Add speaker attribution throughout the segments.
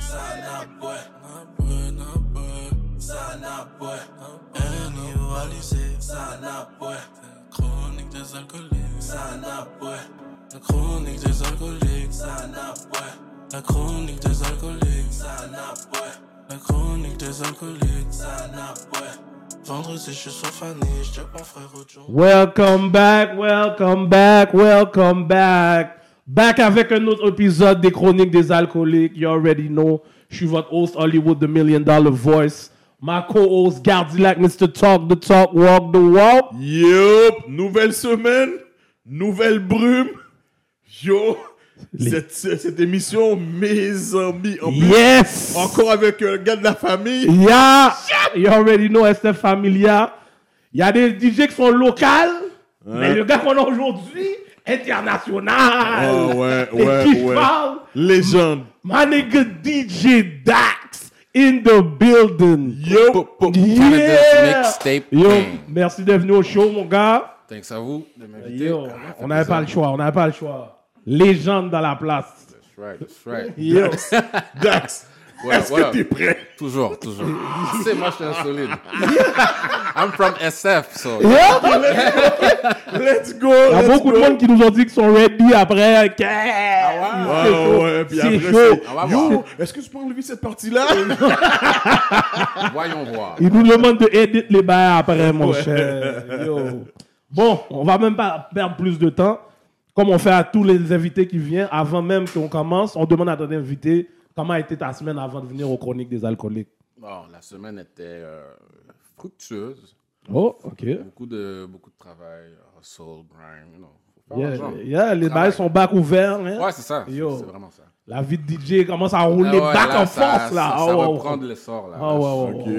Speaker 1: Sana boy, not boy, not boy. Sana boy, individualisé. Sana boy, chronique des alcooliques. Sana boy, la chronique des alcooliques. Sana boy, la chronique des alcooliques. Sana boy, la chronique des alcooliques. Sana boy. Vendredi, je suis sur Fanny, je mon frère au John.
Speaker 2: Welcome back, welcome back, welcome back. Back avec un autre épisode des Chroniques des Alcooliques. You already know. Je suis votre host Hollywood, The Million Dollar Voice. Ma co-host Gardilac, Mr. Talk the Talk, Walk the Walk.
Speaker 3: Yup, nouvelle semaine, nouvelle brume. Yo, cette, cette émission, mes amis, en plus,
Speaker 2: Yes!
Speaker 3: encore avec un gars de la famille.
Speaker 2: Yeah! You already know, Esther Familia. Il y a des DJ qui sont locales, mais le gars qu'on a aujourd'hui, international.
Speaker 3: Ah ouais,
Speaker 2: Et qui
Speaker 3: ouais, ouais.
Speaker 2: parle?
Speaker 3: Légende.
Speaker 2: My nigga DJ Dax in the building.
Speaker 3: Yo,
Speaker 2: Yeah!
Speaker 4: mixtape
Speaker 2: Yo,
Speaker 4: king.
Speaker 2: merci d'être venu au show, mon gars.
Speaker 4: Thanks à vous de m'inviter.
Speaker 2: Yo, on n'avait pas le choix, on n'avait pas le choix. Légende dans la place.
Speaker 4: That's right, that's right.
Speaker 2: Yo,
Speaker 3: Dax,
Speaker 4: Ouais,
Speaker 3: est-ce
Speaker 4: ouais.
Speaker 3: que t'es prêt?
Speaker 4: Toujours, toujours. Tu sais, moi, je suis un solide. I'm from SF, so.
Speaker 3: Let's go!
Speaker 2: il y a beaucoup de monde qui nous ont dit qu'ils sont ready après. ok.
Speaker 3: Ah
Speaker 2: C'est chaud.
Speaker 3: Ouais, Ah, ouais, puis
Speaker 2: C'est
Speaker 3: après,
Speaker 2: chaud.
Speaker 3: c'est-
Speaker 4: On va voir.
Speaker 3: Yo, est-ce que tu peux enlever cette partie-là?
Speaker 4: Voyons voir.
Speaker 2: Ils nous demandent de edit les bails après, mon cher. Yo. Bon, on va même pas perdre plus de temps. Comme on fait à tous les invités qui viennent, avant même qu'on commence, on demande à ton invité comment a été ta semaine avant de venir aux Chroniques des Alcooliques.
Speaker 4: Bon, la semaine était euh, fructueuse.
Speaker 2: Oh, ok.
Speaker 4: Beaucoup de, beaucoup de travail, soul, grind, you know. Faut faire
Speaker 2: Yeah,
Speaker 4: l'argent.
Speaker 2: yeah, les
Speaker 4: Travail.
Speaker 2: bails sont back ouverts. hein.
Speaker 4: Ouais, c'est ça. C'est
Speaker 2: Yo.
Speaker 4: c'est vraiment ça.
Speaker 2: La vie de DJ commence à rouler
Speaker 4: Ah ouais,
Speaker 2: back
Speaker 4: là,
Speaker 2: en
Speaker 4: ça-
Speaker 2: force, là.
Speaker 4: Ça,
Speaker 2: Ah
Speaker 4: ça
Speaker 2: ouais,
Speaker 4: va
Speaker 2: ouais.
Speaker 4: prendre l'essor, là.
Speaker 2: Ah ouais, ouais,
Speaker 3: Ok,
Speaker 2: ouais,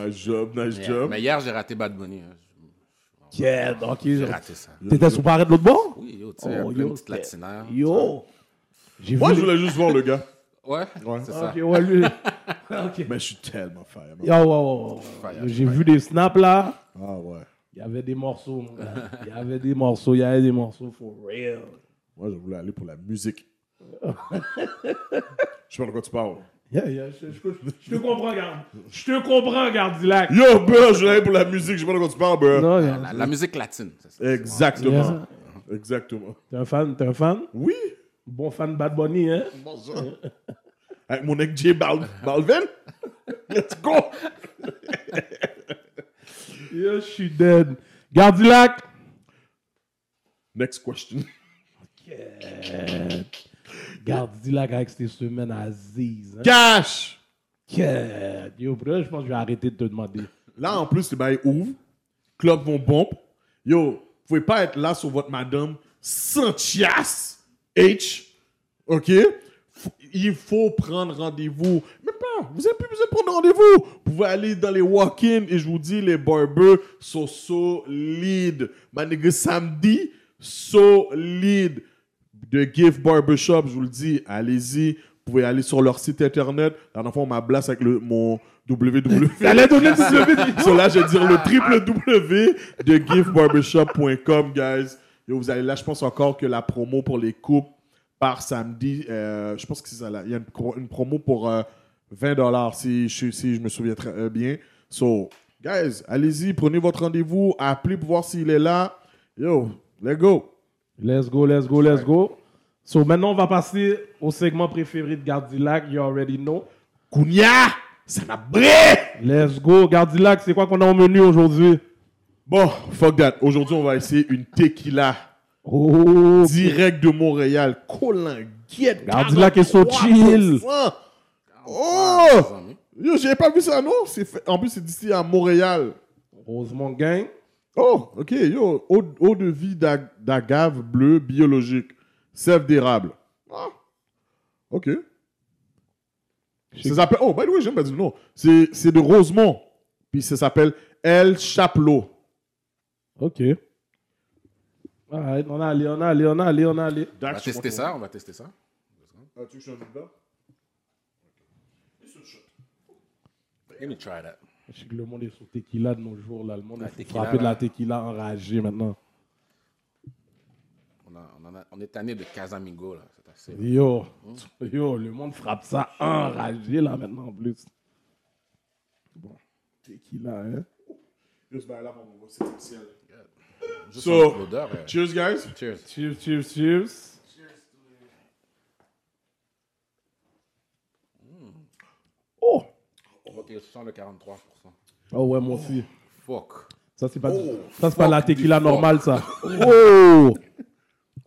Speaker 2: ouais.
Speaker 3: nice job, nice
Speaker 4: Yeah.
Speaker 3: job.
Speaker 4: Mais hier, j'ai raté Bad Bunny. hein.
Speaker 2: oh. Yeah, donc,
Speaker 4: J'ai
Speaker 2: yo.
Speaker 4: raté ça.
Speaker 2: T'étais sous pareil de l'autre bord?
Speaker 4: Oui, yo, tu sais,
Speaker 2: Oh,
Speaker 4: un peu
Speaker 2: yo,
Speaker 4: une petite latinaire.
Speaker 2: Yo. J'ai
Speaker 3: Moi,
Speaker 2: vu
Speaker 3: je voulais juste voir le gars.
Speaker 4: Ouais, c'est ça.
Speaker 2: Ok, ouais, Ah, lui- Ok.
Speaker 3: Mais je suis tellement fire. man.
Speaker 2: Yo, wow, wow, wow.
Speaker 4: Fire,
Speaker 2: J'ai vu des snaps là.
Speaker 3: Ah ouais.
Speaker 2: Il y avait des morceaux, mon gars. Il y avait des morceaux, il y avait des morceaux for real.
Speaker 3: Moi, je voulais aller pour la musique. je sais pas de quoi tu parles.
Speaker 2: Yeah, yeah, je, je- je- je te comprends, garde. Je te comprends, Gardilac.
Speaker 3: Yo, bro, je voulais aller pour la musique. Je sais pas de quoi tu parles, bro.
Speaker 2: Non,
Speaker 4: La, la musique latine, c'est
Speaker 2: Eh.
Speaker 4: ça.
Speaker 3: Exactement. Exactement.
Speaker 2: T'es un fan, t'es un fan.
Speaker 3: Oui.
Speaker 2: Bon fan de Bad Bunny, hein.
Speaker 3: Bonjour. Avec mon ex J Bal- Balvin. Let's go.
Speaker 2: Yo, je suis dead. Gardilac.
Speaker 3: Next question.
Speaker 2: Gardilac avec ces semaines Aziz. Hein?
Speaker 3: Cash.
Speaker 2: Yeah. Yo, bro, je pense que je vais arrêter de te demander.
Speaker 3: Là, en plus, les bails ouvrent. Club vont bombe. Yo, vous pouvez pas être là sur votre madame sans chiasse. H. OK? F- Il faut prendre rendez-vous. Même pas. Vous avez plus besoin de prendre rendez-vous. Vous pouvez aller dans les walk-in et je vous dis, les barbers sont solides. Ma nigga, samedi, solide. The Gift Barbershop, je vous le dis, allez-y. Vous pouvez aller sur leur site internet. La dernière fois, on m'a blast avec le, mon www.
Speaker 2: T'allais donner le site.
Speaker 3: So là, je vais dire le triple W de givebarbershop.com, guys. Yo, vous allez là, je pense encore que la promo pour les coupes par samedi, euh, je pense que c'est ça là. Il y a une, pro- une promo pour euh, 20$ si je, si je me souviens très euh, bien. So, guys, allez-y, prenez votre rendez-vous, appelez pour voir s'il est là. Yo, let's go.
Speaker 2: Let's go, let's go, let's go. So, maintenant, on va passer au segment préféré de Gardilac. You already know.
Speaker 3: Kounia, ça m'a bré!
Speaker 2: Let's go. Gardilac, c'est quoi qu'on a au menu aujourd'hui?
Speaker 3: Bon, fuck that. Aujourd'hui, on va essayer une tequila
Speaker 2: Oh,
Speaker 3: direct de Montréal. Colinguette.
Speaker 2: Gardilac est so chill.
Speaker 3: 43%.
Speaker 4: Ah,
Speaker 3: Oh!
Speaker 4: mes amis.
Speaker 3: Yo, j'avais pas vu ça, non? C'est fait- En plus, c'est d'ici à Montréal.
Speaker 2: Rosemont Gang.
Speaker 3: Oh, ok, yo. Eau, eau de vie d'ag- d'agave bleue biologique. Sève d'érable. Ah, ok. Ça s'appelle... Oh, by the way, j'aime pas dire le nom. C'est c'est de Rosemont. Puis ça s'appelle El Chapelot.
Speaker 2: Ok. Alright, on a allé, on a allé, on a allé, on a allé.
Speaker 4: On va tester ça, on va tester ça.
Speaker 3: tu veux que je te dise ça?
Speaker 4: Let me try that.
Speaker 2: Je sais que le monde est sur tequila de nos jours, là. Le monde
Speaker 4: La
Speaker 2: est
Speaker 4: tequila,
Speaker 2: frappé de
Speaker 4: là.
Speaker 2: la tequila enragée maintenant.
Speaker 4: On on, a- on en a- on est tanné de Casamigo, là. C'est assez. là.
Speaker 2: Yo, yo, le monde frappe ça enragé là maintenant en plus. Bon, t'es qui là, hein?
Speaker 3: Juste ben là, on va voir, c'est essentiel.
Speaker 4: Juste
Speaker 3: So-
Speaker 4: sur l'odeur. euh,
Speaker 3: Cheers, guys.
Speaker 4: Cheers.
Speaker 2: Cheers, cheers, cheers. Oh!
Speaker 4: Ok, je sens le 43%.
Speaker 2: Oh ouais, moi aussi.
Speaker 4: Fuck.
Speaker 2: Ça, c'est pas, Oh, du- ça, c'est pas la tequila normale, ça.
Speaker 3: Oh!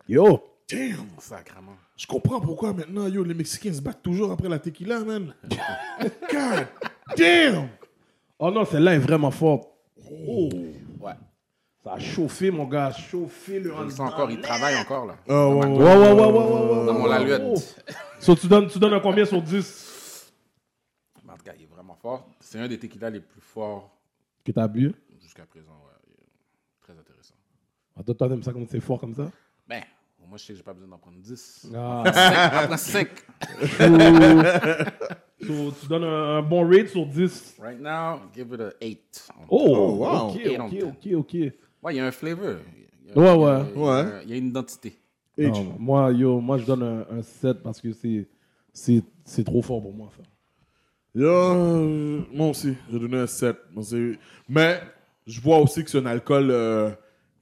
Speaker 2: Yo!
Speaker 3: Damn!
Speaker 4: Sacrement.
Speaker 3: Je comprends pourquoi maintenant, yo, les Mexicains se battent toujours après la tequila, man. God damn!
Speaker 2: Oh non, celle-là est vraiment forte. Oh.
Speaker 4: Ouais.
Speaker 2: Ça a chauffé, mon gars. Chauffé le
Speaker 4: Je le sens encore, Oh, il travaille encore, là.
Speaker 2: Oh,
Speaker 3: Ah, ouais,
Speaker 2: Ouais, ouais, ouais, ouais, ouais, ouais.
Speaker 4: Dans mon
Speaker 2: ouais,
Speaker 4: laluette.
Speaker 2: ouais. So, tu donnes, tu donnes un combien sur 10
Speaker 4: Mais En tout cas, il est vraiment fort. C'est un des tequilas les plus forts
Speaker 2: que t'as bu?
Speaker 4: jusqu'à présent. Ouais. Il est Très intéressant.
Speaker 2: Attends, Ah, toi, t'aimes ça comme c'est fort comme ça?
Speaker 4: Ben, au moins, je sais que j'ai pas besoin d'en prendre 10.
Speaker 2: Ah.
Speaker 4: Après 5.
Speaker 2: So- so, tu donnes un, un bon rate sur 10.
Speaker 4: Right now, give it a 8.
Speaker 2: Oh,
Speaker 3: Oh, wow.
Speaker 2: ok,
Speaker 4: Et
Speaker 2: ok,
Speaker 4: donc.
Speaker 2: ok, ok.
Speaker 4: Ouais, il y a un flavor. Il y a-
Speaker 2: Ouais,
Speaker 4: il y a-
Speaker 2: ouais.
Speaker 4: il y a-
Speaker 3: Ouais.
Speaker 4: Il y a une identité.
Speaker 3: H.
Speaker 2: Non, moi, yo, moi, je donne un, un 7 parce que c'est, c'est, c'est trop fort pour moi, ça.
Speaker 3: Yo, euh, moi aussi, j'ai donné un 7. Moi, c'est- Mais je vois aussi que c'est un alcool euh,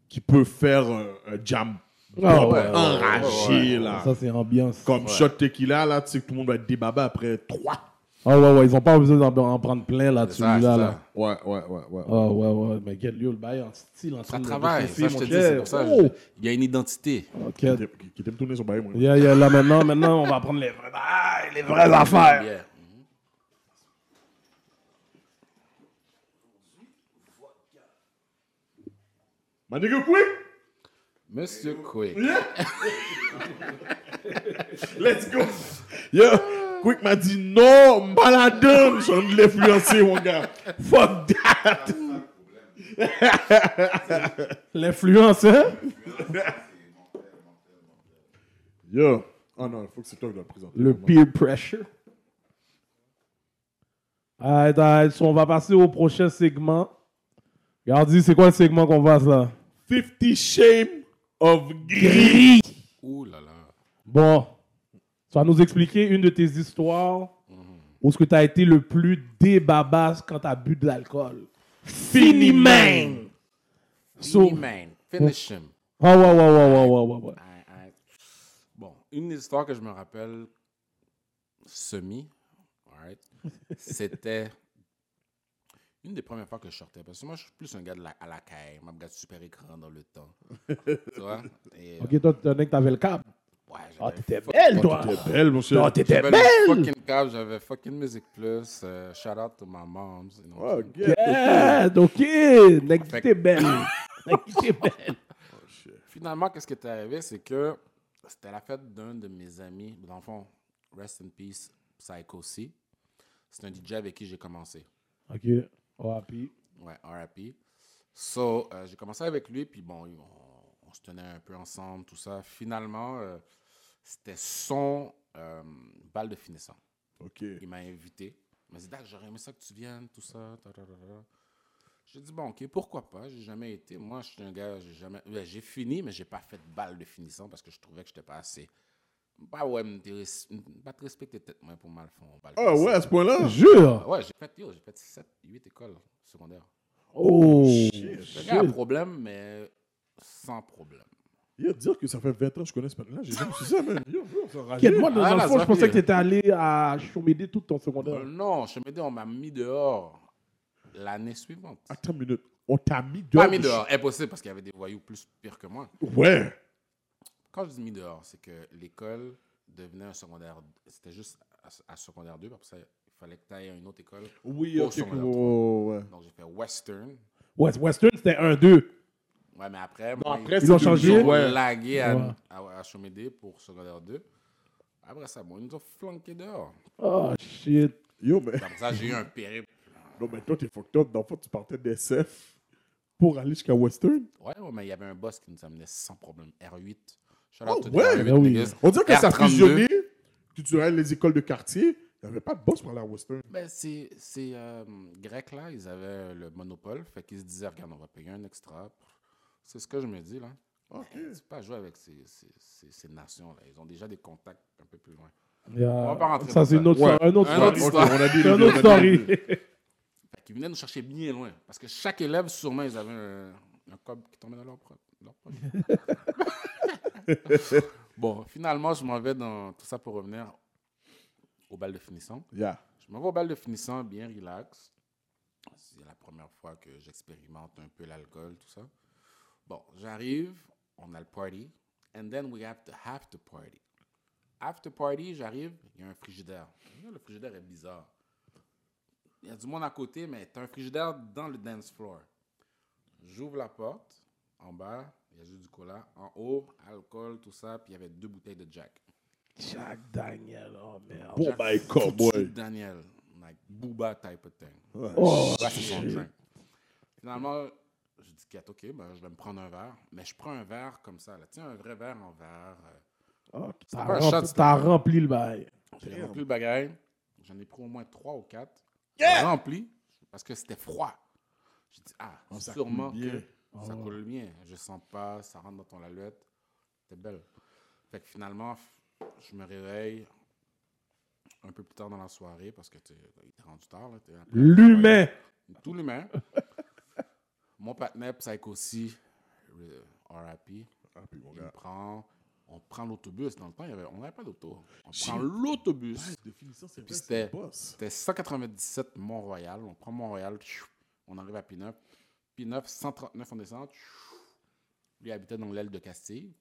Speaker 3: qui peut faire euh, un jam
Speaker 2: Ah ouais, ouais,
Speaker 3: enragé,
Speaker 4: ouais, ouais.
Speaker 3: là.
Speaker 2: Ça, c'est ambiance.
Speaker 3: Comme shot tequila, là, tu sais que tout le monde va être débaba après 3.
Speaker 2: Ah ouais, ouais, ils ont pas besoin d'en en prendre plein, là,
Speaker 4: C'est ça,
Speaker 2: celui-là,
Speaker 4: c'est ça.
Speaker 2: là.
Speaker 3: Ouais, ouais, ouais, ouais.
Speaker 2: Ah ouais, ouais, mais get yo, le bail en style, en
Speaker 4: Ça
Speaker 2: train de
Speaker 4: travaille.
Speaker 2: déchauffer,
Speaker 4: Ça, je
Speaker 2: mon
Speaker 4: te dis,
Speaker 2: cher.
Speaker 4: c'est pour ça.
Speaker 2: Oh,
Speaker 4: je- Il y a une identité.
Speaker 2: ok.
Speaker 3: Qui t'aime- Qui t'aime tourner son bail, moi.
Speaker 2: Yeah, yeah, là, maintenant, maintenant, on va prendre les vrais bails, les vraies affaires.
Speaker 4: Yeah.
Speaker 3: My nigga, quick!
Speaker 4: Monsieur Quick.
Speaker 3: Let's go! Yo, quick m'a dit non, pas la dame, j'en ai l'influencer, mon gars. Fuck that!
Speaker 2: L'influence, hein?
Speaker 3: Yo. Oh non, faut que c'est toi qui dois le présenter.
Speaker 2: Le peer pressure. Alright, alright, so on va passer au prochain segment. Gardi, c'est quoi le segment qu'on passe là?
Speaker 3: 50 Shame of Gris.
Speaker 4: Ouh là là.
Speaker 2: Bon, tu vas nous expliquer une de tes histoires
Speaker 4: Mm-hmm.
Speaker 2: où ce que tu as été le plus débabasse quand tu as bu de l'alcool. Fini man! So,
Speaker 4: Fini, man. Finish him.
Speaker 2: ah ouais, ouais, ouais, ouais, ouais, ouais, ouais.
Speaker 4: Aïe, aïe. Bon, une histoire que je me rappelle semi, alright, c'était une des premières fois que je sortais. Parce que moi, je suis plus un gars de la, à la caille. Moi, je regarde super écran dans le temps. tu vois? Et, euh,
Speaker 2: Ok, toi, t'es un mec, t'avais le cap.
Speaker 4: ouais,
Speaker 2: Ah,
Speaker 4: j'avais
Speaker 2: t'étais belle, toi!
Speaker 3: Belle, mon cher.
Speaker 4: Ah,
Speaker 2: Non, t'étais
Speaker 4: j'avais le
Speaker 2: belle!
Speaker 4: fucking cap, j'avais fucking Music Plus. euh, shout out to my moms. you know.
Speaker 3: Oh,
Speaker 2: Yeah,
Speaker 3: yeah.
Speaker 2: Ah, ok, mec,
Speaker 4: Fait que-
Speaker 2: t'es belle. Mec, t'es belle.
Speaker 4: Finalement, qu'est-ce qui est arrivé, c'est que c'était la fête d'un de mes amis, dans le fond, Rest in Peace, Psycho C. C'est un DJ avec qui j'ai commencé.
Speaker 2: Ok, oh, happy.
Speaker 4: Ouais, RIP. So, euh, j'ai commencé avec lui, puis bon, on, on se tenait un peu ensemble, tout ça. Finalement, euh, c'était son euh, bal de finissant.
Speaker 3: Ok.
Speaker 4: Il m'a invité. Il m'a dit, Dak, j'aurais aimé ça que tu viennes, tout ça. ta, ta, ta, ta. J'ai dit, bon, OK, pourquoi pas? J'ai jamais été. Moi, je suis un gars, j'ai jamais. ouais, j'ai fini, mais j'ai pas fait de balle de finissant parce que je trouvais que j'étais pas assez. Bah ouais, me te res- me- pas te respecter peut-être moins pour mal fond.
Speaker 3: Ah ouais, à ce point-là?
Speaker 2: Jure!
Speaker 4: Ouais, j'ai fait, yo, j'ai fait 7, 8 écoles secondaires.
Speaker 2: Oh!
Speaker 4: J'ai
Speaker 2: shit.
Speaker 4: eu un problème, mais sans problème.
Speaker 3: Yo, dire que ça fait 20 ans que je connais ce patin-là, j'ai jamais su ça, man. Yo, bro, ça rage.
Speaker 2: Quel moi, dans
Speaker 4: Ah,
Speaker 2: le
Speaker 4: là,
Speaker 2: fond,
Speaker 4: ça
Speaker 2: je pensais
Speaker 4: pire.
Speaker 2: que t'étais allé à Chomédé tout ton
Speaker 4: Euh,
Speaker 2: secondaire.
Speaker 4: non, je me dis, on m'a mis dehors l'année suivante.
Speaker 3: Attends une minute. On t'a mis dehors.
Speaker 4: Pas mis dehors, impossible, parce qu'il y avait des voyous plus pires que moi.
Speaker 3: Ouais.
Speaker 4: Quand je dis mis dehors, c'est que l'école devenait un secondaire. C'était juste à, à secondaire 2, parce qu'il fallait que tu ailles à une autre école.
Speaker 3: Oui,
Speaker 4: Au
Speaker 3: ok.
Speaker 4: secondaire
Speaker 3: cool.
Speaker 4: trois.
Speaker 3: Oh, ouais.
Speaker 4: Donc j'ai fait Western.
Speaker 2: West- Western, c'était 1-2.
Speaker 4: Ouais, mais après,
Speaker 3: Non,
Speaker 4: moi,
Speaker 3: après,
Speaker 2: Ils l'ont
Speaker 3: c'est
Speaker 2: changé?
Speaker 3: toujours-
Speaker 4: ils m'ont
Speaker 3: Ouais.
Speaker 4: lagué à,
Speaker 2: Ouais.
Speaker 4: à, à Chomedey pour secondaire 2. Après ça, bon, ils nous ont flanqué dehors.
Speaker 2: Oh, shit.
Speaker 3: Yo, mais,
Speaker 4: Après ça, j'ai eu un périple.
Speaker 3: non, mais toi, t'es fucked up. Dans le fond, tu partais d'SF pour aller jusqu'à Western.
Speaker 4: Ouais, ouais, mais il y avait un boss qui nous amenait sans problème. R8. Shout out
Speaker 3: Oh,
Speaker 4: to
Speaker 3: ouais,
Speaker 4: R8,
Speaker 2: ben oui.
Speaker 4: niggas.
Speaker 3: On dirait que ça a
Speaker 4: R32.
Speaker 3: fusionné. Tu dirais les écoles de quartier. Il n'y avait pas de boss pour aller à Western.
Speaker 4: Ben, ces, ces euh, Grecs, là, ils avaient le monopole. Fait qu'ils se disaient, regarde, on va payer un extra. C'est ce que je me dis, là.
Speaker 3: OK.
Speaker 4: C'est pas jouer avec ces, ces- ces- ces nations-là. Ils ont déjà des contacts un peu plus loin.
Speaker 2: Yeah.
Speaker 4: On va pas rentrer
Speaker 2: Ça,
Speaker 4: dans
Speaker 2: c'est
Speaker 4: ça.
Speaker 2: une autre
Speaker 3: Ouais.
Speaker 2: soirée. Un autre
Speaker 4: Un
Speaker 2: soirée.
Speaker 4: autre
Speaker 3: Ok,
Speaker 4: histoire.
Speaker 3: on a dit
Speaker 2: C'est
Speaker 3: les deux,
Speaker 2: une
Speaker 3: on a
Speaker 2: autre
Speaker 3: dit les
Speaker 2: story.
Speaker 3: deux.
Speaker 4: Fait qu'ils venaient nous chercher bien loin. Parce que chaque élève, sûrement, ils avaient un, un cob qui tombait dans leur, pro- leur poche. bon, finalement, je m'en vais dans tout ça pour revenir au bal de finissant.
Speaker 3: Yeah.
Speaker 4: Je m'en vais au bal de finissant, bien relax. C'est la première fois que j'expérimente un peu l'alcool, tout ça. Bon, j'arrive, on a le party, and then we have to have to party. After party, j'arrive, il y a un frigidaire. Le frigidaire est bizarre. Il y a du monde à côté, mais t'as un frigidaire dans le dance floor. J'ouvre la porte, en bas, il y a juste du cola. En haut, alcool, tout ça, puis il y avait deux bouteilles de Jack.
Speaker 2: Jack Daniel, oh merde.
Speaker 3: Bon,
Speaker 4: Jack
Speaker 3: bah,
Speaker 4: Foutu
Speaker 3: cowboy.
Speaker 4: Daniel, like Booba type of thing.
Speaker 2: Oh,
Speaker 4: Ça, c'est son drink. Finalement, je dis, Kat, OK, ben, je vais me prendre un verre. Mais je prends un verre comme ça. Là. Tu sais, un vrai verre en verre. euh.
Speaker 2: oh,
Speaker 4: pas
Speaker 2: T'as
Speaker 4: un
Speaker 2: rempli-
Speaker 4: shot, c'est-
Speaker 2: t'as rempli le bail.
Speaker 4: J'ai rempli le bagage. J'en ai pris au moins trois ou quatre. Rempli, parce que c'était froid. J'ai dit, ah,
Speaker 3: ça
Speaker 4: sûrement
Speaker 3: coule bien. Ah.
Speaker 4: que ça coule bien. Je sens pas, ça rentre dans ton laluette. T'es belle. Fait que finalement, f- je me réveille un peu plus tard dans la soirée, parce que t'es- il est rendu tard. là, t'es après-
Speaker 2: L'humain.
Speaker 4: Tout l'humain. Mon partenaire Psycho aussi, euh, RIP,
Speaker 3: Ah, puis mon
Speaker 4: il
Speaker 3: gars.
Speaker 4: me prend, on prend l'autobus. Dans le temps, il y avait- on n'avait pas d'auto. On prend l'autobus.
Speaker 3: Définition, c'est
Speaker 4: Puis
Speaker 3: vrai,
Speaker 4: c'était-
Speaker 3: c'est le boss.
Speaker 4: C'était 197 Mont-Royal. On prend Mont-Royal, tchou, on arrive à P9. P9, 139, on descend. tchou. Lui habitait dans l'aile de Castille.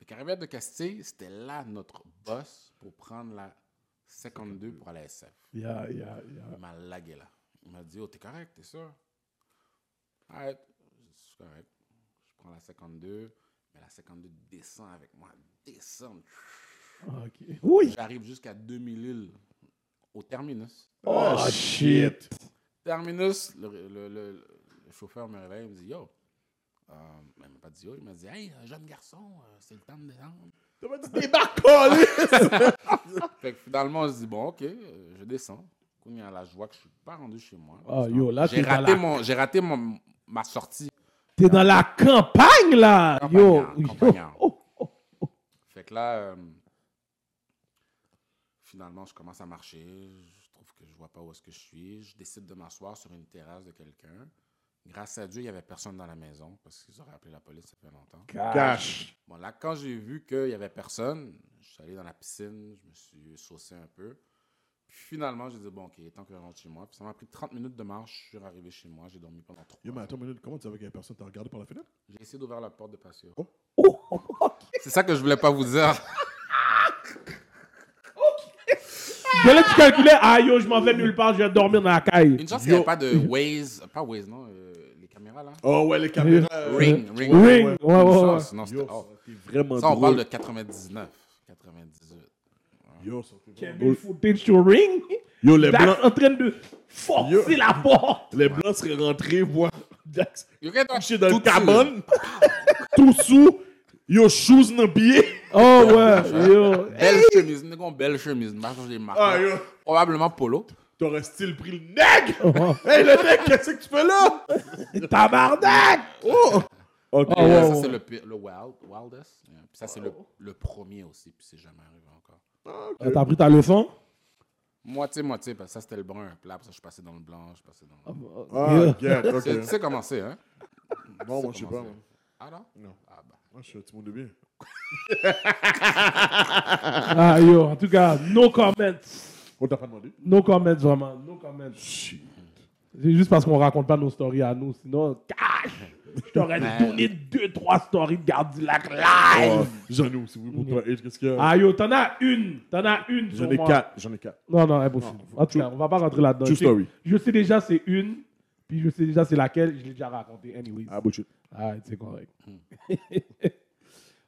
Speaker 4: Le carrière de Castille, c'était là notre boss pour prendre la 52 pour aller à SF.
Speaker 2: Yeah, yeah,
Speaker 4: Il m'a lagué là. Il m'a dit, oh, t'es correct, t'es sûr? Arrête. Je suis correct. Je prends la 52, mais la 52 descend avec moi. Descend.
Speaker 2: yeah. Ok. Oui.
Speaker 4: J'arrive jusqu'à 2000 îles au terminus.
Speaker 2: Oh, shit.
Speaker 4: Terminus, le, le- le- le chauffeur me réveille, il me dit Yo. Euh, il m'a pas dit yo, il m'a dit Hey, jeune garçon, euh, c'est le temps de descendre.
Speaker 3: T'as pas dit débarque, collé!
Speaker 4: Fait que finalement, on se dit Bon, ok, euh, je descends. Il y a la joie que je suis pas rendu chez moi.
Speaker 2: Oh, yo, là,
Speaker 4: J'ai
Speaker 2: t'es dans,
Speaker 4: raté,
Speaker 2: la...
Speaker 4: mon, j'ai raté mon, ma sortie.
Speaker 2: t'es dans la campagne, là. Yo.
Speaker 4: Campagnard,
Speaker 2: yo.
Speaker 4: campagnard.
Speaker 2: Oh,
Speaker 4: Fait que là, euh, finalement, je commence à marcher. Je trouve que je vois pas où est-ce que je suis. Je décide de m'asseoir sur une terrasse de quelqu'un. Grâce à Dieu, il y avait personne dans la maison parce qu'ils auraient appelé la police ça fait longtemps.
Speaker 3: Cash.
Speaker 4: Bon, là, quand j'ai vu qu'il n'y avait personne, je suis allé dans la piscine, je me suis saucé un peu. Puis finalement, j'ai dit, bon, OK, il est temps que je rentre chez moi. Puis ça m'a pris 30 minutes de marche, je suis arrivé chez moi, j'ai dormi pendant trois
Speaker 3: Yo, mais
Speaker 4: heures.
Speaker 3: attends une minute, comment tu savais qu'il y avait personne? T'as regardé par la fenêtre?
Speaker 4: J'ai essayé d'ouvrir la porte de patio.
Speaker 2: oh, oh, oh.
Speaker 4: C'est ça que je voulais pas vous dire.
Speaker 2: De là, tu calculais, ah yo, je m'en vais nulle part, je vais dormir dans la caille.
Speaker 4: Une chance qu'il n'y
Speaker 3: Yo.
Speaker 4: avait pas de Waze, pas Waze, non, euh, les caméras là.
Speaker 3: Oh, ouais, les caméras.
Speaker 4: Ring,
Speaker 2: Ring.
Speaker 4: ring. Une
Speaker 2: Ouais, ouais, ouais.
Speaker 4: chance, non, c'était-
Speaker 3: Yo,
Speaker 4: oh.
Speaker 3: t'es vraiment
Speaker 4: Ça, on
Speaker 3: drôle.
Speaker 4: parle de 99, 98.
Speaker 3: Yo, ça, t'es vraiment
Speaker 2: Kevin
Speaker 3: drôle.
Speaker 2: footage to ring.
Speaker 3: Yo, les
Speaker 2: Dax
Speaker 3: blancs,
Speaker 2: en train de forcer
Speaker 3: Yo.
Speaker 2: la porte.
Speaker 3: les blancs seraient rentrés voir Dax
Speaker 4: Yo, quand
Speaker 3: couché dans le
Speaker 4: tout de suite.
Speaker 3: cabane, tout sous, yo, shoes dans le pied.
Speaker 2: Oh ouais, yo.
Speaker 4: Belle chemise, nous avons belle chemise. Nous avons des marques.
Speaker 3: Ah, yo,
Speaker 4: Probablement polo.
Speaker 3: t'aurais style pris le nègre?
Speaker 2: Oh,
Speaker 3: Hey, le nègre, qu'est-ce que tu fais là?
Speaker 2: Tabarnak!
Speaker 3: Oh! Ok.
Speaker 2: Ah, ouais,
Speaker 4: Euh, ça,
Speaker 2: ouais. Oh.
Speaker 4: c'est le, pire- le wild, Wildest. Euh, Puis ça, c'est le, le premier aussi. Puis c'est jamais arrivé encore.
Speaker 2: Euh, T'as pris ta leçon?
Speaker 4: Moitié, moitié. Parce que ça, c'était le brun. Puis là, après ça, je suis passé dans le blanc. Je suis passé dans le...
Speaker 3: Ah,
Speaker 2: Yeah.
Speaker 3: regarde, ok.
Speaker 4: C'est- Tu sais comment c'est, hein?
Speaker 3: Non, moi,
Speaker 4: Tu
Speaker 3: je
Speaker 4: sais
Speaker 3: sais
Speaker 4: comment
Speaker 3: pas. moi.
Speaker 4: c'est. Ah non?
Speaker 3: Non.
Speaker 4: Ah bah.
Speaker 3: Moi, je suis un petit monde de bien.
Speaker 2: Ah yo, en tout cas, no comments.
Speaker 3: On t'a pas demandé?
Speaker 2: No comments vraiment, no comments.
Speaker 3: Shit.
Speaker 2: C'est juste parce qu'on raconte pas nos stories à nous, sinon, cash! Je t'aurais
Speaker 4: Man.
Speaker 2: donné deux, trois stories de Gardilac live!
Speaker 3: Oh, J'en ai aussi, oui, pour toi. Edge, qu'est-ce qu'il y a?
Speaker 2: Ah yo, t'en as une! T'en as une
Speaker 3: J'en
Speaker 2: sur
Speaker 3: ai
Speaker 2: moi.
Speaker 3: quatre. J'en ai quatre.
Speaker 2: Non, non, impossible. en tout cas, on va pas rentrer là-dedans.
Speaker 3: True
Speaker 2: Je sais-
Speaker 3: story.
Speaker 2: Je sais déjà c'est une, puis je sais déjà c'est laquelle, je l'ai déjà raconté, anyways.
Speaker 3: Ah, Hmm. bullshit.
Speaker 2: Ah, c'est correct.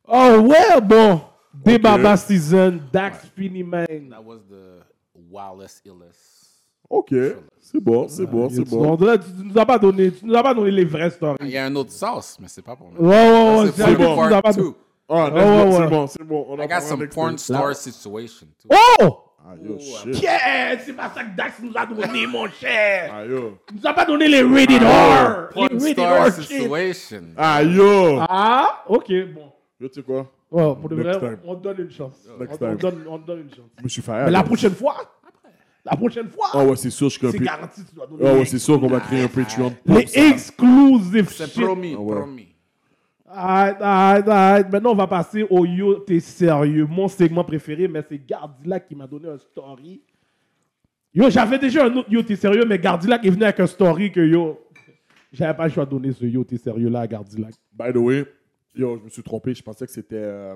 Speaker 2: oh ouais, bon! Débaba season, Dax Finny Man.
Speaker 4: That was the wildest, illest.
Speaker 3: Ok. C'est bon, c'est bon, c'est bon.
Speaker 2: On dirait que tu, tu nous as pas donné, tu nous as pas donné les vraies
Speaker 4: Il
Speaker 2: stories.
Speaker 4: y a un autre sauce, mais c'est pas pour moi.
Speaker 2: Ouais, ouais,
Speaker 3: Oh,
Speaker 2: ouais,
Speaker 4: c'est
Speaker 2: j'avoue
Speaker 4: pour
Speaker 2: que tu nous as
Speaker 4: le
Speaker 2: pas
Speaker 4: part
Speaker 2: donné-
Speaker 4: two.
Speaker 3: Ah,
Speaker 2: ouais,
Speaker 3: non,
Speaker 2: ouais.
Speaker 3: c'est bon, c'est bon. On
Speaker 4: I
Speaker 3: en
Speaker 4: got
Speaker 3: parlera
Speaker 4: some
Speaker 3: next
Speaker 4: porn
Speaker 3: time.
Speaker 4: star situation, too.
Speaker 2: Oh!
Speaker 3: Ah, yo, shit.
Speaker 2: Pierre, c'est pas ça que Dax nous a donné, mon cher.
Speaker 3: Ah, yo.
Speaker 2: Il nous a pas donné les rated
Speaker 3: Ah,
Speaker 2: R.
Speaker 4: Porn
Speaker 2: Les rated
Speaker 4: star
Speaker 2: R shit.
Speaker 4: situation.
Speaker 3: Ah, yo.
Speaker 2: Ah, ok, bon.
Speaker 3: Yo, tu sais quoi?
Speaker 2: Well, pour de
Speaker 3: Next
Speaker 2: vrai,
Speaker 3: time.
Speaker 2: on te donne une chance. On,
Speaker 3: Next
Speaker 2: on
Speaker 3: time.
Speaker 2: donne, on te donne une chance.
Speaker 3: Je me suis fait.
Speaker 2: Mais la prochaine fois, la prochaine fois,
Speaker 3: Ah, ouais, c'est sûr, je suis un
Speaker 2: c'est
Speaker 3: peu-
Speaker 2: garanti, tu dois donner
Speaker 3: Ah,
Speaker 2: les-
Speaker 3: ouais, c'est sûr qu'on va créer un Patreon. pour
Speaker 2: les
Speaker 3: ça.
Speaker 2: exclusive
Speaker 4: C'est
Speaker 2: shit.
Speaker 4: promis,
Speaker 3: Ah ouais.
Speaker 4: promis.
Speaker 2: Alright, alright, alright. Ah, Maintenant, on va passer au Yo, t'es sérieux. Mon segment préféré, mais c'est Gardilac qui m'a donné un story. Yo, j'avais déjà un autre Yo, t'es sérieux, mais Gardilac est venu avec un story que Yo. J'avais pas le choix de donner ce Yo, t'es sérieux là à Gardilac.
Speaker 3: By the way, yo, je me suis trompé. Je pensais que c'était. euh,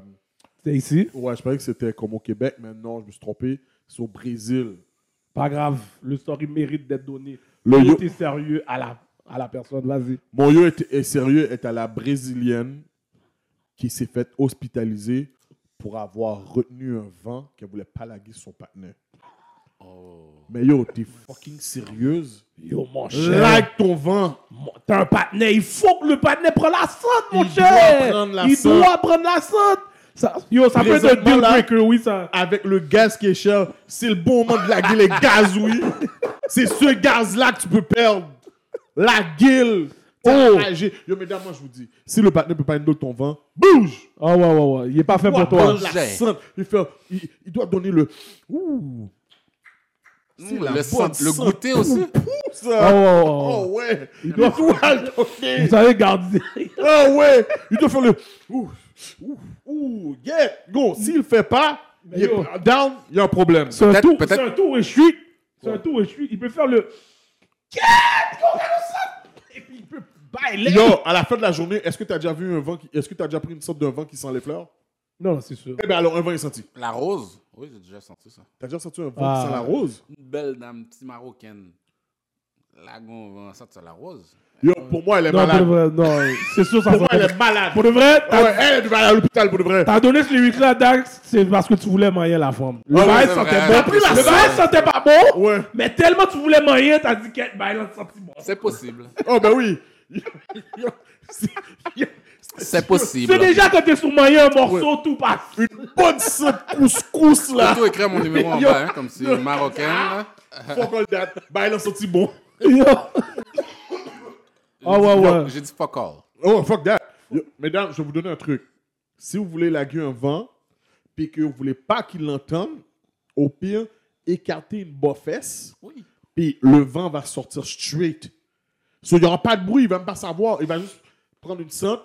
Speaker 2: C'est ici.
Speaker 3: Ouais, je pensais que c'était comme au Québec, mais non, je me suis trompé. C'est au Brésil.
Speaker 2: Pas grave, le story mérite d'être donné.
Speaker 3: Le
Speaker 2: yo,
Speaker 3: yo-
Speaker 2: t'es sérieux à la, à la personne, vas-y.
Speaker 3: Mon yo est, est sérieux, est à la brésilienne qui s'est faite hospitaliser pour avoir retenu un vent qu'elle voulait palaguer son partenaire.
Speaker 2: Oh.
Speaker 3: Mais yo, t'es fucking sérieuse?
Speaker 2: Yo, mon cher.
Speaker 3: Like ton vent!
Speaker 2: Mon- T'as un partenaire, il faut que le partenaire prenne la sonde, mon
Speaker 3: Il
Speaker 2: cher.
Speaker 3: doit prendre la
Speaker 2: il
Speaker 3: sonde.
Speaker 2: doit prendre la sonde. Ça, yo, ça peut être un
Speaker 3: Présentement,
Speaker 2: deal
Speaker 3: là-
Speaker 2: breaker, oui, ça.
Speaker 3: Avec le gaz qui est cher, c'est le bon moment de laguer les gazouilles. C'est ce gaz-là que tu peux perdre. La guille!
Speaker 2: Oh.
Speaker 3: Yo, mesdames, moi je vous dis, si le partenaire peut pas indoler ton vent, bouge!
Speaker 2: Oh, ouais, ouais, ouais. Il est pas fait pour
Speaker 3: doit
Speaker 2: toi.
Speaker 3: prendre la
Speaker 4: Projet.
Speaker 3: scène. Il, fait- il- il doit donner le. Ouh. C'est
Speaker 4: Mmh,
Speaker 3: la
Speaker 4: le,
Speaker 3: bonne
Speaker 4: sent- le
Speaker 3: scène.
Speaker 4: goûter aussi.
Speaker 3: Ouh,
Speaker 2: Oh,
Speaker 3: ça.
Speaker 2: ouais, ouais, ouais.
Speaker 3: Oh ouais. Il
Speaker 2: doit-
Speaker 3: doit donner.
Speaker 2: Vous savez, garder.
Speaker 3: Oh ouais. Il doit faire le. Ouh. Ouh. Ouh. Yeah. Go. S'il fait pas, il
Speaker 2: yo.
Speaker 3: est down. Il y a un problème.
Speaker 2: C'est un
Speaker 4: Peut-être-
Speaker 2: tour,
Speaker 4: peut-être-
Speaker 2: c'est un tour et chute. C'est un tour et chute. Il peut faire le. Qu'est-ce qu'on fait le son? Et puis il peut bailer.
Speaker 3: Yo, à la fin de la journée, est-ce que tu as déjà vu un vent qui... Est-ce que tu as déjà pris une sorte d'un vent qui sent les fleurs
Speaker 2: Non, c'est sûr.
Speaker 3: Eh bien, alors, un vent est senti.
Speaker 4: La rose. Oui, j'ai déjà senti ça.
Speaker 3: T'as déjà senti un vent
Speaker 2: Ah.
Speaker 3: qui sent la rose
Speaker 4: Une belle dame, petite marocaine. Lagon, on sent ça, la rose.
Speaker 3: Yo, pour moi, elle est
Speaker 2: Non, pour de
Speaker 3: malade.
Speaker 2: vrai, non. C'est sûr, ça sent
Speaker 3: Pour moi, elle
Speaker 2: pas.
Speaker 3: est malade.
Speaker 2: Pour de vrai,
Speaker 3: Ah
Speaker 2: t'as-
Speaker 3: ouais, elle est malade à l'hôpital pour de vrai.
Speaker 2: t'as donné ce lyric là à Dax, c'est parce que tu voulais marier la femme. Le
Speaker 3: Ah ouais,
Speaker 2: bail
Speaker 4: c'est
Speaker 2: sentait
Speaker 4: vrai.
Speaker 2: bon.
Speaker 4: T'as pris la
Speaker 2: Le bail
Speaker 4: sauce.
Speaker 2: sentait pas bon.
Speaker 3: Ouais.
Speaker 2: Mais tellement tu voulais marier, t'as dit qu'elle bail là, senti bon.
Speaker 4: C'est possible.
Speaker 3: Oh, ben oui. Yo, c'est- yo,
Speaker 4: C'est possible.
Speaker 2: C'est déjà que t'es sous marier un morceau, tout passe.
Speaker 3: une bonne sainte couscous là.
Speaker 4: Surtout écrire mon numéro en
Speaker 3: Yo.
Speaker 4: bas, hein, comme si marocain. là.
Speaker 3: Fuck all that. Bah, il a sorti bon.
Speaker 2: Yo. Ah ouais,
Speaker 4: Non,
Speaker 2: ouais.
Speaker 4: J'ai dit fuck all.
Speaker 3: Oh, fuck that. Yo, mesdames, je vais vous donner un truc. Si vous voulez laguer un vent, puis que vous voulez pas qu'il l'entende, au pire, écartez une bofesse,
Speaker 4: Oui.
Speaker 3: puis le vent va sortir straight. So, il n'y aura pas de bruit, il va même pas savoir. Il va juste prendre une sainte,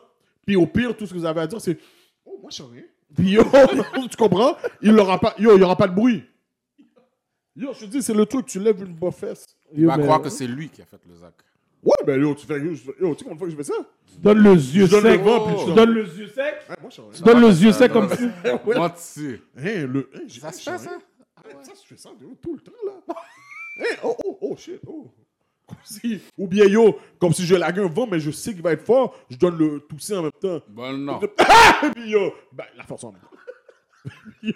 Speaker 3: puis au pire, tout ce que vous avez à dire, c'est Oh, moi, je sais rien. Puis yo, tu comprends? Il n'aura pas, yo, il y aura pas de bruit. Yo, je te dis, c'est le truc, tu lèves une bofesse.
Speaker 4: Il
Speaker 2: Yo,
Speaker 4: va
Speaker 2: mais-
Speaker 4: croire que c'est lui qui a fait le zac.
Speaker 3: Ouais, ben yo, tu fais. Yo, je- yo, tu sais combien de fois que je fais ça?
Speaker 2: Donne le yeux
Speaker 3: donne le
Speaker 2: sec.
Speaker 3: vent, puis je
Speaker 4: Oh.
Speaker 2: Tu
Speaker 3: donne-
Speaker 2: donnes le yeux sec.
Speaker 3: Ouais, Hein, moi, je sais
Speaker 2: Tu donnes le yeux sec
Speaker 4: non,
Speaker 2: comme
Speaker 4: non.
Speaker 2: si.
Speaker 3: Ouais.
Speaker 4: Moi, dessus.
Speaker 3: rien. Hein, le. Hein, j'ai-
Speaker 4: Ça se
Speaker 3: je
Speaker 4: fait,
Speaker 3: sais
Speaker 4: ça?
Speaker 3: rien. Hein, Ça, je fais ça yo, tout le temps, là. Hein, oh, oh, oh, shit, oh. Comme si. Ou bien yo, comme si je lague un vent, mais je sais qu'il va être fort, je donne le tousser en même temps.
Speaker 4: Bon, non.
Speaker 3: Ah! Puis yo, ben, la force en Yo,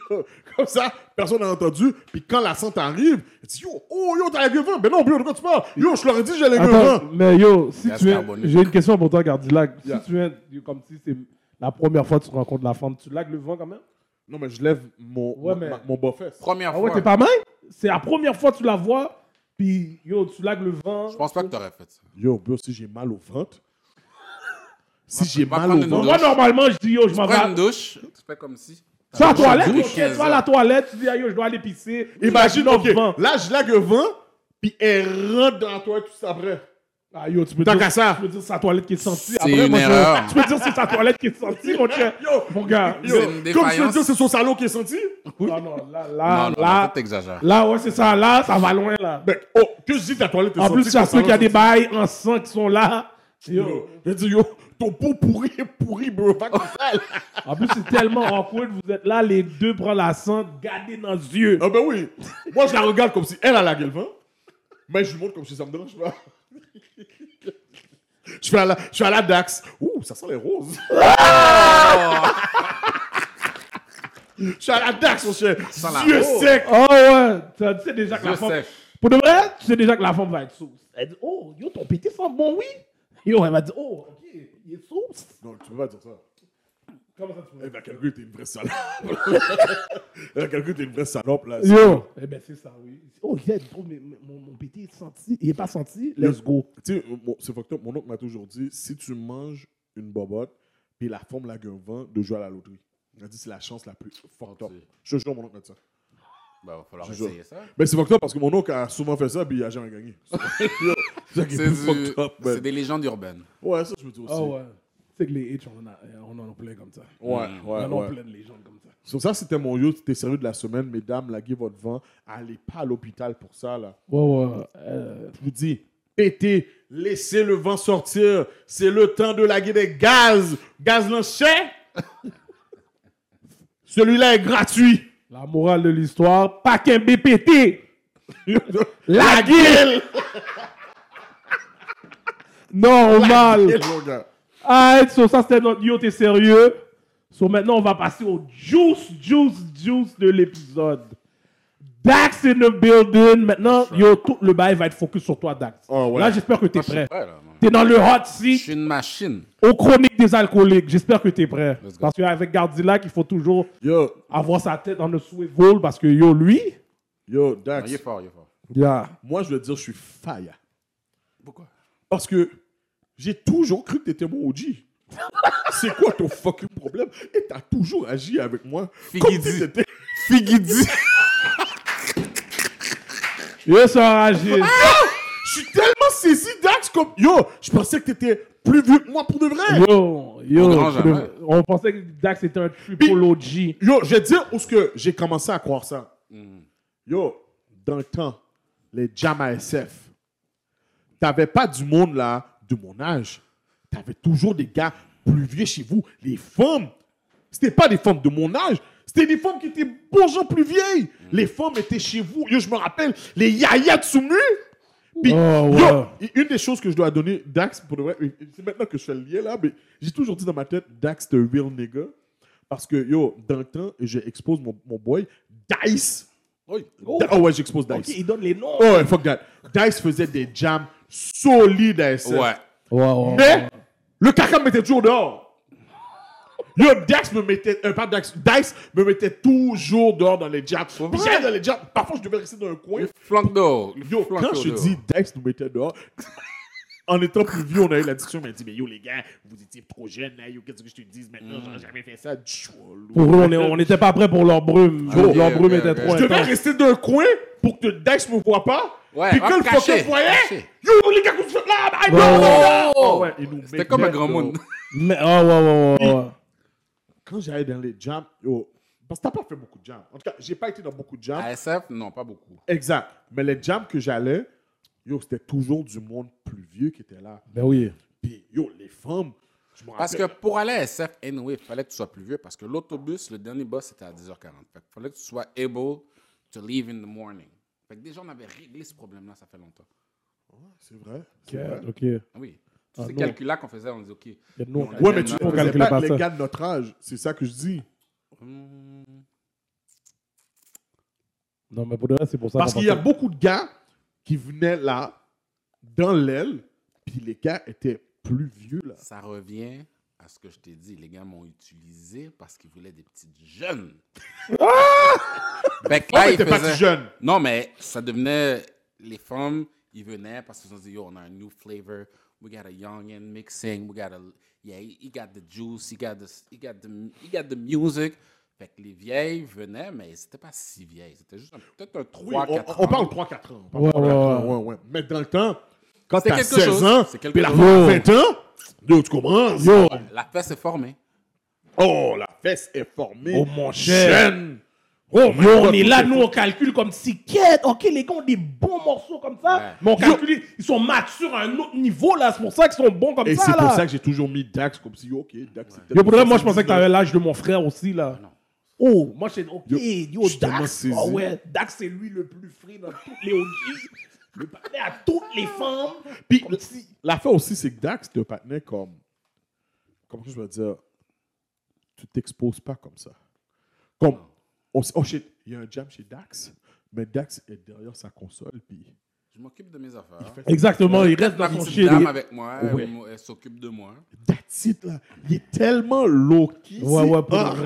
Speaker 3: comme ça, personne n'a entendu. Puis quand la sente arrive, elle dit Yo, oh, yo, t'as lagué un vent. Ben non, bro, de quoi tu parles Yo, je leur ai dit, j'ai lagué un
Speaker 2: Attends,
Speaker 3: vent.
Speaker 2: mais yo, si
Speaker 4: Gaz
Speaker 2: tu es.
Speaker 4: carbonique.
Speaker 2: J'ai une question pour toi, Gardilac. Si
Speaker 3: Yeah.
Speaker 2: tu es. yo, Comme si c'est la première fois que tu rencontres la femme, tu lagues le vent quand même
Speaker 3: Non, mais je lève mon,
Speaker 2: Ouais,
Speaker 3: ma-
Speaker 2: mais-
Speaker 3: ma- mon bas fesse.
Speaker 4: Première
Speaker 2: Ah
Speaker 4: fois.
Speaker 2: ouais, t'es pas mal C'est la première fois que tu la vois, puis yo, tu lagues le vent.
Speaker 4: Je pense pas que t'aurais fait ça.
Speaker 3: Yo, bro, si j'ai mal au ventre. Si j'ai
Speaker 4: va
Speaker 3: mal
Speaker 4: prendre
Speaker 3: au
Speaker 4: une
Speaker 3: ventre.
Speaker 2: Moi, normalement, je dis yo, je m'en
Speaker 4: Prends une
Speaker 2: vais.
Speaker 4: douche, tu fais comme si.
Speaker 2: Tu vas à la toilette,
Speaker 4: Douche,
Speaker 2: ok, tu vas à la toilette, tu dis ah, yo, je dois aller pisser.
Speaker 3: Imagine,
Speaker 2: au
Speaker 3: ok, là, je lague un vent, puis elle rentre dans toi tout ça après.
Speaker 2: Ah yo, tu peux
Speaker 3: Tant
Speaker 2: dire
Speaker 3: qu'à ça.
Speaker 2: Tu peux dire c'est sa toilette qui est sentie.
Speaker 4: C'est
Speaker 2: Après,
Speaker 4: une
Speaker 2: moi, je-
Speaker 4: erreur.
Speaker 2: Tu peux dire c'est sa toilette qui est sentie, mon cher.
Speaker 3: Yo,
Speaker 2: Mon gars. Ah,
Speaker 3: yo,
Speaker 4: C'est une
Speaker 3: comme je veux
Speaker 4: défaillance.
Speaker 3: dire, c'est Ah, son salon qui est senti.
Speaker 2: Non, non, là, là,
Speaker 4: Non, non,
Speaker 2: là,
Speaker 4: non, t'exagères.
Speaker 2: là, ouais, c'est ça, là, ça va loin, là.
Speaker 3: Ben, oh, que je dis que ta toilette est
Speaker 2: en
Speaker 3: sentie.
Speaker 2: plus,
Speaker 3: ton
Speaker 2: ça se peut
Speaker 3: salon
Speaker 2: qu'il y a des
Speaker 3: senti.
Speaker 2: bails en sang qui sont là. Yo.
Speaker 3: Yo, je dis, yo, ton pot pourri est pourri, bro. Va comme ça, là.
Speaker 2: En plus, c'est tellement awkward, vous êtes là, les deux prennent la sang, gardez dans les yeux.
Speaker 3: Ah ben oui. Moi, je la regarde comme si elle a la gueule, hein. Mais je lui montre comme si ça me dérange pas. Je suis à la, je fais à la Dax. Ouh, ça sent les roses.
Speaker 4: Ah!
Speaker 3: je suis à la Dax, mon cher.
Speaker 4: sent la
Speaker 3: Yeux
Speaker 4: rose.
Speaker 3: secs.
Speaker 2: Oh ouais, tu tu sais déjà que
Speaker 4: Yeux
Speaker 2: la femme.
Speaker 4: sèches.
Speaker 2: Pour de vrai, tu sais déjà que la femme va être sauce. Elle dit, oh, yo, ton pété sent bon, oui. Yo, elle va dire, oh, ok, il est sauce.
Speaker 3: Non, tu peux pas dire ça.
Speaker 2: Comment ça tu
Speaker 3: Eh
Speaker 2: peux
Speaker 3: ben, quelqu'un, t'es une vraie salope. Eh, quelqu'un, t'es une vraie salope, là.
Speaker 2: Yo! Eh ben, c'est ça, oui. Oh, yeah, oh, mais- mais mon, mon pété est senti. Il est pas senti. Let's go.
Speaker 3: Tu sais, euh, mon- c'est fucked up. Mon oncle m'a toujours dit si tu manges une bobotte, puis la forme la gueule vent, de jouer à la loterie. Il m'a dit c'est la chance la plus fucked up.
Speaker 4: Ok.
Speaker 3: Je te jure, mon oncle m'a dit ça.
Speaker 4: Ben, va falloir
Speaker 3: Je jure.
Speaker 4: essayer ça.
Speaker 3: Mais c'est fucked up parce que mon oncle a souvent fait ça, puis il a jamais gagné. Yo, ça qui est
Speaker 4: C'est
Speaker 3: plus
Speaker 4: du-
Speaker 3: fucked up,
Speaker 4: c'est
Speaker 3: man.
Speaker 4: des Ah légendes urbaines.
Speaker 3: Ouais, ça, je me dis aussi.
Speaker 2: Oh, ouais. C'est que les H, on, en a, on en a plein comme ça.
Speaker 3: Ouais,
Speaker 4: Mm.
Speaker 2: on
Speaker 3: ouais,
Speaker 2: en a
Speaker 3: ouais.
Speaker 2: plein de légendes comme ça.
Speaker 3: Sur ça, c'était mon yo, c'était sérieux de la semaine. Mesdames, laguez votre vent. Allez pas à l'hôpital pour ça, là.
Speaker 2: Ouais, ouais. euh,
Speaker 3: Je vous dis, pétez, laissez le vent sortir. C'est le temps de laguer des gaz. Gaz lanchet. Celui-là est gratuit.
Speaker 2: la morale de l'histoire, pas qu'un BPT!
Speaker 3: La gueule.
Speaker 2: Normal!
Speaker 3: mon gars.
Speaker 2: Alright, so ça c'était notre yo, t'es sérieux? So maintenant on va passer au juice, juice, juice de l'épisode. Dax in the building. Maintenant, yo, tout le bail va être focus sur toi, Dax.
Speaker 3: Oh, ouais.
Speaker 2: Là, j'espère que t'es
Speaker 4: Je suis
Speaker 2: prêt.
Speaker 4: prêt, là, moi.
Speaker 2: T'es dans le hot
Speaker 4: Je
Speaker 2: seat
Speaker 4: suis une machine.
Speaker 2: aux chroniques des alcooliques. J'espère que t'es prêt.
Speaker 4: Let's go.
Speaker 2: Parce qu'avec Gardilac, il faut toujours
Speaker 3: Yo,
Speaker 2: avoir sa tête dans le swivel parce que yo, lui,
Speaker 3: yo,
Speaker 4: Non, il est
Speaker 3: Dax.
Speaker 4: fort, il est fort.
Speaker 2: yeah.
Speaker 3: Moi, je veux dire, je suis fire.
Speaker 4: Pourquoi
Speaker 3: Parce que j'ai toujours cru que t'étais mon OG. C'est quoi ton fucking problème? Et t'as toujours agi avec moi. Comme
Speaker 4: Figuidi.
Speaker 3: si t'étais.
Speaker 4: Figuidi.
Speaker 2: Yo, ça agit.
Speaker 3: Je suis tellement saisi, Dax, comme. Yo, je pensais que t'étais plus vieux que moi pour de vrai.
Speaker 2: Yo, yo.
Speaker 4: Au grand jamais.
Speaker 2: On pensait que Dax était un triple OG.
Speaker 3: Yo, je vais te dire où ce que j'ai commencé à croire ça.
Speaker 4: Hmm.
Speaker 3: Yo, dans le temps, les jams à SF, t'avais pas du monde là de mon âge. T'avais toujours des gars plus vieux chez vous. Les femmes, c'était pas des femmes de mon âge. C'était des femmes qui étaient bonjour plus vieilles. Les femmes étaient chez vous. Yo, je me rappelle, les yaya Tsumu. Puis,
Speaker 2: Oh, ouais.
Speaker 3: yo, et une des choses que je dois donner, Dax, pour de vrai, et- et c'est maintenant que je fais le lien là, mais j'ai toujours dit dans ma tête, Dax, the real nigga. Parce que, yo, dans le temps, j'expose mon, mon boy, Dice.
Speaker 4: Oui.
Speaker 3: Da- Ah ouais, j'expose Dice.
Speaker 2: Oh. Ok, il donne les noms.
Speaker 3: Oh, ouais, fuck that. Dice faisait des jams solides à SF.
Speaker 4: Ouais.
Speaker 2: Ouais, ouais.
Speaker 3: Mais le caca me mettait toujours dehors. Yo, Dax me mettait, euh, pas Dax, Dice me mettait toujours dehors dans les jams. Puis j'allais dans les jams. Parfois, je devais rester dans un coin.
Speaker 4: Flanque d'eau.
Speaker 3: Yo, quand je dis Dice nous mettait dehors, en étant plus vieux, on a eu la discussion, mais dit, mais yo les gars, vous étiez trop jeunes là, yo, qu'est-ce que je te dis maintenant, j'aurais jamais fait ça. Tchoulou.
Speaker 2: Pour eux, on est- on n'était pas prêt pour leur brume.
Speaker 3: Ah,
Speaker 4: Yo.
Speaker 2: leur
Speaker 4: Ok,
Speaker 2: brume
Speaker 4: ok,
Speaker 2: était
Speaker 4: ok.
Speaker 2: trop
Speaker 3: Je devais
Speaker 2: intense.
Speaker 3: rester dans un coin pour que Dice me voit pas.
Speaker 4: Ouais,
Speaker 3: puis
Speaker 4: va
Speaker 3: que le
Speaker 4: me cacher,
Speaker 3: fucking voyait.
Speaker 4: cacher.
Speaker 3: Yo les gars, qu'est-ce que vous faites là, I
Speaker 2: Ouais,
Speaker 3: know,
Speaker 2: ouais,
Speaker 3: là.
Speaker 4: Oh,
Speaker 3: Ah ouais, il nous
Speaker 4: C'était
Speaker 3: mettait
Speaker 4: comme un grand
Speaker 3: dehors.
Speaker 4: monde.
Speaker 2: Mais, oh, ouais, ouais, ouais, ouais.
Speaker 3: Quand j'allais dans les jams, yo, parce que t'as pas fait beaucoup de jams. En tout cas, j'ai pas été dans beaucoup de jams.
Speaker 4: ASF, non, pas beaucoup.
Speaker 3: Exact. Mais les jams que j'allais, yo, c'était toujours du monde plus vieux qui était là.
Speaker 2: Ben oui.
Speaker 3: Puis, yo, les femmes, je me
Speaker 4: Parce que
Speaker 3: rappelle-
Speaker 4: pour aller à SF, anyway, il fallait que tu sois plus vieux parce que l'autobus, le dernier bus, c'était à 10h40. Fait qu'il fallait que tu sois able to leave in the morning. Fait que déjà, on avait réglé ce problème-là, ça fait longtemps.
Speaker 3: C'est vrai. c'est vrai.
Speaker 2: Ok. ok.
Speaker 4: Ah Oui. Tous
Speaker 2: Ah,
Speaker 4: ces
Speaker 2: non.
Speaker 4: calculs-là qu'on faisait, on disait, OK.
Speaker 2: Et nous,
Speaker 4: Ouais,
Speaker 2: on-
Speaker 3: Ouais, mais tu
Speaker 4: On
Speaker 3: ne faisais
Speaker 2: calculait
Speaker 3: pas,
Speaker 2: pas
Speaker 3: les
Speaker 2: ça.
Speaker 3: gars de notre âge. C'est ça que je dis.
Speaker 4: hmm,
Speaker 2: Non, mais pour de vrai, c'est pour ça.
Speaker 3: Parce
Speaker 2: qu'on
Speaker 3: qu'il y a
Speaker 2: pensait-
Speaker 3: beaucoup de gars qui venaient là, dans l'aile, puis les gars étaient plus vieux là.
Speaker 4: Ça revient à ce que je t'ai dit. Les gars m'ont utilisé parce qu'ils voulaient des petites jeunes. Fait que
Speaker 3: Ah,
Speaker 4: là,
Speaker 3: mais
Speaker 4: ils
Speaker 3: t'es pas
Speaker 4: faisaient-
Speaker 3: si jeune.
Speaker 4: Non, mais ça devenait. Les femmes, ils venaient parce qu'ils ont dit, yo, on a un new flavor. We got a young and mixing. We got a. Yeah, he he got the juice. He got the, he got the, he got the music. Fait que les vieilles venaient, mais c'était pas si vieilles. C'était juste un- peut-être un
Speaker 3: Oui,
Speaker 4: 3,
Speaker 3: on,
Speaker 4: 4
Speaker 3: on
Speaker 4: ans.
Speaker 3: parle 3-4 ans. on
Speaker 2: Ouais,
Speaker 3: parle 3-4
Speaker 2: ouais,
Speaker 3: ans, ouais, ouais. Mais dans le temps, quand
Speaker 4: C'est
Speaker 3: t'as
Speaker 4: quelque
Speaker 3: 16
Speaker 4: chose.
Speaker 3: ans,
Speaker 4: C'est quelque
Speaker 3: puis la
Speaker 4: chose.
Speaker 3: femme a 20 ans, yo, tu commences.
Speaker 4: La fête s'est formée.
Speaker 3: Oh, la fesse est formée.
Speaker 2: Oh, mon cher.
Speaker 3: Jeune. Oh, my
Speaker 2: Yo, on
Speaker 3: God,
Speaker 2: est là,
Speaker 3: tout
Speaker 2: nous, on calcule comme si, quête, ok, les gars ont des bons morceaux comme ça,
Speaker 4: Ouais.
Speaker 2: mais on calcule, ils sont matures à un autre niveau, là, c'est pour ça qu'ils sont bons comme
Speaker 3: Et
Speaker 2: ça,
Speaker 3: c'est
Speaker 2: là.
Speaker 3: pour ça que j'ai toujours mis Dax comme si, ok, Dax, c'est peut-être
Speaker 2: Yo, pour de vrai, moi, je
Speaker 3: 79.
Speaker 2: pensais que t'avais l'âge de mon frère aussi, là.
Speaker 4: non.
Speaker 2: Oh, moi, j'ai ok,
Speaker 3: Yo,
Speaker 2: yo,
Speaker 3: je suis tellement
Speaker 2: Dax,
Speaker 3: saisi.
Speaker 2: oh ouais, Dax, c'est lui le plus frais dans toutes les OG. Il parlait à toutes les femmes,
Speaker 3: Puis,
Speaker 2: comme si...
Speaker 3: L'affaire aussi, c'est que Dax te patinait comme. Comment je veux dire Tu t'exposes pas comme ça. Comme. oh, On, s- oh shit, il y a un jam chez Dax, mais Dax est derrière sa console, puis
Speaker 4: Je m'occupe de mes affaires.
Speaker 2: Exactement, il reste
Speaker 4: La
Speaker 2: dans son
Speaker 4: petite
Speaker 2: shit.
Speaker 4: dame avec moi,
Speaker 2: Ouais.
Speaker 4: elle, m- elle s'occupe de moi.
Speaker 3: That's it, là. Il est tellement low-key.
Speaker 2: Ouais,
Speaker 3: c'est
Speaker 2: ouais, pour
Speaker 3: enragé,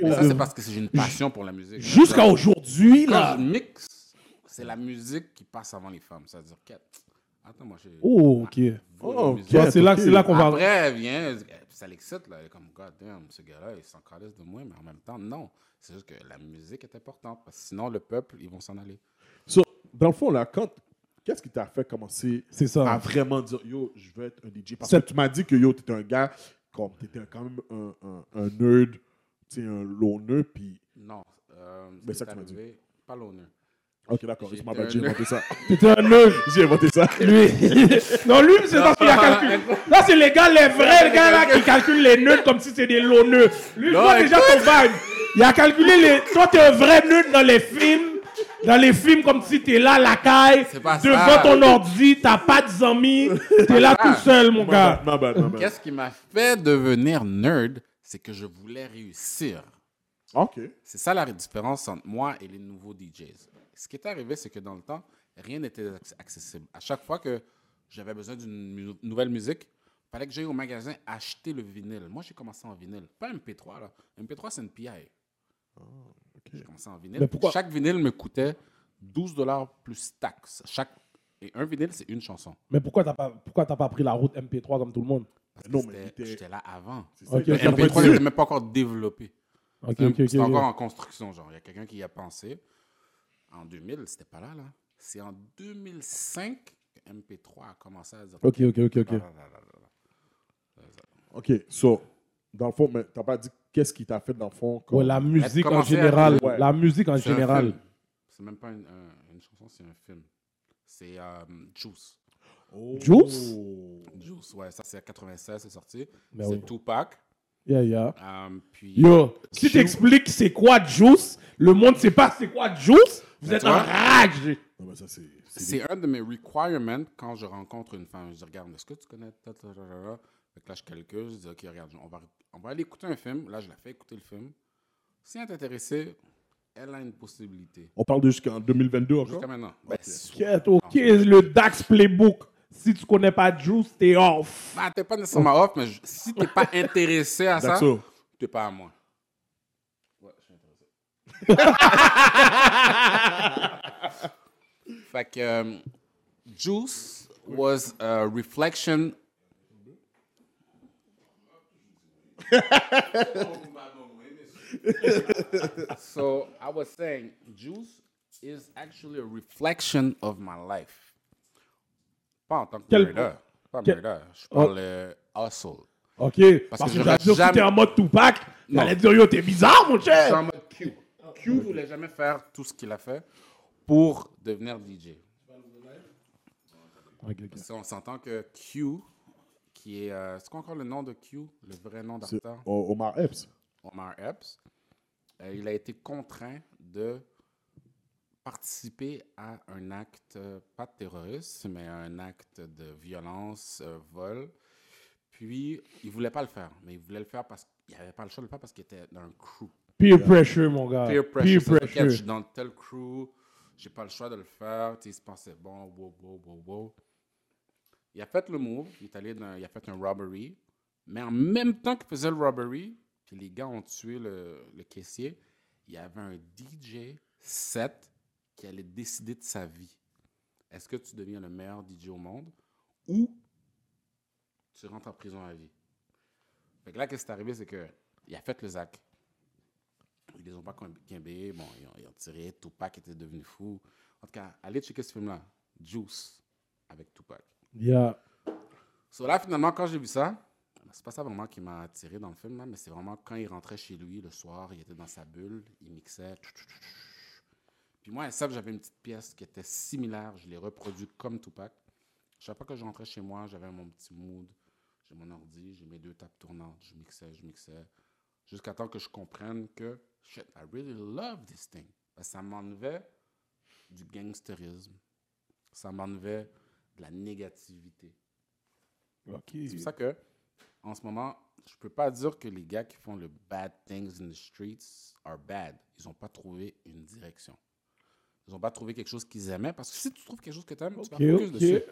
Speaker 2: vrai.
Speaker 3: là.
Speaker 4: Ça, c'est parce que c'est- j'ai une passion pour la musique.
Speaker 2: Jusqu'à aujourd'hui,
Speaker 4: Quand
Speaker 2: là.
Speaker 4: je mixe, c'est la musique qui passe avant les femmes. C'est-à-dire, qu'est- attends, moi, j'ai.
Speaker 2: Oh, ok.
Speaker 3: Oh, ok.
Speaker 2: Bon, c'est là, c'est là qu'on va.
Speaker 4: Après, elle vient, elle dit- ça l'excite, là. Elle est comme, God damn, ce gars-là, il s'en calisse de moi, mais en même temps, non. C'est juste que la musique est importante, parce que sinon, le peuple, ils vont s'en aller.
Speaker 3: So, dans le fond, là, quand... Qu'est-ce qui t'a fait commencer
Speaker 2: C'est
Speaker 3: à
Speaker 4: Ah.
Speaker 2: ça.
Speaker 3: vraiment dire, yo, je veux être un DJ? Parce
Speaker 2: Cette-
Speaker 3: que tu m'as dit que, yo, t'étais un gars, comme, t'étais quand même un, un, un nerd, tu sais, un loner, puis...
Speaker 4: Non. Euh, ce
Speaker 3: Mais
Speaker 4: qui
Speaker 3: Ben, ça
Speaker 4: est
Speaker 3: que tu m'as dit.
Speaker 4: arrivé, Pas l'honneur.
Speaker 3: Ok, d'accord, c'est
Speaker 4: J'étais
Speaker 3: ma bad,
Speaker 4: un
Speaker 3: j'ai
Speaker 4: nerd.
Speaker 3: inventé ça.
Speaker 2: T'étais un nœud,
Speaker 3: J'ai inventé ça.
Speaker 2: lui. non, lui, c'est parce qu'il a calculé. Là, c'est les gars, les vrais gars là qui calculent les nœuds comme si c'était des low nœuds. Lui,
Speaker 4: Non,
Speaker 2: toi, déjà ton vibe. Il a calculé les. Toi, t'es un vrai nœud dans les films. Dans les films, comme si t'es là, la caille,
Speaker 4: C'est pas ça. Ah.
Speaker 2: devant ton ordi, t'as pas de amis, t'es là tout seul, mon
Speaker 3: Ma
Speaker 2: gars.
Speaker 3: bad, ma bad, ma bad.
Speaker 4: Qu'est-ce qui m'a fait devenir nerd, c'est que je voulais réussir.
Speaker 3: Ok.
Speaker 4: C'est ça la différence entre moi et les nouveaux DJs. Ce qui est arrivé, c'est que dans le temps, rien n'était ac- accessible. À chaque fois que j'avais besoin d'une mu- nouvelle musique, il fallait que j'aille au magasin acheter le vinyle. Moi, j'ai commencé en vinyle, pas MP3. Là. MP3, c'est une PI. J'ai commencé en vinyle.
Speaker 2: Mais pourquoi-
Speaker 4: Chaque vinyle me coûtait 12 dollars plus taxes. Chaque... Et un vinyle, c'est une chanson.
Speaker 2: Mais pourquoi t'as pas, pourquoi t'as pas pris la route MP3 comme tout le monde
Speaker 4: Parce que
Speaker 3: Non, mais il
Speaker 4: c'était-
Speaker 3: était-
Speaker 4: j'étais là avant.
Speaker 2: Ok,
Speaker 3: Le
Speaker 2: ok,
Speaker 4: Le MP3
Speaker 3: 98.
Speaker 4: n'était même pas encore développé.
Speaker 2: Ok,
Speaker 4: C'est
Speaker 2: ok, ok. ok.
Speaker 4: encore en construction, genre. Il y a quelqu'un qui y a pensé. En 2000, c'était pas là, là. C'est en 2005 que MP3 a commencé à dire... Ah,
Speaker 2: Ok, ok, ok, ok.
Speaker 4: là, là, là, là, là.
Speaker 3: OK, so, dans le fond, mais t'as pas dit qu'est-ce qui t'a fait dans le fond?
Speaker 4: Ah,
Speaker 3: comme-
Speaker 2: Ouais, la musique en
Speaker 4: commencé à-
Speaker 2: général.
Speaker 3: Ouais.
Speaker 2: La musique en
Speaker 4: C'est un
Speaker 2: général.
Speaker 4: film. C'est même pas une, un- une chanson, c'est un film. C'est euh, Juice.
Speaker 3: Oh.
Speaker 2: Juice?
Speaker 4: Juice, ouais. Ça, c'est en 96, c'est sorti.
Speaker 2: Ben
Speaker 4: c'est
Speaker 2: oui.
Speaker 4: Tupac.
Speaker 2: Yeah, yeah.
Speaker 4: euh, puis...
Speaker 2: Yo, si
Speaker 4: Juice.
Speaker 2: t'expliques c'est quoi Juice, le monde sait pas c'est quoi Juice, vous êtes
Speaker 4: toi?
Speaker 2: enragé.
Speaker 3: Non, mais ça, c'est... c'est-
Speaker 4: C'est un de mes requirements quand je rencontre une femme. Je dis, regarde, est-ce que tu connais. ta, ta, ta, ta, ta? Fait que là, je calcule, je dis, OK, regarde, on va, on va aller écouter un film. Là, je la fais écouter le film. Si elle est intéressée, elle a une possibilité.
Speaker 3: On parle de jusqu'en 2022 encore? Oh.
Speaker 4: Jusqu'à maintenant. Ben, c'est-
Speaker 2: Quête, ok, le Dax Playbook. Si tu connais pas Juice, t'es off.
Speaker 4: Ben, t'es pas nécessairement off, mais je- si t'es pas intéressé à ça,
Speaker 3: That's all.
Speaker 4: t'es pas à moi. Ouais, je suis intéressé. fait que euh, Juice was a reflection so I was saying, juice is actually a reflection of my life. Pas en tant que
Speaker 2: Quel-
Speaker 4: murder. Pas
Speaker 2: quel- Oh.
Speaker 4: murder. Je parle euh, hustle.
Speaker 2: Ok, parce,
Speaker 4: que
Speaker 2: que,
Speaker 4: j'aurais
Speaker 2: j'allais dire
Speaker 4: jamais-
Speaker 2: que t'es en mode Tupac,
Speaker 4: Non.
Speaker 2: t'allais dire yo, t'es bizarre, mon
Speaker 4: C'est
Speaker 2: cher.
Speaker 4: en mode Q. Q voulait jamais faire tout ce qu'il a fait pour devenir DJ. Parce qu'on s'entend que Q, qui est. euh, c'est quoi encore le nom de Q Le vrai nom
Speaker 3: C'est
Speaker 4: d'artiste
Speaker 3: O- Oh, Omar Epps.
Speaker 4: Omar Epps, euh, il a été contraint de participer à un acte, euh, pas de terrorisme, mais un acte de violence, euh, vol. Puis, il voulait pas le faire, mais il voulait le faire parce qu'il avait pas le choix de le faire parce qu'il était dans un crew.
Speaker 2: Peer pressure, mon gars.
Speaker 4: Peer pressure. c'est
Speaker 2: pressure.
Speaker 4: ok, je suis dans tel crew, j'ai pas le choix de le faire. Tu sais, il se pensait, bon, wow, wow, wow, wow. Il a fait le move, il, est allé dans- il a fait un robbery, mais en même temps qu'il faisait le robbery, puis les gars ont tué le, le caissier, il y avait un DJ set qui allait décider de sa vie. Est-ce que tu deviens le meilleur DJ au monde ou tu rentres en prison à vie? Fait que là, qu'est-ce qui est arrivé, c'est qu'il a fait le ZAC. Ils les ont pas quim- quimbés. Bon, ils ont, ils ont tiré. Tupac était devenu fou. En tout cas, allez checker ce film-là. Juice avec Tupac.
Speaker 2: Yeah.
Speaker 4: So là, finalement, quand j'ai vu ça, ben, c'est pas ça vraiment qui m'a attiré dans le film, là, mais c'est vraiment quand il rentrait chez lui le soir, il était dans sa bulle, il mixait. tchou, tchou, tchou, tchou. Puis moi, à SF, j'avais une petite pièce qui était similaire. Je l'ai reproduite comme Tupac. Chaque fois que je rentrais chez moi, j'avais mon petit mood. J'ai mon ordi, j'ai mes deux tables tournantes. Je mixais, je mixais. Jusqu'à temps que je comprenne que, shit, I really love this thing. Parce que ça m'enlevait du gangstérisme. Ça m'enlevait de la négativité. C'est pour ça que, en ce moment, je peux pas dire que les gars qui font le bad things in the streets are bad. Ils ont pas trouvé une direction. Ils n'ont pas trouvé quelque chose qu'ils aimaient parce que si tu trouves quelque chose que tu aimes, tu vas
Speaker 2: Ok,
Speaker 4: focus
Speaker 2: ok.
Speaker 4: dessus.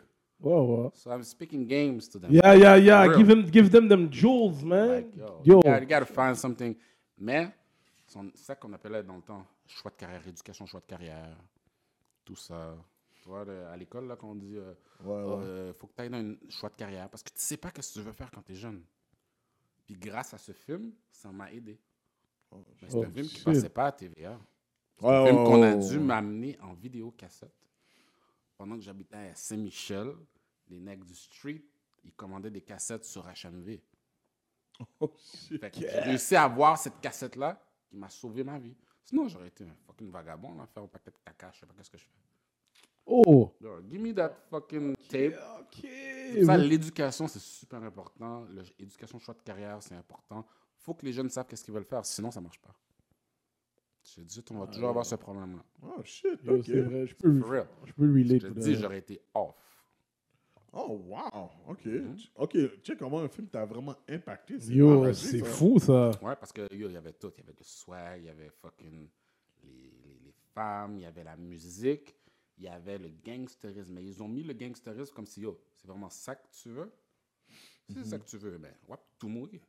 Speaker 2: Ouais, ouais.
Speaker 4: So I'm speaking games to them.
Speaker 2: Yeah, yeah, yeah.
Speaker 4: Real.
Speaker 2: Give, him, give them them jewels, man.
Speaker 4: Like, yo,
Speaker 2: Yo.
Speaker 4: You, gotta, you gotta find something. Mais son- c'est ça qu'on appelait dans le temps choix de carrière, éducation, choix de carrière, tout ça. Tu vois, le- à l'école, là, quand on dit euh,
Speaker 3: Ah
Speaker 4: oh, euh, faut que tu ailles dans un choix de carrière parce que tu sais pas ce que tu veux faire quand tu es jeune. Puis grâce à ce film, ça m'a aidé. Mais c'est
Speaker 2: Oh,
Speaker 4: un film qui
Speaker 2: shit.
Speaker 4: ne passait pas à TVA. C'est
Speaker 3: Ouais,
Speaker 4: un film
Speaker 3: ouais,
Speaker 4: qu'on a
Speaker 3: ouais,
Speaker 4: dû
Speaker 3: ouais.
Speaker 4: m'amener en vidéocassette. Pendant que j'habitais à Saint-Michel, les mecs du street, ils commandaient des cassettes sur HMV.
Speaker 3: Oh,
Speaker 4: Fait que J'ai réussi à avoir cette cassette-là qui m'a sauvé ma vie. Sinon, j'aurais été un fucking vagabond, là, faire un paquet de caca, je sais pas qu'est-ce que je fais.
Speaker 2: Oh.
Speaker 4: Yo, give me that fucking tape.
Speaker 2: Ok.
Speaker 4: C'est pour Ça, l'éducation, c'est super important. Le- L'éducation, choix de carrière, c'est important. faut que les jeunes savent qu'est-ce qu'ils veulent faire, sinon ça marche pas. J'ai dit, on va toujours avoir ce problème-là.
Speaker 3: Oh, shit,
Speaker 2: Yo,
Speaker 3: ok.
Speaker 2: c'est vrai. Je peux,
Speaker 4: For real.
Speaker 2: je peux relate.
Speaker 4: Je
Speaker 2: pour
Speaker 4: te
Speaker 2: de
Speaker 4: dis,
Speaker 2: vrai.
Speaker 4: j'aurais été off.
Speaker 3: Oh, wow, ok.
Speaker 4: Mhm.
Speaker 3: Ok, tu sais comment un film t'a vraiment impacté. c'est
Speaker 2: Yo,
Speaker 3: enragé,
Speaker 2: c'est
Speaker 3: ça.
Speaker 2: fou, ça.
Speaker 4: Ouais, parce que yo, il y avait tout. Il y avait le swag, il y avait fucking les, les, les femmes, il y avait la musique, il y avait le gangstérisme. Mais ils ont mis le gangstérisme comme si yo, c'est vraiment ça que tu veux. Si c'est
Speaker 2: Mhm.
Speaker 4: ça que tu veux, ben, ouais, tout mourir.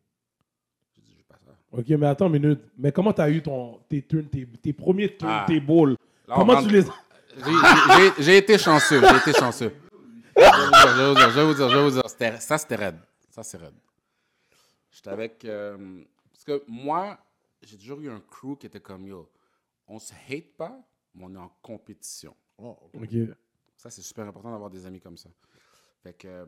Speaker 4: J'ai dit, je veux pas ça.
Speaker 2: Ok, mais attends une minute. Mais comment t'as eu ton, tes, turn- tes, tes premiers turntables?
Speaker 4: Là, Ah. on
Speaker 2: Comment
Speaker 4: rentre-
Speaker 2: tu les.
Speaker 4: J'ai- j'ai- j'ai- J'ai été chanceux, j'ai été chanceux. Je vais vous dire, je vais vous dire, je vais vous dire, je vais vous dire. C'était- Ça, c'était raide. Ça, c'est raide. J'étais avec... euh, parce que moi, j'ai toujours eu un crew qui était comme, yo, on se hate pas, mais on est en compétition.
Speaker 3: Oh, ok.
Speaker 2: Ok.
Speaker 4: Ça, c'est super important d'avoir des amis comme ça. Fait que euh,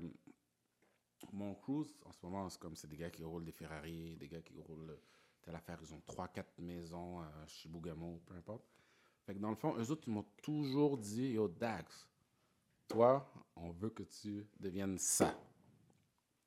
Speaker 4: mon crew, en ce moment, c'est comme c'est des gars qui roulent des Ferrari, des gars qui roulent euh, telle affaire. Ils ont 3-4 maisons à Chibougamau, peu importe. Fait que dans le fond, eux autres, ils m'ont toujours dit Yo, Dax, toi, on veut que tu deviennes ça.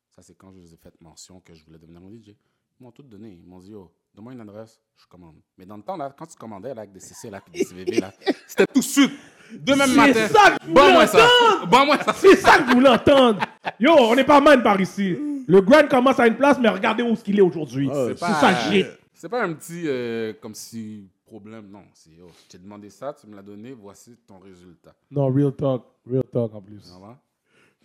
Speaker 4: Ça, c'est quand je les ai fait mention que je voulais devenir un DJ. Ils m'ont tout donné. Ils m'ont dit Yo, donne-moi une adresse, je commande. Mais dans le temps, là, quand tu commandais là, avec des CC, là, puis des CVV, là, c'était tout suite. Demain
Speaker 2: C'est
Speaker 4: matin.
Speaker 2: ça que je voulais
Speaker 4: Bon, moi, ça. Bon, moi, ça.
Speaker 2: C'est ça que je voulais entendre. Yo, on n'est pas mal par ici. Le grind commence à une place, mais regardez où ce qu'il est aujourd'hui.
Speaker 3: Ah,
Speaker 2: c'est
Speaker 3: c'est
Speaker 2: ça, que j'ai.
Speaker 4: C'est pas un petit euh, comme si problème, non. C'est oh, je t'ai demandé ça, tu me l'as donné, voici ton résultat.
Speaker 2: Non, real talk. Real talk en plus.
Speaker 3: Ah,
Speaker 4: Ça va?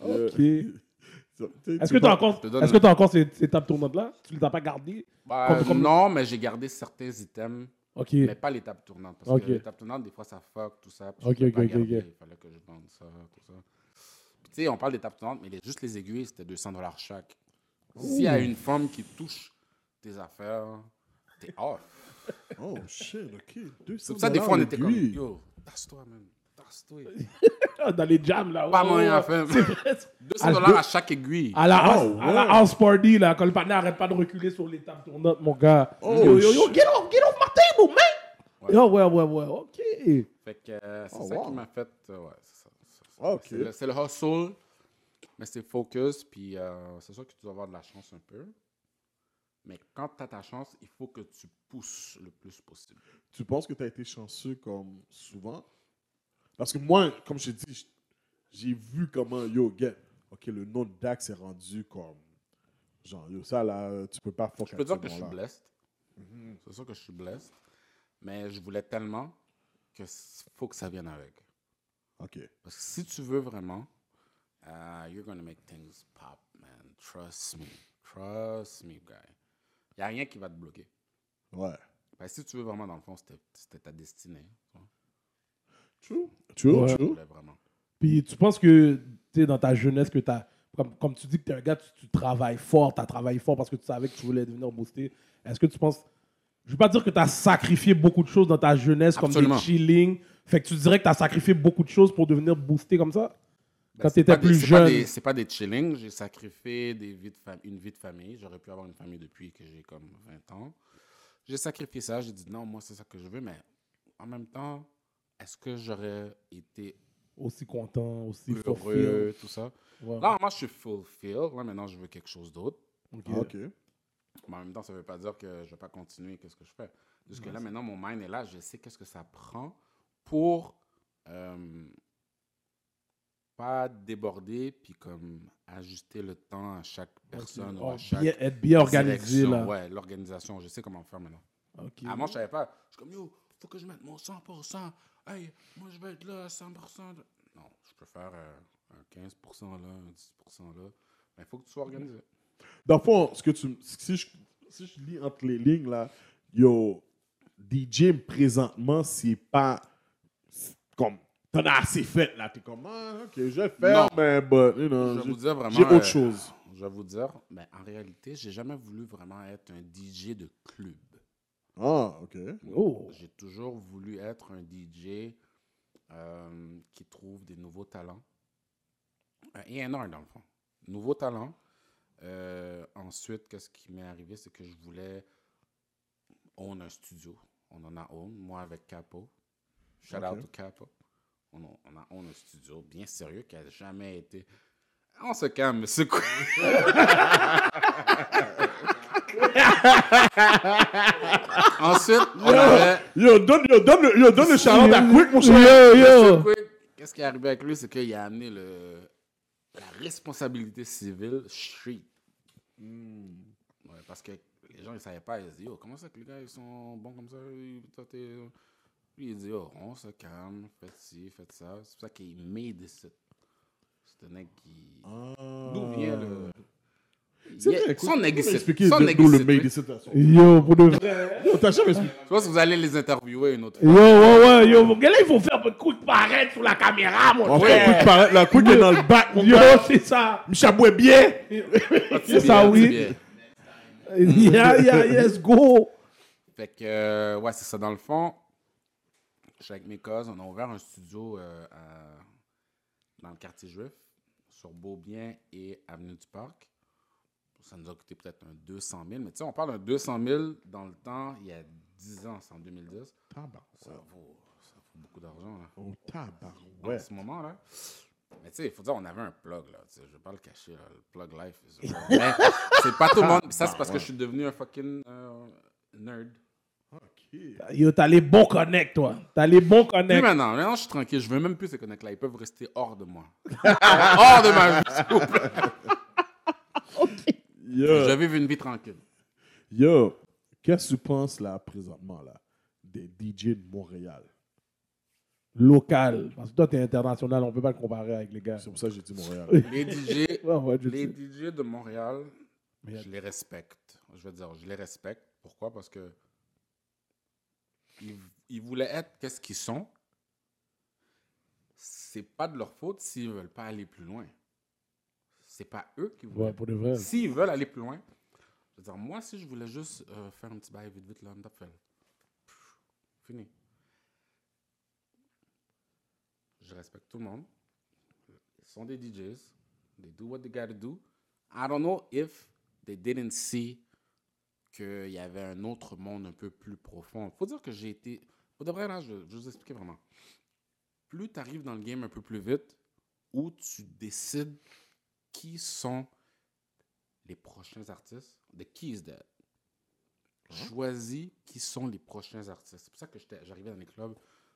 Speaker 3: Euh,
Speaker 2: Ok. Est-ce
Speaker 3: tu- tu- tu
Speaker 2: que
Speaker 3: vois-
Speaker 2: t'as encore,
Speaker 4: te donne-
Speaker 2: est-ce que t'as encore ces, ces tables tournantes là Tu les as pas gardées
Speaker 4: Bah,
Speaker 2: Comme- comme-
Speaker 4: Non, mais j'ai gardé certains items,
Speaker 2: Ok.
Speaker 4: mais pas l'étape tournante. Parce
Speaker 2: Ok.
Speaker 4: que l'étape tournante, des fois, ça fuck, tout ça. puis je
Speaker 2: Ok,
Speaker 4: pouvais pas
Speaker 2: ok, ok,
Speaker 4: garder,
Speaker 2: ok.
Speaker 4: Il fallait que je vende ça, tout ça. Puis, tu sais, on parle d'étape tournante, mais les- juste les aiguilles, c'était 200 dollars chaque. S'il y a une femme qui touche tes affaires, t'es off.
Speaker 3: Oh, shit, ok.
Speaker 4: C'est
Speaker 3: 200
Speaker 4: pour ça, des fois, on était comme,
Speaker 3: aiguille.
Speaker 4: yo, tasse-toi, man. Tasse-toi.
Speaker 2: Ah, Dans les jams là.
Speaker 4: Pas
Speaker 2: ouais,
Speaker 3: Oh.
Speaker 4: moyen à
Speaker 2: ouais.
Speaker 4: faire.
Speaker 2: C'est vrai.
Speaker 4: 200 dollars
Speaker 3: Ah,
Speaker 4: à chaque aiguille.
Speaker 2: À la, house,
Speaker 3: Oh,
Speaker 2: à la
Speaker 3: ouais.
Speaker 2: house party là, quand le partner arrête pas de reculer sur les tables tournantes, mon gars.
Speaker 3: Oh,
Speaker 2: yo yo yo,
Speaker 3: shit.
Speaker 2: get off, get off my table, man.
Speaker 4: Ouais.
Speaker 2: Yo, ouais ouais ouais, ok.
Speaker 4: Fait que euh, c'est
Speaker 3: Oh,
Speaker 4: ça
Speaker 3: wow.
Speaker 4: qui m'a fait. euh, ouais, c'est ça. c'est ça.
Speaker 3: Ah, ok.
Speaker 4: C'est le, c'est le hustle, mais c'est focus, puis euh, c'est sûr que tu dois avoir de la chance un peu. Mais quand tu as ta chance, il faut que tu pousses le plus possible.
Speaker 3: Tu penses que tu as été chanceux comme souvent? Parce que moi, comme je te dis, j- j'ai vu comment, yo, gars, ok, le nom de Dax est rendu comme, genre, yo, ça là, tu peux pas fuck
Speaker 4: Je peux dire
Speaker 3: avec
Speaker 4: que
Speaker 3: ce Mhm.
Speaker 4: je suis
Speaker 3: nom-là.
Speaker 4: blessed. C'est sûr que je suis blessed. Mais je voulais tellement que s- faut que ça vienne avec.
Speaker 3: Ok.
Speaker 4: Parce que si tu veux vraiment, uh, you're gonna make things pop, man. Trust me. Trust me, guy. Il n'y a rien qui va te bloquer.
Speaker 3: Ouais.
Speaker 4: Ben, si tu veux vraiment, dans le fond, c'était c'était ta destinée. tu vois.
Speaker 3: True. True,
Speaker 2: Ouais.
Speaker 4: Tu
Speaker 3: true.
Speaker 4: voulais vraiment.
Speaker 2: Puis tu penses que, tu sais, dans ta jeunesse, que t'as, comme, comme tu dis que t'es un gars, tu, tu travailles fort, t'as travaillé fort parce que tu savais que tu voulais devenir boosté. Est-ce que tu penses. Je veux pas dire que t'as sacrifié beaucoup de choses dans ta jeunesse,
Speaker 4: Absolument.
Speaker 2: comme des chillings. Fait que tu dirais que t'as sacrifié beaucoup de choses pour devenir boosté comme ça?
Speaker 4: Ben,
Speaker 2: Quand
Speaker 4: c'est
Speaker 2: t'étais
Speaker 4: pas des-
Speaker 2: plus
Speaker 4: c'est pas
Speaker 2: jeune.
Speaker 4: des- C'est pas des chillings. J'ai sacrifié des vies de fam- une vie de famille. J'aurais pu avoir une famille depuis que j'ai comme 20 ans. J'ai sacrifié ça. J'ai dit non, moi, c'est ça que je veux. Mais en même temps, est-ce que j'aurais été
Speaker 2: Aussi content, aussi
Speaker 4: heureux, tout ça?
Speaker 2: fulfilled. Ouais.
Speaker 4: Là, moi, je suis fulfilled. Là, maintenant, je veux quelque chose d'autre.
Speaker 2: Ok.
Speaker 3: Ok.
Speaker 4: Mais en même temps, ça ne veut pas dire que je ne vais pas continuer. Qu'est-ce que je fais? Parce que là, maintenant, mon mind est là. Je sais qu'est-ce que ça prend pour euh, pas déborder puis comme ajuster le temps à chaque personne ou
Speaker 2: Oh,
Speaker 4: à chaque
Speaker 2: bien- être bien organisé
Speaker 4: sélection.
Speaker 2: là.
Speaker 4: Ouais, l'organisation. Je sais comment faire maintenant.
Speaker 2: Ok.
Speaker 3: Ah,
Speaker 4: Avant, je ne savais pas. Je suis comme, yo, faut que je mette mon 100%. Hey, moi, je vais être là à 100%. de- Non, je peux faire euh, un 15% là, un 10% là. Mais il faut que tu sois organisé.
Speaker 2: Euh,
Speaker 3: Dans le fond, ce que tu, si, je, si je lis entre les lignes, là, yo, DJ présentement, c'est pas c'est comme. T'en as assez fait, là. T'es comme, ah, ok, je vais faire,
Speaker 4: Non.
Speaker 3: mais, but, you know,
Speaker 4: Je vais
Speaker 3: j'ai-
Speaker 4: vous dire vraiment.
Speaker 3: j'ai autre
Speaker 4: euh,
Speaker 3: chose.
Speaker 4: Je vais vous dire, ben, en réalité, j'ai jamais voulu vraiment être un DJ de club.
Speaker 3: Ah, ok.
Speaker 2: Oh.
Speaker 4: J'ai toujours voulu être un DJ euh, qui trouve des nouveaux talents. Euh, Un A&R, dans le fond. Nouveaux talents. Euh, ensuite, qu'est-ce qui m'est arrivé, c'est que je voulais own un studio. On en a own, moi avec Capo. Shout out
Speaker 3: Ok.
Speaker 4: to Capo. On a, on a own un studio bien sérieux qui a jamais été... On se calme, c'est quoi? Ensuite, on avait...
Speaker 3: Yo, donne, yo, donne, le- yo, donne le shout-out à Quick, mon
Speaker 2: Yo,
Speaker 3: cher.
Speaker 2: yo.
Speaker 4: Quick, Qu'est-ce qui est arrivé avec lui, c'est qu'il a amené le, la responsabilité civile street. Ouais, parce que les gens, ils savaient pas. Ils se disaient, Yo, comment ça que les gars, ils sont bons comme ça? Lui, toi, t'es- Lui, il dit, Yo, on se calme, faites ci, faites ça. C'est pour ça qu'il made it. C'est un mec qui... D'où vient le...
Speaker 3: Ah. C'est
Speaker 4: Il y a-
Speaker 3: vrai,
Speaker 4: Son
Speaker 3: Quick,
Speaker 4: négocié.
Speaker 3: expliquer
Speaker 4: Son
Speaker 3: d'où le
Speaker 4: négocié.
Speaker 3: mec de cette façon.
Speaker 2: Yo, pour de vrai.
Speaker 3: Yo, t'as jamais expliqué.
Speaker 4: Je pense que vous allez les interviewer une autre fois.
Speaker 2: Yo, ouais, ouais, yo. Quel il faut faire pour coup de paraître sur la caméra, mon
Speaker 3: En fait,
Speaker 2: frère?
Speaker 3: Quick, paraît- la Quick est dans le bac, mon
Speaker 2: Yo,
Speaker 3: gars.
Speaker 2: c'est ça.
Speaker 3: Micha boit bien.
Speaker 2: C'est ça,
Speaker 4: bien,
Speaker 2: oui.
Speaker 4: bien.
Speaker 2: Yeah, yeah, yes, go.
Speaker 4: Fait que, euh, ouais, c'est ça. Dans le fond, je suis avec mes cousins, on a ouvert un studio euh, à- dans le quartier juif, sur Beaubien et Avenue du Parc. Ça nous a coûté peut-être un 200 000, mais tu sais, on parle d'un 200 000 dans le temps, il y a 10 ans, c'est en 2010.
Speaker 3: Tabac.
Speaker 4: Ça vaut, ça vaut beaucoup d'argent, là
Speaker 3: Oh, tabac.
Speaker 4: en ce moment là. Mais tu sais, il faut dire on avait un plug là, tu sais, je vais pas le cacher là, le plug life. c'est sûr. Mais c'est pas tout le monde, ça c'est parce que je suis devenu un fucking euh, nerd.
Speaker 3: Ok.
Speaker 2: Yo, t'as les bons connects, toi. T'as les bons
Speaker 4: Plus
Speaker 2: connects.
Speaker 4: maintenant, maintenant je suis tranquille, je veux même plus ces connects là, ils peuvent rester hors de moi. hors de ma vie. s'il vous plaît.
Speaker 3: Yo.
Speaker 4: Je vive une vie tranquille.
Speaker 3: Yo, qu'est-ce que tu penses là présentement là des DJ de Montréal
Speaker 2: Local. Parce que toi, t'es international, on peut pas le comparer avec les gars.
Speaker 3: C'est pour ça que j'ai dit Montréal.
Speaker 4: Les DJ,
Speaker 2: Ouais, ouais, je
Speaker 4: les
Speaker 2: sais.
Speaker 4: DJ de Montréal, je les respecte. Je veux dire, je les respecte. Pourquoi? Parce que ils, ils voulaient être qu'est-ce qu'ils sont. C'est pas de leur faute s'ils veulent pas aller plus loin. C'est pas eux qui
Speaker 2: Ouais,
Speaker 4: voulaient.
Speaker 2: pour de vrai.
Speaker 4: S'ils veulent aller plus loin, je veux dire, moi, si je voulais juste euh, faire un petit bail vite, vite, là, on t'appelle. Pff, Fini. Je respecte tout le monde. Ils sont des DJs. They do what they gotta do. I don't know if they didn't see qu'il y avait un autre monde un peu plus profond. Faut dire que j'ai été... Pour de vrai, là, je, je vais vous expliquer vraiment. Plus tu arrives dans le game un peu plus vite, où tu décides qui sont les prochains artistes. The key is that. Hein? Choisis qui sont les prochains artistes. C'est pour ça que j'étais- j'arrivais dans les clubs.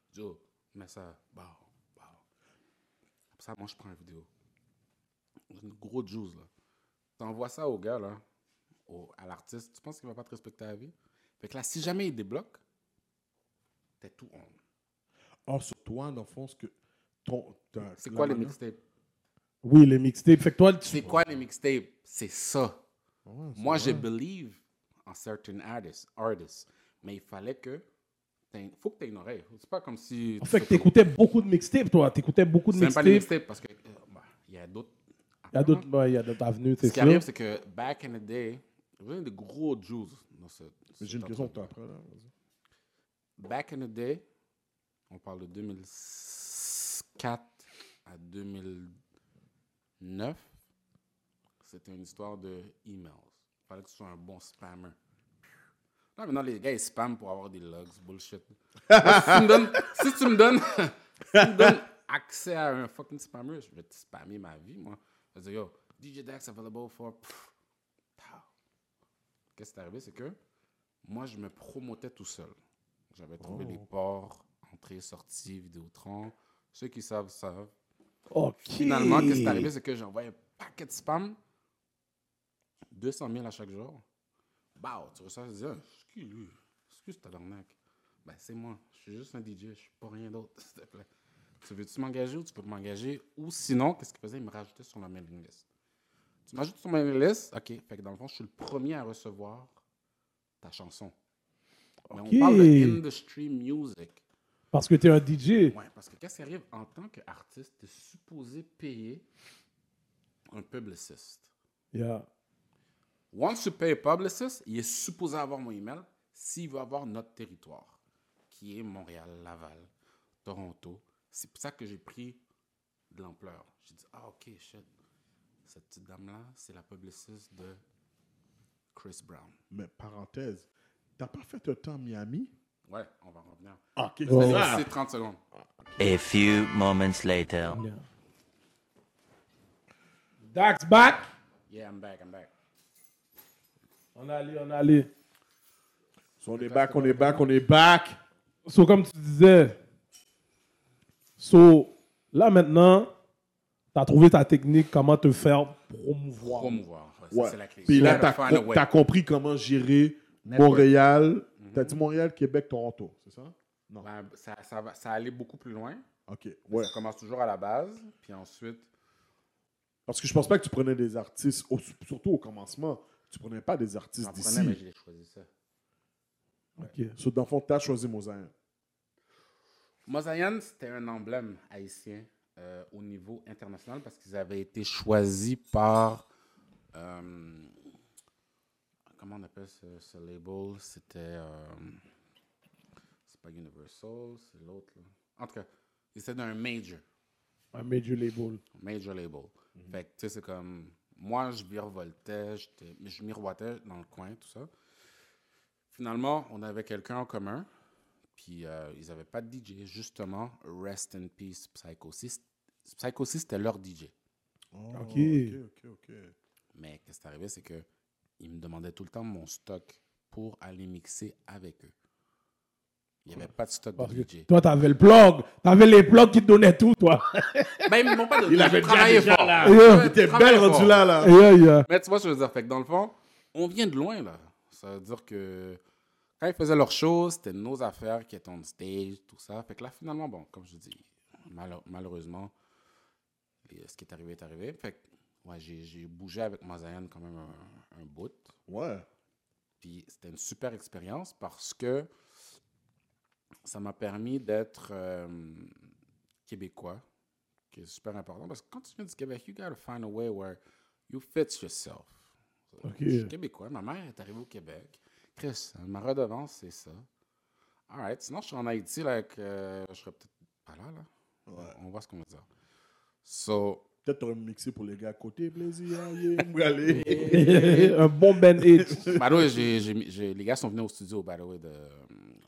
Speaker 4: Je dis, oh, mais ça, bah, bah. Après ça, moi, je prends une vidéo. Une grosse juice, là. T'envoies ça au gars, là, au- à l'artiste. Tu penses qu'il va pas te respecter la vie? Fait que là, si jamais il débloque, t'es tout on.
Speaker 3: Or, sur toi, dans le fond, ce que ton. ta-
Speaker 4: C'est
Speaker 3: la
Speaker 4: quoi les
Speaker 3: manière-
Speaker 4: mixtapes?
Speaker 2: Oui, les mixtapes. Fait que toi, tu.
Speaker 4: C'est quoi les mixtapes? C'est ça.
Speaker 3: Ah Ouais, c'est
Speaker 4: Moi, je
Speaker 3: vrai.
Speaker 4: believe en certain artists, artists. mais il fallait que. Il faut que tu aies une oreille. C'est pas comme si.
Speaker 2: En fait, t'écoutais beaucoup de mixtapes, toi. T'écoutais beaucoup de
Speaker 4: C'est même pas les
Speaker 2: mixtapes.
Speaker 4: mixtapes parce que. euh, bah, Il y a d'autres.
Speaker 2: Il y a d'autres ouais, il y a d'autres avenues,
Speaker 4: Ce
Speaker 2: c'est
Speaker 4: qui
Speaker 2: sûr.
Speaker 4: arrive, c'est que back in the day, il y avait des gros Jews dans ce.
Speaker 3: J'ai une
Speaker 4: cet
Speaker 3: question pour toi
Speaker 4: entreprise.
Speaker 3: après. Là. vas-y.
Speaker 4: Back in the day, on parle de 2004 à 2009. C'était une histoire de emails. Il fallait que tu sois un bon spammer. Non, maintenant, les gars, ils spamment pour avoir des logs. Bullshit. Moi, si, tu me donnes, si tu me donnes- si tu me donnes accès à un fucking spammer, je vais te spammer ma vie, moi. Je vais dire, yo, DJ Dax available for. Pff, pow. Qu'est-ce qui est arrivé? C'est que moi, je me promotais tout seul. J'avais trouvé les ports, entrée, sortie, Vidéotron. Ceux qui savent, savent.
Speaker 2: Ok.
Speaker 4: Finalement, qu'est-ce qui est arrivé, c'est que j'envoyais un paquet de spam, 200 000 à chaque jour. Bah, tu reçois, tu dis, Ah, c'est qui lui? C'est qui ce tabarnak? Ben, c'est moi. Je suis juste un DJ. Je suis pas rien d'autre, s'il te plaît. Tu veux-tu m'engager ou tu peux m'engager? Ou sinon, qu'est-ce qu'il faisait? Il me rajoutait sur la mailing list. Tu m'ajoutes sur ma mailing list? OK. Fait que dans le fond, je suis le premier à recevoir ta chanson. Mais
Speaker 2: OK.
Speaker 4: on parle de industry music.
Speaker 2: Parce que t'es un DJ.
Speaker 4: Ouais, parce que qu'est-ce qui arrive en tant qu'artiste, tu es supposé payer un publiciste.
Speaker 2: Yeah.
Speaker 4: Once you pay a publicist, il est supposé avoir mon email s'il veut avoir notre territoire, qui est Montréal, Laval, Toronto. C'est pour ça que j'ai pris de l'ampleur. J'ai dit, ah, OK, shit. Cette petite dame-là, c'est la publiciste de Chris Brown.
Speaker 3: Mais parenthèse, t'as pas fait le temps Miami?
Speaker 4: Ouais, on va en revenir.
Speaker 3: Ok, c'est
Speaker 2: Oh.
Speaker 3: ça.
Speaker 4: Ah, C'est 30 secondes.
Speaker 5: A few moments later.
Speaker 2: yeah. Dax back.
Speaker 4: Yeah, I'm back, I'm back.
Speaker 2: On allait, on allait.
Speaker 3: On est back, on est back, on est back.
Speaker 2: So, comme tu disais, so, là maintenant, tu as trouvé ta technique, comment te faire promouvoir.
Speaker 4: Promouvoir. Ouais, ça,
Speaker 3: Ouais.
Speaker 4: c'est la clé.
Speaker 3: Puis là,
Speaker 4: Gotta
Speaker 3: t'as
Speaker 4: find a
Speaker 3: com-
Speaker 4: way. Mm-hmm.
Speaker 3: t'as compris comment gérer
Speaker 4: Network.
Speaker 3: Montréal. T'as dit Montréal, Québec, Toronto, c'est ça? Non.
Speaker 4: Ben, ça, ça va, ça allait beaucoup plus loin.
Speaker 3: Ok, ouais.
Speaker 4: Ça commence toujours à la base, puis ensuite,
Speaker 3: Parce que je pense pas que tu prenais des artistes, au- surtout au commencement, tu prenais pas des artistes
Speaker 4: j'en
Speaker 3: d'ici.
Speaker 4: prenais, mais je l'ai choisi ça.
Speaker 2: Ok.
Speaker 3: So, dans le fond, t'as choisi Mosaïen.
Speaker 4: Mosaïen, c'était un emblème haïtien euh, au niveau international parce qu'ils avaient été choisis par. euh, comment on appelle ce, ce label C'était. euh, c'est pas Universal, c'est l'autre. là. En tout cas, c'était d'un major.
Speaker 2: Un major label.
Speaker 4: Major label.
Speaker 3: Mhm.
Speaker 4: Fait que, tu sais, c'est comme. Moi, je virevoltais, j'étais- je miroitais dans le coin, tout ça. Finalement, on avait quelqu'un en commun, puis euh, ils n'avaient pas de DJ, justement. Rest in peace, Psycho 6. Psycho 6, c'était leur DJ.
Speaker 2: Ok.
Speaker 3: ok, ok.
Speaker 4: Mais qu'est-ce qui est arrivé, c'est que ils me demandaient tout le temps mon stock pour aller mixer avec eux. Il n'y avait pas de stock
Speaker 2: Parce
Speaker 4: de
Speaker 2: que
Speaker 4: DJ.
Speaker 2: toi, tu avais le blog. Tu avais les blogs qui te donnaient tout, toi.
Speaker 4: Ben, ils m'ont pas donné.
Speaker 3: Il avait
Speaker 4: j'ai
Speaker 3: déjà,
Speaker 4: travaillé
Speaker 3: déjà
Speaker 4: fort.
Speaker 3: là.
Speaker 2: Yeah.
Speaker 3: Il était
Speaker 4: Travaille
Speaker 3: belle rendu
Speaker 4: fort.
Speaker 3: là, là.
Speaker 2: Yeah, yeah.
Speaker 4: Mais tu vois ce que je veux dire. Fait que dans le fond, on vient de loin, là. Ça veut dire que quand ils faisaient leurs choses, c'était nos affaires qui étaient on stage, tout ça. Fait que là, finalement, bon, comme je dis, mal- malheureusement, et ce qui est arrivé est arrivé. Fait que, ouais, j'ai, j'ai bougé avec Mazayan quand même un, un bout.
Speaker 3: Ouais.
Speaker 4: Puis c'était une super expérience parce que ça m'a permis d'être euh, québécois, qui est super important. Parce que quand tu viens du Québec, you gotta find a way where you fit yourself.
Speaker 2: Ok.
Speaker 4: Je suis québécois, ma mère est arrivée au Québec. Chris, ma redevance, c'est ça. Alright, sinon je suis en Haïti, là, avec, euh, je serais peut-être pas là, là. On voit ce qu'on va dire. So,
Speaker 3: Peut-être t'aurais mixé pour les gars à côté, plaisir. yeah, on va aller.
Speaker 2: un bon Ben H.
Speaker 4: by the way, j'ai- j'ai- j'ai- les gars sont venus au studio, by the way, de euh,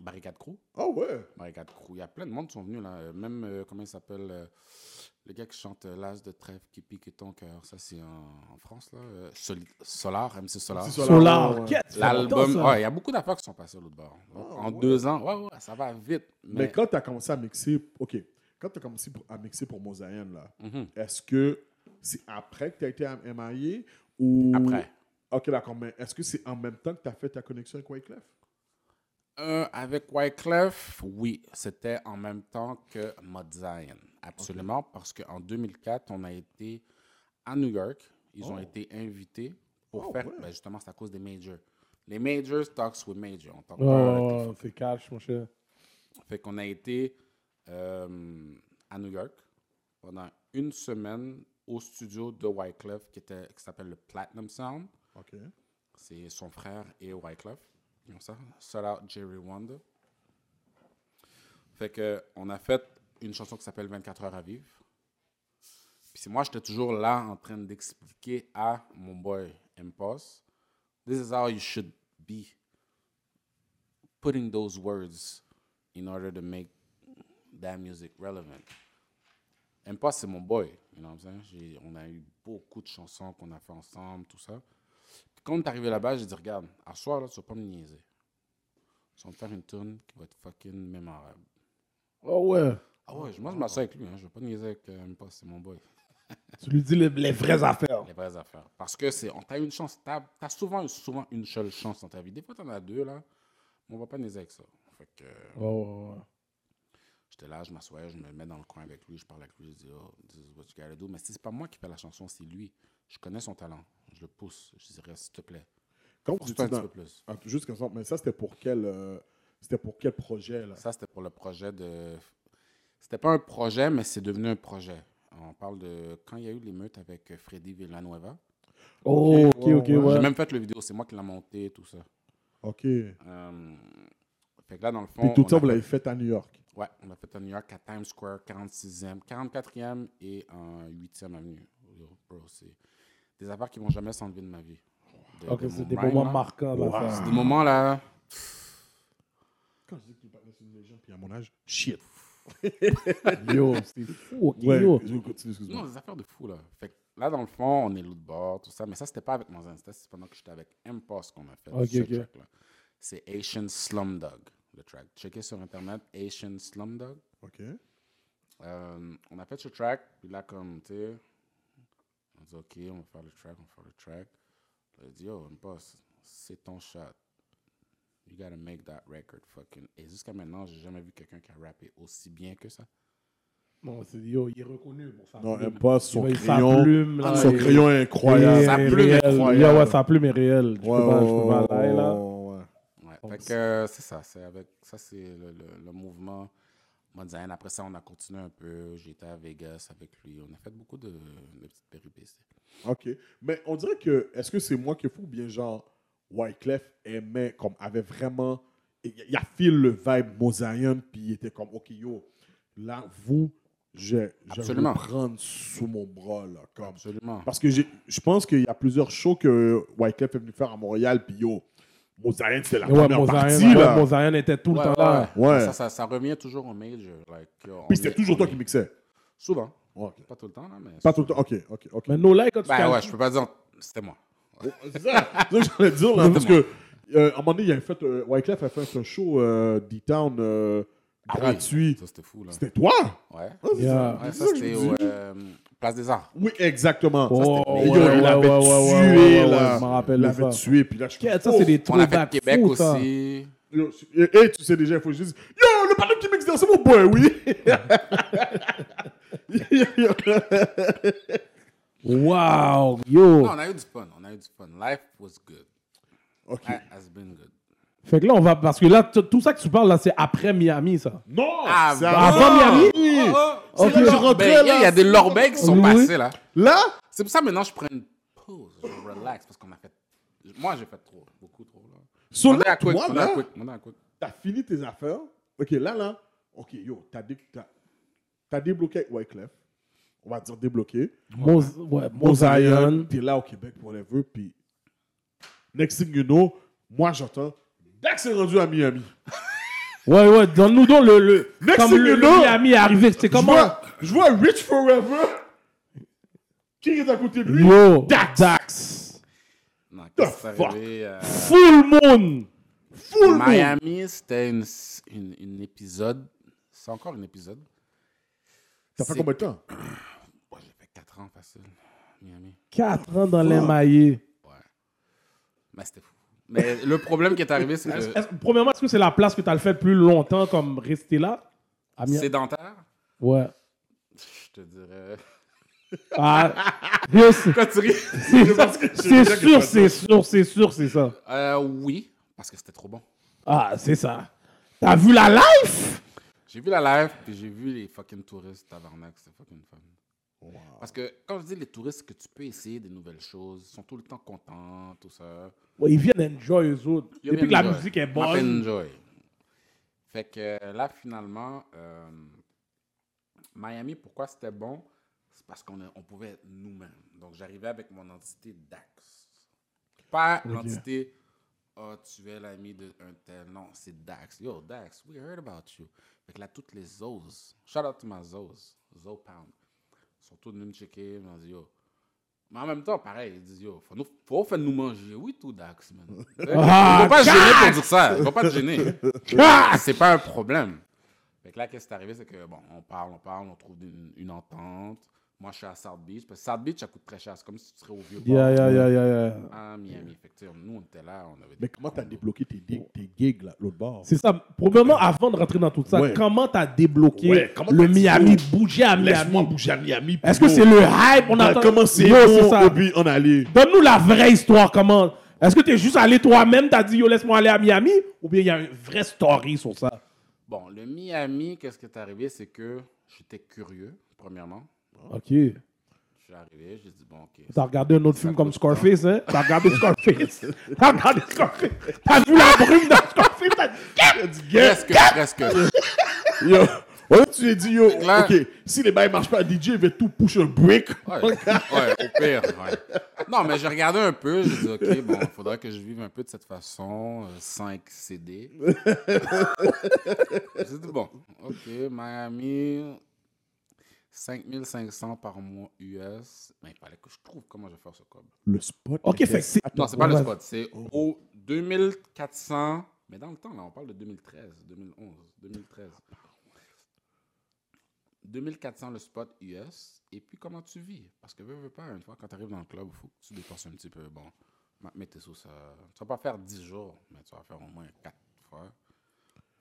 Speaker 4: Barricade Crew.
Speaker 3: Ah ouais.
Speaker 4: Barricade Crew. Il y a plein de monde qui sont venus là. Euh, Même, euh, comment il s'appelle euh, Le gars qui chante euh, L'âge de trêve qui pique ton cœur. Ça, c'est en, en France, là. Euh, Soli- Solar, MC Solar.
Speaker 3: MC
Speaker 2: Solar.
Speaker 3: Ouais.
Speaker 2: Quête, ça fait longtemps,
Speaker 4: L'album.
Speaker 2: ça.
Speaker 4: Ah, Il y a beaucoup d'affaires qui sont passées à l'autre bord. Donc,
Speaker 3: Ah,
Speaker 4: en
Speaker 3: ouais.
Speaker 4: deux ans, ouais, ouais, ça va vite.
Speaker 3: Mais,
Speaker 4: Mais,
Speaker 3: quand t'as commencé à mixer, ok, quand t'as commencé pour- à mixer pour Mosaïen, là,
Speaker 4: Mhm.
Speaker 3: est-ce que c'est après que t'as été à MIA ou.
Speaker 4: Après.
Speaker 3: Ok, d'accord, mais est-ce que c'est en même temps que t'as fait ta connexion avec Wyclef
Speaker 4: Euh, avec Wyclef, oui, c'était en même temps que Modzian. Absolument, parce qu'en 2004, on a été à New York. Ils ont
Speaker 3: Oh.
Speaker 4: été invités pour
Speaker 3: Oh,
Speaker 4: faire.
Speaker 3: ouais.
Speaker 4: ben, justement, c'est à cause des majors. Les majors talks with majors. On parle pas avec les
Speaker 2: Oh,
Speaker 4: fuck-
Speaker 2: c'est cash, mon cher.
Speaker 4: Fait qu'on a été euh, à New York pendant une semaine au studio de Wyclef qui, était, qui s'appelle le Platinum Sound.
Speaker 3: Ok.
Speaker 4: C'est son frère et Wyclef. Ils ont ça. Shout out Jerry Wonder. Fait que on a fait une chanson qui s'appelle 24 heures à vivre. Puis c'est moi, j'étais toujours là en train d'expliquer à mon boy Impost, this is how you should be putting those words in order to make that music relevant. Impost, c'est mon boy, you know what I'm saying? J'ai- on a eu beaucoup de chansons qu'on a fait ensemble, tout ça. Puis quand on est arrivé là-bas, j'ai dit, regarde, à ce soir, là, tu vas pas me niaiser. Tu vas me faire une tune qui va être fucking mémorable.
Speaker 2: Oh, ouais.
Speaker 4: Ah ouais, moi, je m'assois avec lui. Hein. Je vais pas niaiser avec euh, Impost, c'est mon boy.
Speaker 2: Tu lui dis les, les vraies affaires.
Speaker 4: Les vraies affaires. Parce que c'est, on t'a une chance. T'as, t'as souvent, souvent une seule chance dans ta vie. Des fois, t'en as deux, là. Mais on va pas niaiser avec ça. Fait que euh,
Speaker 2: Ouais, ouais, ouais.
Speaker 4: j'étais là, je m'assoyais, je me mets dans le coin avec lui, je parle avec lui, je dis, oh, this is what you gotta do. Mais si c'est pas moi qui fais la chanson, c'est lui. Je connais son talent. Je le pousse. Je dirais, s'il te plaît,
Speaker 3: Quand tu
Speaker 4: pousse-toi un
Speaker 3: dis
Speaker 4: petit
Speaker 3: dans-
Speaker 4: peu plus.
Speaker 3: Ah, Juste comme ça, mais ça, c'était pour quel, euh, c'était pour quel projet, là?
Speaker 4: Ça, c'était pour le projet de. C'était pas un projet, mais c'est devenu un projet. On parle de quand il y a eu l'émeute avec euh, Freddy Villanueva.
Speaker 2: Oh, ok, ok,
Speaker 3: ouais,
Speaker 2: ouais.
Speaker 4: J'ai même fait le vidéo, c'est moi qui l'ai monté, tout ça.
Speaker 3: OK. Puis
Speaker 4: Euh, Fait que là, dans le fond.
Speaker 3: tout
Speaker 4: on
Speaker 3: ça,
Speaker 4: a
Speaker 3: vous
Speaker 4: fait-
Speaker 3: l'avez fait à New York.
Speaker 4: Ouais, on l'a fait à New York, à Times Square, 46e, 44e et en 8e avenue. Yo, bro, c'est des affaires qui vont jamais s'enlever de ma vie. De-
Speaker 2: Ok,
Speaker 4: de
Speaker 2: c'est
Speaker 4: mon
Speaker 2: des
Speaker 4: rhyme,
Speaker 2: moments
Speaker 4: là.
Speaker 2: marquants. là, ça.
Speaker 4: C'est des moments là.
Speaker 3: Quand je dis qu'il parlait, c'est une légende, puis à mon âge, shit.
Speaker 2: Yo, c'est fou, ok,
Speaker 3: Ouais,
Speaker 2: yo.
Speaker 3: je continue,
Speaker 4: Non,
Speaker 3: excuse-moi.
Speaker 4: des affaires de fou, là. Fait que là, dans le fond, on est l'autre bord, tout ça. Mais ça, c'était pas avec Manzan. C'était pendant que j'étais avec Impasse qu'on a fait
Speaker 2: Ok,
Speaker 4: ce
Speaker 2: ok.
Speaker 4: track-là. C'est Asian Slumdog, le track. Checkez sur Internet, Asian Slumdog.
Speaker 3: OK.
Speaker 4: Euh, on a fait ce track, puis là, comme, tu sais, on dit, OK, on va faire le track, on va faire le track. On a dit, yo, Impasse, c'est ton shot. You gotta make that record, fucking. Et jusqu'à maintenant, j'ai jamais vu quelqu'un qui a rappé aussi bien que ça.
Speaker 2: Non, c'est- yo, il est reconnu pour ça.
Speaker 3: Non, Impasse, son
Speaker 2: Ouais, sa
Speaker 3: crayon.
Speaker 2: plume, là,
Speaker 3: Son
Speaker 2: est-
Speaker 3: crayon est incroyable.
Speaker 2: est
Speaker 4: Sa plume est
Speaker 2: réelle.
Speaker 3: incroyable.
Speaker 2: Yeah, ouais, sa plume est réelle. Je
Speaker 3: Ouais,
Speaker 2: peux pas, je
Speaker 3: ouais,
Speaker 2: peux pas aller, là.
Speaker 3: ouais, ouais.
Speaker 4: Ouais,
Speaker 2: Donc,
Speaker 4: fait
Speaker 2: c'est-
Speaker 4: que euh, c'est ça, c'est avec ça c'est le, le- le mouvement Mozane. Après ça, on a continué un peu. J'étais à Vegas avec lui. On a fait beaucoup de, de petites péripéties.
Speaker 3: OK. Mais on dirait que, est-ce que c'est moi qui est fou ou bien genre Wyclef aimait, comme, avait vraiment. Il il a fil le vibe Mosaïen, puis il était comme, OK, yo, là, vous, je, je vais
Speaker 4: Absolument.
Speaker 3: vous prendre sous mon bras, là. Comme.
Speaker 4: Absolument.
Speaker 3: Parce que j'ai- je pense qu'il y a plusieurs shows que Wyclef est venu faire à Montréal, puis yo, Mosaïen, c'est la
Speaker 2: Et Ouais,
Speaker 3: première partie,
Speaker 2: Mosaïen, ouais,
Speaker 3: là.
Speaker 2: Mosaïen était tout le temps là.
Speaker 3: Ouais.
Speaker 4: Ça, ça, ça revient toujours au major. Like, euh, on
Speaker 3: Puis c'était
Speaker 4: est-
Speaker 3: toujours
Speaker 4: on
Speaker 3: toi
Speaker 4: est-
Speaker 3: qui mixais.
Speaker 4: Souvent.
Speaker 3: OK.
Speaker 4: Pas tout le temps, là, mais.
Speaker 3: Pas tout le temps. OK, OK, OK.
Speaker 2: Mais Nola, quand tu
Speaker 4: Ben
Speaker 2: calcules-
Speaker 4: ouais, je peux pas dire c'était moi.
Speaker 3: C'est ça, c'est ça que j'allais dire, là, parce que, euh, à un moment donné, il y a fait, euh, Wyclef a fait un show euh, D-Town euh,
Speaker 4: Ah oui.
Speaker 3: gratuit.
Speaker 4: Ça, c'était fou, là.
Speaker 3: C'était toi?
Speaker 4: Ouais.
Speaker 3: Ah, c'est
Speaker 2: Yeah.
Speaker 4: Ouais,
Speaker 3: c'est
Speaker 4: ça,
Speaker 3: ça que
Speaker 4: c'était
Speaker 3: je dis.
Speaker 4: au euh, Place des Arts.
Speaker 3: Oui, exactement. Ça,
Speaker 2: Oh,
Speaker 3: c'était-
Speaker 2: ouais,
Speaker 3: Yo,
Speaker 2: ouais,
Speaker 3: il
Speaker 2: ouais,
Speaker 3: l'avait
Speaker 2: ouais, ouais,
Speaker 3: tué,
Speaker 2: ouais, ouais,
Speaker 3: là.
Speaker 2: je me rappelle
Speaker 3: il
Speaker 2: de
Speaker 3: l'avait
Speaker 2: ça.
Speaker 3: tué, puis là, je oh,
Speaker 2: Qu'est-ce que Ça, c'est des
Speaker 4: On a fait
Speaker 2: throwbacks
Speaker 4: Québec
Speaker 2: fous, ça.
Speaker 4: aussi.
Speaker 3: Yo, c'est- et, et tu sais déjà, il faut juste. Yo, le panneau qui mixe dans c'est mon boy, oui.
Speaker 2: Wow, yo.
Speaker 3: Oh.
Speaker 4: Non,
Speaker 3: Ah.
Speaker 4: on a eu du fun. On a eu du fun. Life was good.
Speaker 3: ok.
Speaker 4: Life has been good.
Speaker 2: Fait que là, on va. Parce que là, t- tout ça que tu parles, là, c'est après Miami, ça.
Speaker 3: Non!
Speaker 4: Ah,
Speaker 3: c'est
Speaker 4: bah,
Speaker 2: Avant Miami?
Speaker 3: Oui.
Speaker 4: C'est
Speaker 2: Ok.
Speaker 4: là,
Speaker 2: Je
Speaker 4: genre,
Speaker 3: rentrais,
Speaker 4: ben,
Speaker 3: là.
Speaker 4: Il y a des lorbeilles qui sont
Speaker 2: Oui.
Speaker 4: passés là.
Speaker 3: Là?
Speaker 4: C'est pour ça maintenant je prends une pause, je relax parce qu'on a fait. Moi j'ai fait trop, beaucoup trop là.
Speaker 3: Sur
Speaker 4: Mandez
Speaker 3: là,
Speaker 4: à quick,
Speaker 3: toi,
Speaker 4: mandez à
Speaker 3: là.
Speaker 4: quick, mandez à quick.
Speaker 3: t'as fini tes affaires. OK, là, là, OK, yo, t'as dé- t'as- t'as débloqué avec Wyclef. On va dire débloqué.
Speaker 2: Mos- ouais, Mosaïen.
Speaker 3: T'es là au Québec, whatever, puis next thing you know, moi, j'entends, Dax est rendu à Miami.
Speaker 2: Ouais, ouais, donne-nous donc le. le
Speaker 3: Next
Speaker 2: comme
Speaker 3: thing
Speaker 2: le,
Speaker 3: you
Speaker 2: le
Speaker 3: know,
Speaker 2: Miami est arrivé. C'est
Speaker 3: Je
Speaker 2: comment.
Speaker 3: vois, je vois Rich Forever qui est à côté de lui.
Speaker 2: Yo,
Speaker 3: Dax.
Speaker 2: Dax.
Speaker 4: Non,
Speaker 3: The
Speaker 4: qu'est-ce qui
Speaker 3: fuck?
Speaker 4: est arrivé euh,
Speaker 2: Full moon.
Speaker 3: Full moon.
Speaker 4: Miami, c'était une, une, une épisode. C'est encore un épisode.
Speaker 3: Ça fait
Speaker 4: C'est-
Speaker 3: combien de temps?
Speaker 4: Ouais, j'ai fait 4 ans facile, Miami.
Speaker 2: 4 ans dans les maillets.
Speaker 4: Ouais. Mais c'était fou. Mais le problème qui est arrivé, c'est que
Speaker 2: Est-ce- Premièrement, est-ce que c'est la place que tu as le fait plus longtemps, comme rester là à Miami?
Speaker 4: sédentaire,
Speaker 2: Ah, Ouais.
Speaker 4: je te dirais.
Speaker 2: Ah, yo, c'est-
Speaker 4: Quand tu ris.
Speaker 2: c'est ça.
Speaker 3: pense que je
Speaker 2: C'est
Speaker 3: sais
Speaker 2: sûr,
Speaker 3: que
Speaker 2: c'est sûr, c'est sûr, c'est ça.
Speaker 4: Euh, oui, parce que c'était trop bon.
Speaker 2: Ah, c'est ça. T'as vu la life?
Speaker 4: J'ai vu la live, puis j'ai vu les fucking touristes tabarnak, c'était fucking fun. Parce que quand je dis les touristes, que tu peux essayer des nouvelles choses, ils sont tout le temps contents, tout ça.
Speaker 2: Ouais, ils viennent enjoy eux autres.
Speaker 4: Ils
Speaker 2: Depuis que la
Speaker 4: enjoy.
Speaker 2: musique est
Speaker 4: Ils appellent
Speaker 2: bonne.
Speaker 4: enjoy. Fait que euh, là, finalement, euh, Miami, pourquoi c'était bon? C'est parce qu'on a- on pouvait être nous-mêmes. Donc, j'arrivais avec mon entité DAX. Pas l'entité, oh, tu es l'ami d'un tel. Non, c'est DAX. Yo, DAX, we heard about you. Fait que là, toutes les Zos, shout out to my Zos, Zo Pound, sont tous venus me checker, ils m'ont dit, yo. Mais en même temps, pareil, ils disent, yo, faut, nous, faut faire nous manger. Oui, tout DAX, man. Ils vont
Speaker 2: Ah,
Speaker 4: pas se gêner pour dire ça. Ils vont pas te gêner. Ah, c'est pas un problème. Fait que là, qu'est-ce qui est arrivé, c'est que, bon, on parle, on parle, on trouve une, une entente. Moi, Moi, je suis à South Beach. Parce que South Beach, ça coûte très cher. C'est comme si tu serais au vieux
Speaker 2: Yeah, yeah, yeah, yeah, yeah.
Speaker 4: à Ah, Miami. Fait que, tu sais, nous, on était là, on avait
Speaker 3: Mais comment t'as débloqué tes, dig- tes gigs, là, l'autre bord?
Speaker 2: C'est ça. Probablement, avant de rentrer dans tout ça,
Speaker 3: Ouais.
Speaker 2: comment t'as débloqué
Speaker 3: Ouais, comment
Speaker 2: le
Speaker 3: t'as dit,
Speaker 2: Miami,
Speaker 3: oh,
Speaker 2: bouger à
Speaker 3: Laisse-moi
Speaker 2: Miami?
Speaker 3: bouger Bah, à Miami.
Speaker 2: Est-ce que c'est le hype? On
Speaker 3: On a
Speaker 2: attend-
Speaker 3: commencé
Speaker 2: Yo, c'est ça.
Speaker 3: et puis on allait.
Speaker 2: Donne-nous la vraie histoire. Comment? Est-ce que t'es juste allé toi-même, t'as dit, yo, laisse-moi aller à Miami? Ou bien il y a une vraie story sur ça?
Speaker 4: Bon, le Miami, qu'est-ce qui est arrivé, c'est que j'étais curieux, premièrement.
Speaker 2: Ok.
Speaker 4: Je suis arrivé, j'ai dit, bon, OK.
Speaker 2: T'as regardé un autre film
Speaker 4: Ça
Speaker 2: comme
Speaker 4: coûte
Speaker 2: Scarface, hein? T'as regardé Scarface. T'as regardé Scarface. T'as vu la brume dans Scarface? T'as dit, Qu'est-ce que tu dis?
Speaker 4: Presque, presque.
Speaker 3: Yo. Ouais, tu lui dis, yo,
Speaker 4: clair.
Speaker 3: ok, si les bails marchent pas, DJ il va tout push un break.
Speaker 4: Ouais, ouais, au pire. ouais. Non, mais j'ai regardé un peu, j'ai dit, OK, bon, il faudrait que je vive un peu de cette façon, euh, 5 CD. j'ai dit, bon, OK, Miami, 5500 par mois US. Mais il fallait que je trouve comment je vais faire ce cob.
Speaker 3: Le spot.
Speaker 2: Ok, fait que c'est.
Speaker 4: Non, c'est pas le
Speaker 2: Ouais.
Speaker 4: spot, c'est au 2400. Mais dans le temps, là, on parle de 2013, 2011, 2013. 2400 le spot US. Et puis, comment tu vis? Parce que, veux, veux pas, une fois, quand tu arrives dans le club, il faut que tu dépenses un petit peu. Bon, ma- mets tes sous, ça. Tu vas pas faire 10 jours, mais tu vas faire au moins 4 fois.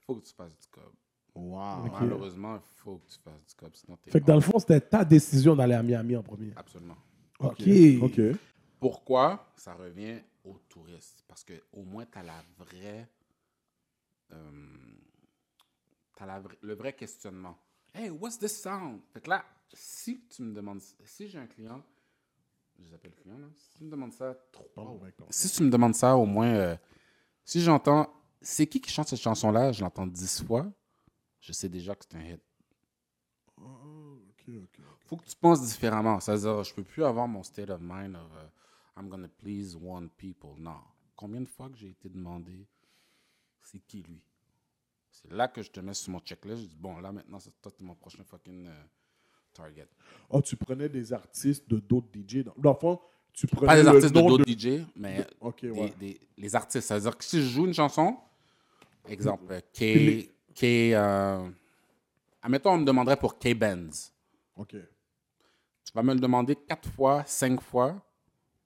Speaker 4: faut que tu fasses du cob.
Speaker 3: Wow.
Speaker 4: Malheureusement, il faut que tu fasses du cob, sinon t'es
Speaker 2: Fait que dans le
Speaker 4: mort.
Speaker 2: fond, c'était ta décision d'aller à Miami en premier.
Speaker 4: Absolument.
Speaker 2: Ok.
Speaker 3: Ok.
Speaker 4: Pourquoi ça revient aux touristes? Parce que au moins, tu as la vraie. euh, t'as la vra- le vrai questionnement. Hey, what's this sound? Fait que là, si tu me demandes. Si j'ai un client. Je les appelle client, là. Si tu me demandes ça trois ou- Si tu me demandes ça, au moins. euh, si j'entends. C'est qui qui chante cette chanson-là? Je l'entends dix fois. Je sais déjà que c'est un hit faut que tu penses différemment. C'est-à-dire, je peux plus avoir mon state of mind of euh, I'm gonna please one people. Non. Combien de fois que j'ai été demandé c'est qui lui C'est là que je te mets sur mon checklist. Je dis bon, là maintenant, c'est toi, t'es mon prochain fucking euh, target.
Speaker 3: Oh, tu prenais des artistes de d'autres DJ. Dans, dans le fond, tu prenais
Speaker 4: Pas les
Speaker 3: Bah, le
Speaker 4: artistes de
Speaker 3: nom
Speaker 4: d'autres DJ, mais
Speaker 3: Ok,
Speaker 4: des-
Speaker 3: ouais.
Speaker 4: des- les artistes. C'est-à-dire que si je joue une chanson, exemple, euh, K. K euh, admettons, on me demanderait pour K-Benz.
Speaker 3: Ok.
Speaker 4: tu vas me le demander quatre fois, cinq fois,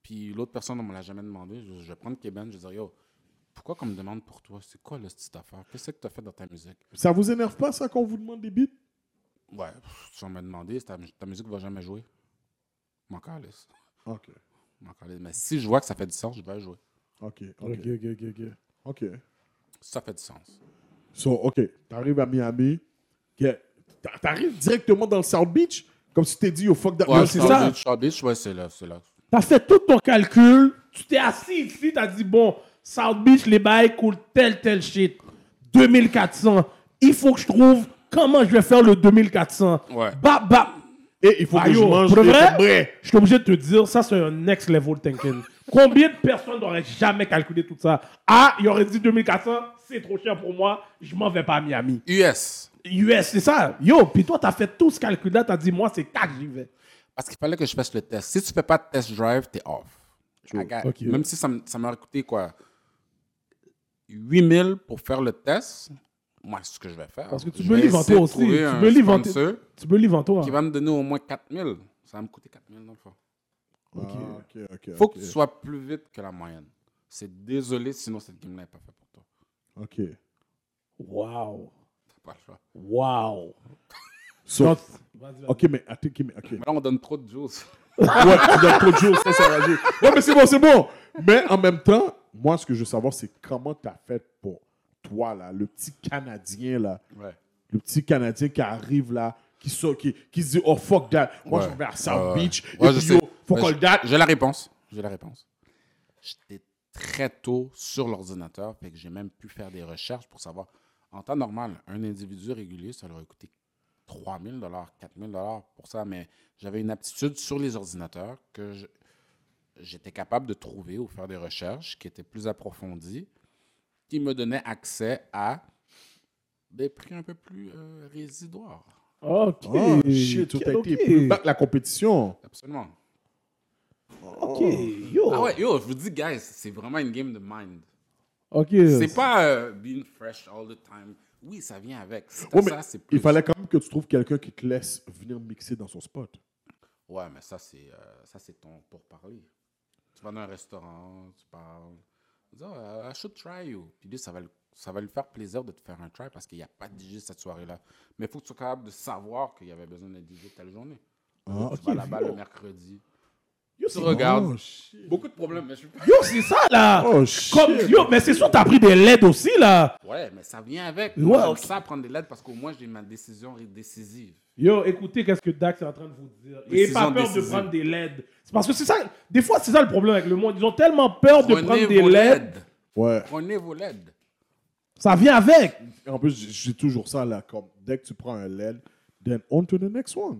Speaker 4: puis l'autre personne ne me l'a jamais demandé. Je, je vais prendre Keben, je vais dire Yo, pourquoi qu'on me demande pour toi C'est quoi le style affaire Qu'est-ce que tu as fait dans ta musique
Speaker 3: Ça vous énerve pas, ça, qu'on vous demande des beats?
Speaker 4: Ouais, pff, tu vas me demander, ta, ta musique va jamais jouer. M'en calisse.
Speaker 3: Ok.
Speaker 4: M'en calisse. Mais si je vois que ça fait du sens, je vais jouer.
Speaker 3: Ok.
Speaker 2: Ok,
Speaker 3: Ok.
Speaker 2: ok, ok, ok.
Speaker 3: Ok.
Speaker 4: Ça fait du sens.
Speaker 3: So, ok. T'arrives à Miami. ok. T'a- T'arrives directement dans le South Beach. Comme si t'es dit, yo, fuck that.
Speaker 4: Ouais,
Speaker 3: Yo,
Speaker 2: c'est
Speaker 4: South
Speaker 2: ça.
Speaker 4: Beach, South Beach, ouais, c'est là, c'est là.
Speaker 2: T'as fait tout ton calcul, tu t'es assis ici, t'as dit bon, South Beach, les bails coulent tel, tel shit. 2400. Il faut que je trouve comment je vais faire le 2400.
Speaker 4: Ouais.
Speaker 2: Bap, bap.
Speaker 3: Et il faut
Speaker 2: Ah,
Speaker 3: que je
Speaker 2: yo,
Speaker 3: mange
Speaker 2: pour
Speaker 3: des
Speaker 2: vrai?
Speaker 3: frais.
Speaker 2: Bah, Je suis obligé de te dire, ça c'est un next level thinking. Combien de personnes n'auraient jamais calculé tout ça Ah, il aurait dit 2400, c'est trop cher pour moi, je m'en vais pas à Miami.
Speaker 4: US.
Speaker 2: US, c'est ça. Yo, puis toi, t'as fait tout ce calcul-là, t'as dit, moi, c'est 4, j'y vais.
Speaker 4: Parce qu'il fallait que je fasse le test. Si tu fais pas de test drive, t'es off. I got-
Speaker 2: Ok.
Speaker 4: Même si ça m- ça m'aurait coûté quoi 8000 pour faire le test, moi, c'est ce que je vais faire.
Speaker 2: Parce que tu
Speaker 4: Je
Speaker 2: me
Speaker 4: vais
Speaker 2: livres en
Speaker 4: essayer
Speaker 2: toi
Speaker 4: de
Speaker 2: aussi.
Speaker 4: trouver
Speaker 2: Tu
Speaker 4: un
Speaker 2: me livres en toi.
Speaker 4: sponsor
Speaker 2: Tu me livres en toi. hein?
Speaker 4: qui va me donner au moins 4000. Ça va me coûter 4000 dans le fond.
Speaker 3: Ok. Ah, Ok. Ok.
Speaker 4: Faut que
Speaker 3: ok.
Speaker 4: tu sois plus vite que la moyenne. C'est désolé, sinon cette game-là n'est pas faite pour toi.
Speaker 3: Ok.
Speaker 2: Wow.
Speaker 4: T'as pas le choix.
Speaker 2: Wow.
Speaker 3: So-
Speaker 2: Donc- Vas-y, vas-y.
Speaker 3: ok, mais attends, ok, mais ok.
Speaker 4: Mais là, on donne trop de juice.
Speaker 3: Ouais, tu donnes trop de jours, ça, ça va jouer. Ouais, mais c'est bon, c'est bon. Mais en même temps, moi, ce que je veux savoir, c'est comment tu as fait pour toi, là, le petit Canadien, là,
Speaker 4: Ouais.
Speaker 3: le petit Canadien qui arrive, là, qui, sort, qui, qui se dit, oh, fuck that. Moi,
Speaker 4: Ouais.
Speaker 3: je vais à
Speaker 4: Ouais,
Speaker 3: South
Speaker 4: ouais.
Speaker 3: Beach.
Speaker 4: Ouais,
Speaker 3: et
Speaker 4: je
Speaker 3: puis,
Speaker 4: sais.
Speaker 3: yo, faut
Speaker 4: Mais
Speaker 3: qu'on
Speaker 4: je-
Speaker 3: le date.
Speaker 4: J'ai la réponse. J'ai la réponse. J'étais très tôt sur l'ordinateur, fait que j'ai même pu faire des recherches pour savoir. En temps normal, un individu régulier, ça leur aurait coûté 3 000 4 000 pour ça, mais j'avais une aptitude sur les ordinateurs que je- j'étais capable de trouver ou faire des recherches qui étaient plus approfondies, qui me donnaient accès à des prix un peu plus euh, résidoires.
Speaker 2: Ok.
Speaker 3: Oh, shit, tout a
Speaker 2: ok,
Speaker 3: été plus bas que la compétition.
Speaker 4: Absolument.
Speaker 2: Ok, yo.
Speaker 4: Ah ouais, yo, je vous dis, guys, c'est vraiment une game de mind.
Speaker 2: Ok.
Speaker 4: C'est pas euh, being fresh all the time. Oui, ça vient avec. Si t'as
Speaker 3: Ouais, mais
Speaker 4: ça, c'est plus.
Speaker 3: il fallait quand même que tu trouves quelqu'un qui te laisse venir mixer dans son spot.
Speaker 4: Ouais, mais ça, c'est euh, ça, c'est ton pourparler. Tu vas dans un restaurant, tu parles. Tu dis, oh, I should try you. Puis lui, ça va, le- ça va lui faire plaisir de te faire un try parce qu'il n'y a pas de DJ cette soirée-là. Mais il faut que tu sois capable de savoir qu'il y avait besoin d'un DJ telle journée. Donc, tu
Speaker 3: ok,
Speaker 4: vas là-bas le
Speaker 3: violent.
Speaker 4: mercredi.
Speaker 3: Yo,
Speaker 4: Oh, Tu regardes.
Speaker 3: Oh, shit.
Speaker 4: Beaucoup de problèmes, mais je suis pas.
Speaker 2: Yo, c'est ça, là.
Speaker 3: Oh, shit.
Speaker 2: Comme, yo, mais c'est sûr, t'as pris des LED aussi, là.
Speaker 4: Ouais, mais ça vient avec.
Speaker 2: Ouais,
Speaker 4: Moi, j'aime
Speaker 2: ok.
Speaker 4: ça prendre des lettres parce qu'au moins j'ai ma décision ré- décisive.
Speaker 2: Yo, écoutez qu'est-ce que Dax est en train de vous dire. Et
Speaker 4: Décision,
Speaker 2: pas peur de
Speaker 4: décision.
Speaker 2: prendre des LED. C'est parce que c'est ça, des fois, c'est ça le problème avec le monde. Ils ont tellement peur de prendre des
Speaker 4: vos
Speaker 2: LED,
Speaker 4: LED.
Speaker 3: Ouais.
Speaker 4: Prenez vos LED.
Speaker 2: ça vient avec.
Speaker 3: Et En plus, j'ai- j'ai toujours ça là, comme dès que tu prends un LED, then on to the next one.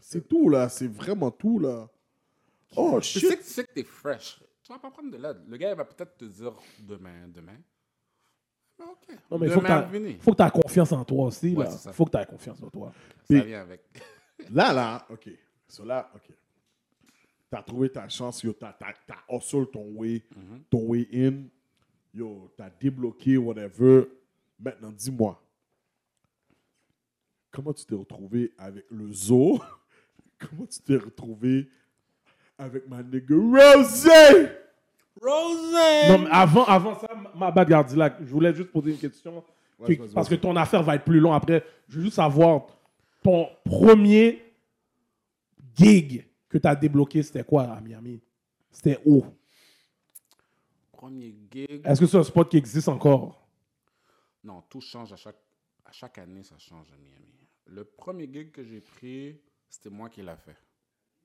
Speaker 3: C'est tout là, c'est vraiment tout là. Oh
Speaker 4: Tu sais
Speaker 3: shit.
Speaker 4: que tu sais que t'es fresh. Tu vas pas prendre de l'aide. Le gars, il va peut-être te dire demain, demain. Mais ok.
Speaker 2: Non, mais
Speaker 4: demain,
Speaker 2: faut que, t'as,
Speaker 4: venez.
Speaker 2: faut que t'aies confiance en toi aussi.
Speaker 4: Ouais,
Speaker 2: là.
Speaker 4: c'est ça.
Speaker 2: Faut que t'aies confiance en toi.
Speaker 4: Ça vient avec.
Speaker 3: Là, là, ok. So là, ok. T'as trouvé ta chance, yo, t'as, t'as, t'as hustle ton way,
Speaker 4: Mhm.
Speaker 3: ton way in, yo, t'as débloqué, whatever. Maintenant, dis-moi, comment tu t'es retrouvé avec le zoo? Comment tu t'es retrouvé avec ma nigga Rosé?
Speaker 2: Non, mais avant, avant ça, ma bad Gardilac, je voulais juste poser une question.
Speaker 3: Ouais,
Speaker 2: Que-
Speaker 3: vas-y,
Speaker 2: parce que
Speaker 3: vas-y.
Speaker 2: ton affaire va être plus longue après. Je veux juste savoir, ton premier gig que t'as débloqué, c'était quoi à Miami? C'était où?
Speaker 4: Premier gig.
Speaker 2: Est-ce que c'est un spot qui existe encore?
Speaker 4: Non, tout change à chaque, à chaque année, ça change à Miami. Le premier gig que j'ai pris, c'était moi qui l'a fait.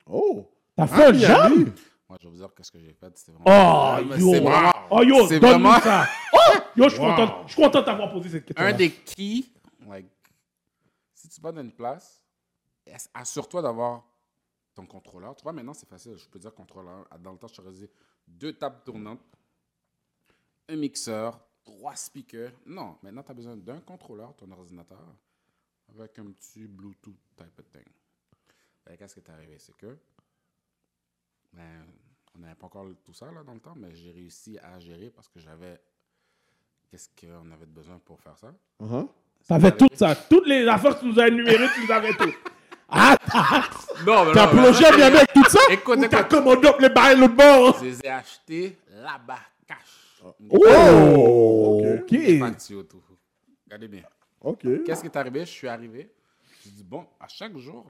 Speaker 3: Oh!
Speaker 2: T'as fait un jam?
Speaker 3: Miami?
Speaker 4: Moi, je vais vous dire qu'est-ce que j'ai fait. C'était vraiment.
Speaker 2: Oh,
Speaker 4: Ah, mais
Speaker 2: yo.
Speaker 4: c'est vraiment
Speaker 2: Oh, yo,
Speaker 4: c'est
Speaker 2: donne-nous
Speaker 4: vraiment-
Speaker 2: ça. Oh, yo, je suis
Speaker 3: Wow.
Speaker 2: content, je suis content d'avoir posé cette question.
Speaker 4: un des keys. Like, si tu vas dans une place, ass- assure-toi d'avoir ton contrôleur. Tu vois, maintenant, c'est facile. Je peux dire contrôleur. Dans le temps, je t'aurais dit deux tables tournantes, un mixeur, trois speakers. Non, maintenant, tu as besoin d'un contrôleur, ton ordinateur, avec un petit Bluetooth type of thing. Fait que Qu'est-ce qui est arrivé? C'est que. ben, on n'avait pas encore tout ça là, dans le temps, mais j'ai réussi à gérer parce que j'avais. Qu'est-ce qu'on avait de besoin pour faire ça?
Speaker 3: Uh-huh.
Speaker 2: T'avais tout ça. Toutes les affaires que tu nous as énumérées, tu nous avais tout. Ah, t'as-
Speaker 4: Non, mais
Speaker 3: T'as
Speaker 4: non, mais-
Speaker 3: plongé à Miami avec tout ça?
Speaker 4: Écoute,
Speaker 3: Ou t'as
Speaker 4: écoute.
Speaker 3: commandé up les bails l'autre bord?
Speaker 4: Je les ai achetés là-bas, cash.
Speaker 3: Ah, Oh!
Speaker 2: ok.
Speaker 4: Fancy au tout. Regardez bien.
Speaker 3: Ok.
Speaker 4: Qu'est-ce qui est arrivé? Je suis arrivé. Je dis, bon, à chaque jour,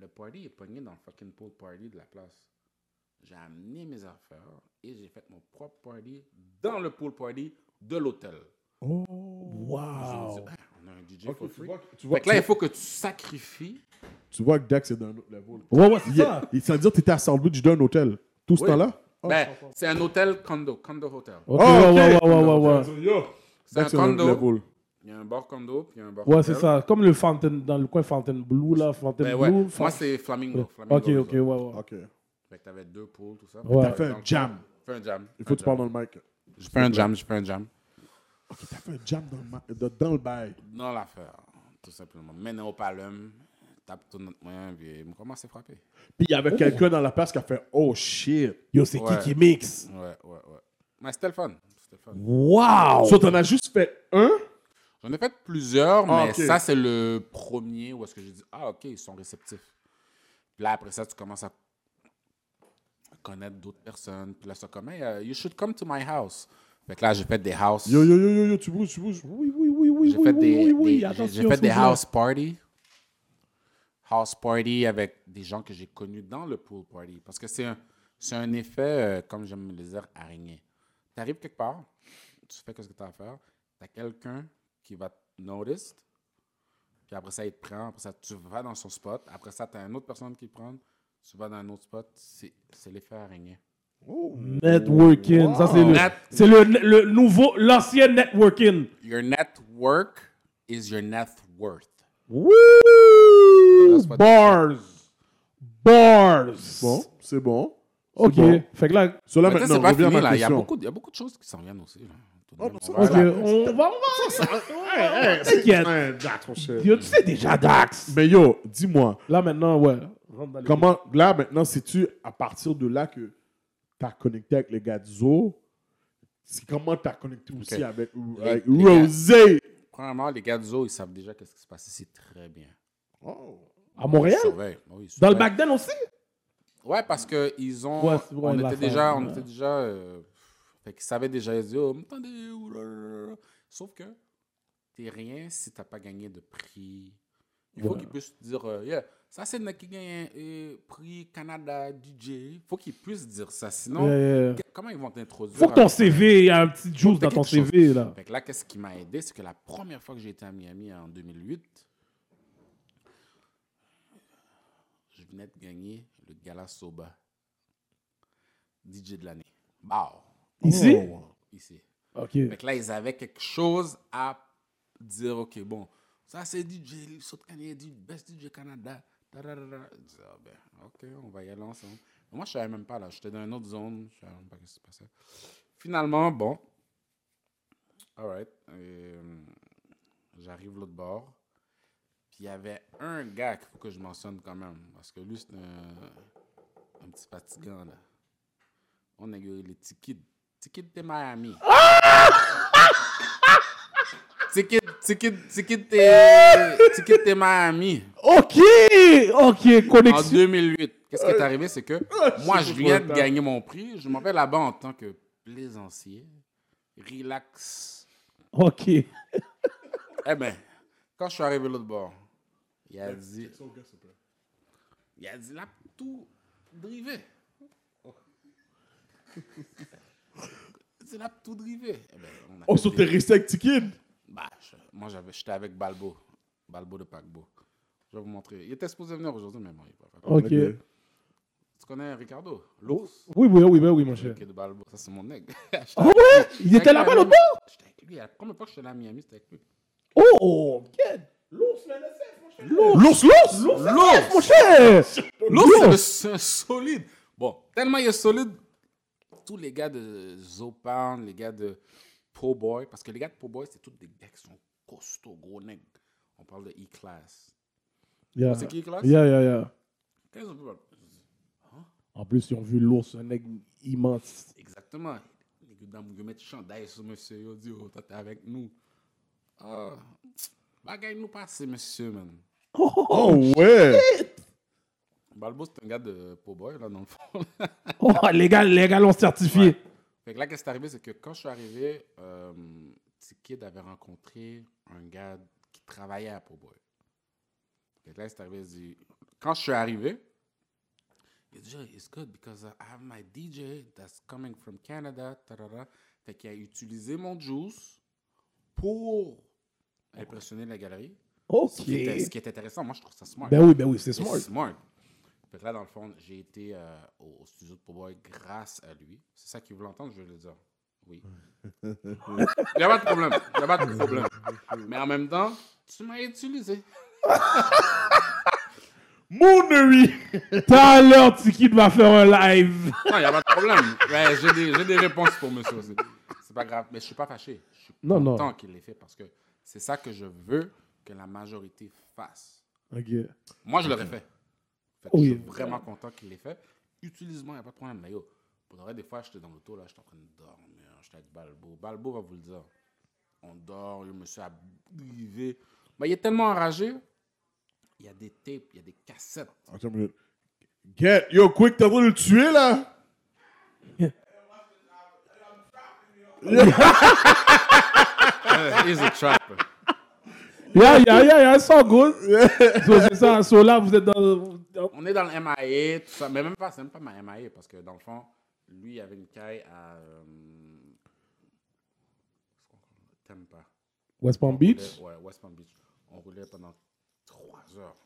Speaker 4: le party est pogné dans le fucking pool party de la place. J'ai amené mes affaires et j'ai fait mon propre party dans le pool party de l'hôtel.
Speaker 2: Wow.
Speaker 4: Je me dis, Ah, on a un DJ for
Speaker 3: Ok, Tu
Speaker 4: free.
Speaker 3: vois, tu vois-
Speaker 4: Fait que là,
Speaker 3: tu-
Speaker 4: il faut que tu sacrifies.
Speaker 3: tu vois que Dax est d'un autre level.
Speaker 2: Ouais, ouais, c'est
Speaker 3: Yeah.
Speaker 2: ça.
Speaker 3: Et ça veut dire que tu étais à Sandwich d'un hôtel tout ce
Speaker 4: Oui.
Speaker 3: temps-là?
Speaker 4: Ben, c'est un hôtel condo, condo hotel.
Speaker 2: Ok,
Speaker 3: Ah,
Speaker 2: Oh, ouais,
Speaker 3: ok.
Speaker 2: ouais, ouais, ouais, ouais, ouais.
Speaker 4: C'est un
Speaker 3: Dax est d'un autre
Speaker 4: condo.
Speaker 3: level.
Speaker 4: Il y a un bar condo, puis il y a un bar
Speaker 2: Ouais,
Speaker 4: hôtel.
Speaker 2: c'est ça. Comme le Fountain, dans le coin Fountain Blue, là. Fountain
Speaker 4: Ben ouais.
Speaker 2: Blue.
Speaker 4: Moi,
Speaker 2: Fountain-
Speaker 4: c'est Flamingo. Flamingo
Speaker 2: Oh, Ok, ok, ouais,
Speaker 4: Resort.
Speaker 2: ouais.
Speaker 3: Ok.
Speaker 4: Fait que t'avais deux poules, tout ça.
Speaker 2: Ouais.
Speaker 4: T'as
Speaker 3: T'as fait un jam.
Speaker 4: Fais un jam.
Speaker 3: Il faut que tu parles dans le mic.
Speaker 4: Je fais un jam, je fais un jam.
Speaker 3: Ok, t'as fait un jam dans le, mic- de- dans le bail.
Speaker 4: Dans l'affaire, tout simplement. Maintenant au palum, tape tout notre moyen, puis il me commence à frapper.
Speaker 3: Puis il y avait quelqu'un dans la place qui a fait Oh shit.
Speaker 2: Yo, c'est
Speaker 4: Ouais.
Speaker 2: qui qui mixe?
Speaker 4: Ouais, ouais, ouais. Mais c'était le fun. C'était le fun.
Speaker 2: Wow.
Speaker 3: So, t'en as juste fait un?
Speaker 4: J'en ai fait plusieurs,
Speaker 3: Ah,
Speaker 4: mais
Speaker 3: ok.
Speaker 4: ça, c'est le premier où est-ce que j'ai dit Ah, ok, ils sont réceptifs. Puis là, après ça, tu commences à connaître d'autres personnes. Puis là, ça comme Hey, euh, you should come to my house. Fait que là, j'ai fait des house.
Speaker 3: Yo, yo, yo, yo, yo, tu bouges, tu bouges.
Speaker 2: Oui, oui, oui, oui,
Speaker 4: J'ai
Speaker 2: oui,
Speaker 4: fait
Speaker 2: oui,
Speaker 4: des,
Speaker 2: oui, oui,
Speaker 4: des- j'ai-
Speaker 2: attention,
Speaker 4: j'ai fait des
Speaker 2: faut que-
Speaker 4: house party. House party avec des gens que j'ai connus dans le pool party. Parce que c'est un, c'est un effet, euh, comme j'aime le dire, araignée. Tu arrives quelque part, tu fais ce que tu as à faire, tu as quelqu'un qui va te notice, puis après ça, il te prend, après ça, tu vas dans son spot, après ça, tu as une autre personne qui te prend, tu vas dans un autre spot, c'est c'est l'effet araignée.
Speaker 3: Oh.
Speaker 2: Networking, ça c'est le,
Speaker 4: Net-
Speaker 2: c'est le, le nouveau, l'ancien networking.
Speaker 4: Your network is your net worth.
Speaker 2: Woo!
Speaker 4: That's what-
Speaker 2: Bars. Bars.
Speaker 3: Bon, c'est bon. C'est
Speaker 2: Ok.
Speaker 3: bon.
Speaker 2: Fait que là,
Speaker 3: So, là,
Speaker 4: Mais ça,
Speaker 3: maintenant,
Speaker 4: c'est pas
Speaker 3: reviens à
Speaker 4: fini,
Speaker 3: ma
Speaker 4: là. Il y, a
Speaker 3: question.
Speaker 4: beaucoup, de- il y a beaucoup de choses qui s'en viennent aussi. Là. Tout de
Speaker 3: Oh,
Speaker 4: même,
Speaker 3: non,
Speaker 4: on
Speaker 3: ça,
Speaker 4: va
Speaker 2: Ah, ok,
Speaker 3: Voilà.
Speaker 4: là.
Speaker 2: on va, on va.
Speaker 3: Hey, hey,
Speaker 2: T'inquiète.
Speaker 3: hey, Dax, mon cher.
Speaker 2: Yo, tu sais déjà Dax.
Speaker 3: Mais yo, dis-moi,
Speaker 2: Là maintenant, ouais. rentre dans les-
Speaker 3: Comment, là, maintenant, c'est-tu à partir de là que tu as connecté avec les gars du zoo? C'est comment tu as connecté aussi
Speaker 4: Ok.
Speaker 3: avec,
Speaker 4: Les-
Speaker 3: avec
Speaker 4: les gars.
Speaker 3: Rosé?
Speaker 4: Premièrement, les gars du zoo, ils savent déjà qu'est-ce qui se passe ici très bien.
Speaker 3: Oh.
Speaker 2: À
Speaker 4: Ils
Speaker 2: Montréal?
Speaker 4: surveillent. Oui, ils
Speaker 2: Dans le
Speaker 4: surveillent.
Speaker 2: back then aussi?
Speaker 4: Ouais, parce qu'ils ont.
Speaker 2: Ouais, c'est- ouais,
Speaker 4: on, était
Speaker 2: l'affaire,
Speaker 4: déjà, on
Speaker 2: ouais.
Speaker 4: était déjà. euh, fait qu'ils savaient déjà. Ils disaient, oh, attendez. ou là, là, là. Sauf que t'es rien si t'as pas gagné de prix. Il faut qu'ils puissent dire, euh, yeah, ça c'est Naki gagne euh, prix Canada DJ. Il faut qu'ils puissent dire ça. Sinon,
Speaker 2: Yeah, yeah, yeah.
Speaker 4: que- comment ils vont t'introduire
Speaker 2: Faut que
Speaker 4: à-
Speaker 2: ton CV, il y a un petit juice dans
Speaker 4: quelque
Speaker 2: ton
Speaker 4: chose.
Speaker 2: CV, là.
Speaker 4: Fait que là, qu'est-ce qui m'a aidé, c'est que la première fois que j'ai été à Miami en 2008, je venais de gagner le Gala Soba, DJ de l'année. Bah,
Speaker 2: Ici?
Speaker 4: ici.
Speaker 2: OK.
Speaker 4: Fait que là, ils avaient quelque chose à dire, OK, bon, ça c'est DJ, le South Canadien, du Best DJ Canada. tararara. Je disais, ah ben, OK, on va y aller ensemble. Mais moi, je savais même pas, là. J'étais dans une autre zone. Je savais même pas ce qui se passait. Finalement, bon. All right. euh, J'arrive l'autre bord. Puis il y avait un gars qu'il faut que je mentionne quand même. Parce que lui, c'est un, un petit fatigant, là. On a eu les tickets. Ticket de Miami. Ticket, ticket, ticket, de- ticket de Miami.
Speaker 2: OK! OK,
Speaker 4: En
Speaker 2: connexion.
Speaker 4: 2008, qu'est-ce qui est arrivé, c'est que moi,
Speaker 3: je
Speaker 4: je viens de
Speaker 3: comprends.
Speaker 4: gagner mon prix. Je m'en vais là-bas en tant que plaisancier. Relax. Ah,
Speaker 2: OK.
Speaker 4: Eh bien, quand je suis arrivé de l'autre bord, il a dit... Il a dit là, tout drivé. C'est là, tout drivé. Eh ben, on a
Speaker 3: On
Speaker 2: Oh,
Speaker 4: fait
Speaker 3: se
Speaker 4: des-
Speaker 3: t'es resté avec Tikid.
Speaker 4: Bah, je- moi, j'avais, j'étais avec Balbo. Balbo de Paquebo. Je vais vous montrer. Il était supposé venir aujourd'hui, mais bon, il est pas venu.
Speaker 2: OK.
Speaker 3: Ok.
Speaker 4: Tu connais
Speaker 2: Oh.
Speaker 4: Ricardo L'ours
Speaker 2: Oui, oui, oui, oui, oui, mon cher.
Speaker 4: qui est de Balbo. Ça, c'est mon nègre.
Speaker 2: Ah ouais? Il était là-bas, l'autre bord?
Speaker 4: J'étais avec lui. La première fois que j'étais allé à Miami, c'était avec lui.
Speaker 2: Oh, oh, OK.
Speaker 3: L'ours, l'ours!
Speaker 2: Mon cher!
Speaker 4: L'ours,
Speaker 2: L'ours.
Speaker 4: c'est le- c'est un solide. Bon, tellement il est solide, tous les gars de Zopound, les gars de Po Boy, parce que les gars de Po Boy, c'est tous des gars qui sont costauds, gros nègres. On parle de E-Class.
Speaker 2: Yeah.
Speaker 4: C'est qui E-Class
Speaker 2: Yeah, yeah, yeah.
Speaker 4: Qu'est-ce qu'on peut-
Speaker 2: En plus, ils ont vu l'ours, un nègre immense.
Speaker 4: Exactement. Les gars, dans- ils mettent chandail sur monsieur, ils disent, oh, toi, t'es avec nous. Ah, bagaille nous passer, monsieur, man.
Speaker 3: Oh ouais!
Speaker 4: Balbo, c'est un gars de Po Boy, là, dans le fond.
Speaker 2: Oh, les gars, les gars l'ont certifié.
Speaker 4: Fait que là, qu'est-ce qui est arrivé, c'est que quand je suis arrivé, euh, Tikid avait rencontré un gars qui travaillait à Poboy. Fait que là, c'est arrivé, il dit, quand je suis arrivé, il dit, Yeah, it's good because I have my DJ that's coming from Canada, tarara. Fait qu'il a utilisé mon juice pour impressionner la galerie. Ce
Speaker 2: OK.
Speaker 4: qui, était- ce qui est intéressant, moi, je trouve ça smart.
Speaker 2: Ben oui, ben oui, c'est
Speaker 4: C'est
Speaker 2: smart.
Speaker 4: smart. Fait que là, dans le fond, j'ai été euh, au au studio de Poboy grâce à lui. C'est ça qu'il voulait entendre, je vais le dire. Oui. Il n'y a pas de problème. Il n'y a pas de problème. Mais en même temps, tu m'as utilisé.
Speaker 3: Moonery!
Speaker 2: Tout à l'heure, Tiki va faire un live.
Speaker 4: Non, il n'y a pas de problème. Ouais, j'ai, des, j'ai des réponses pour monsieur aussi. C'est pas grave. Mais je ne suis pas fâché. Je suis
Speaker 2: Non, non.
Speaker 4: content qu'il l'ait fait parce que c'est ça que je veux que la majorité fasse.
Speaker 2: OK.
Speaker 4: Moi, je l'aurais fait. Fait que
Speaker 2: Oui.
Speaker 4: Je suis vraiment content qu'il l'ait fait. Utilise-moi, il n'y a pas de problème. Mais yo, pour de vrai, des fois, j'étais dans l'auto, là, j'étais en train de dormir. J'étais avec Balbo. Balbo va vous le dire. On dort, le monsieur a drivé. Mais il est tellement enragé. Il y a des tapes, il y a des cassettes.
Speaker 3: Attends une minute. Get, yo, quick, t'es en train de le tuer là?
Speaker 4: He's a trapper.
Speaker 2: Yeah, yeah, yeah, yeah, it's all good. so, c'est ça. So là, vous êtes dans... dans-
Speaker 4: On est dans le MIA, tout ça. Mais même pas, c'est même pas ma MIA, parce que dans le fond, lui, il avait une caille à. euh, Tampa.
Speaker 2: West Palm Beach.
Speaker 4: Ouais, West Palm Beach. On roulait pendant trois heures.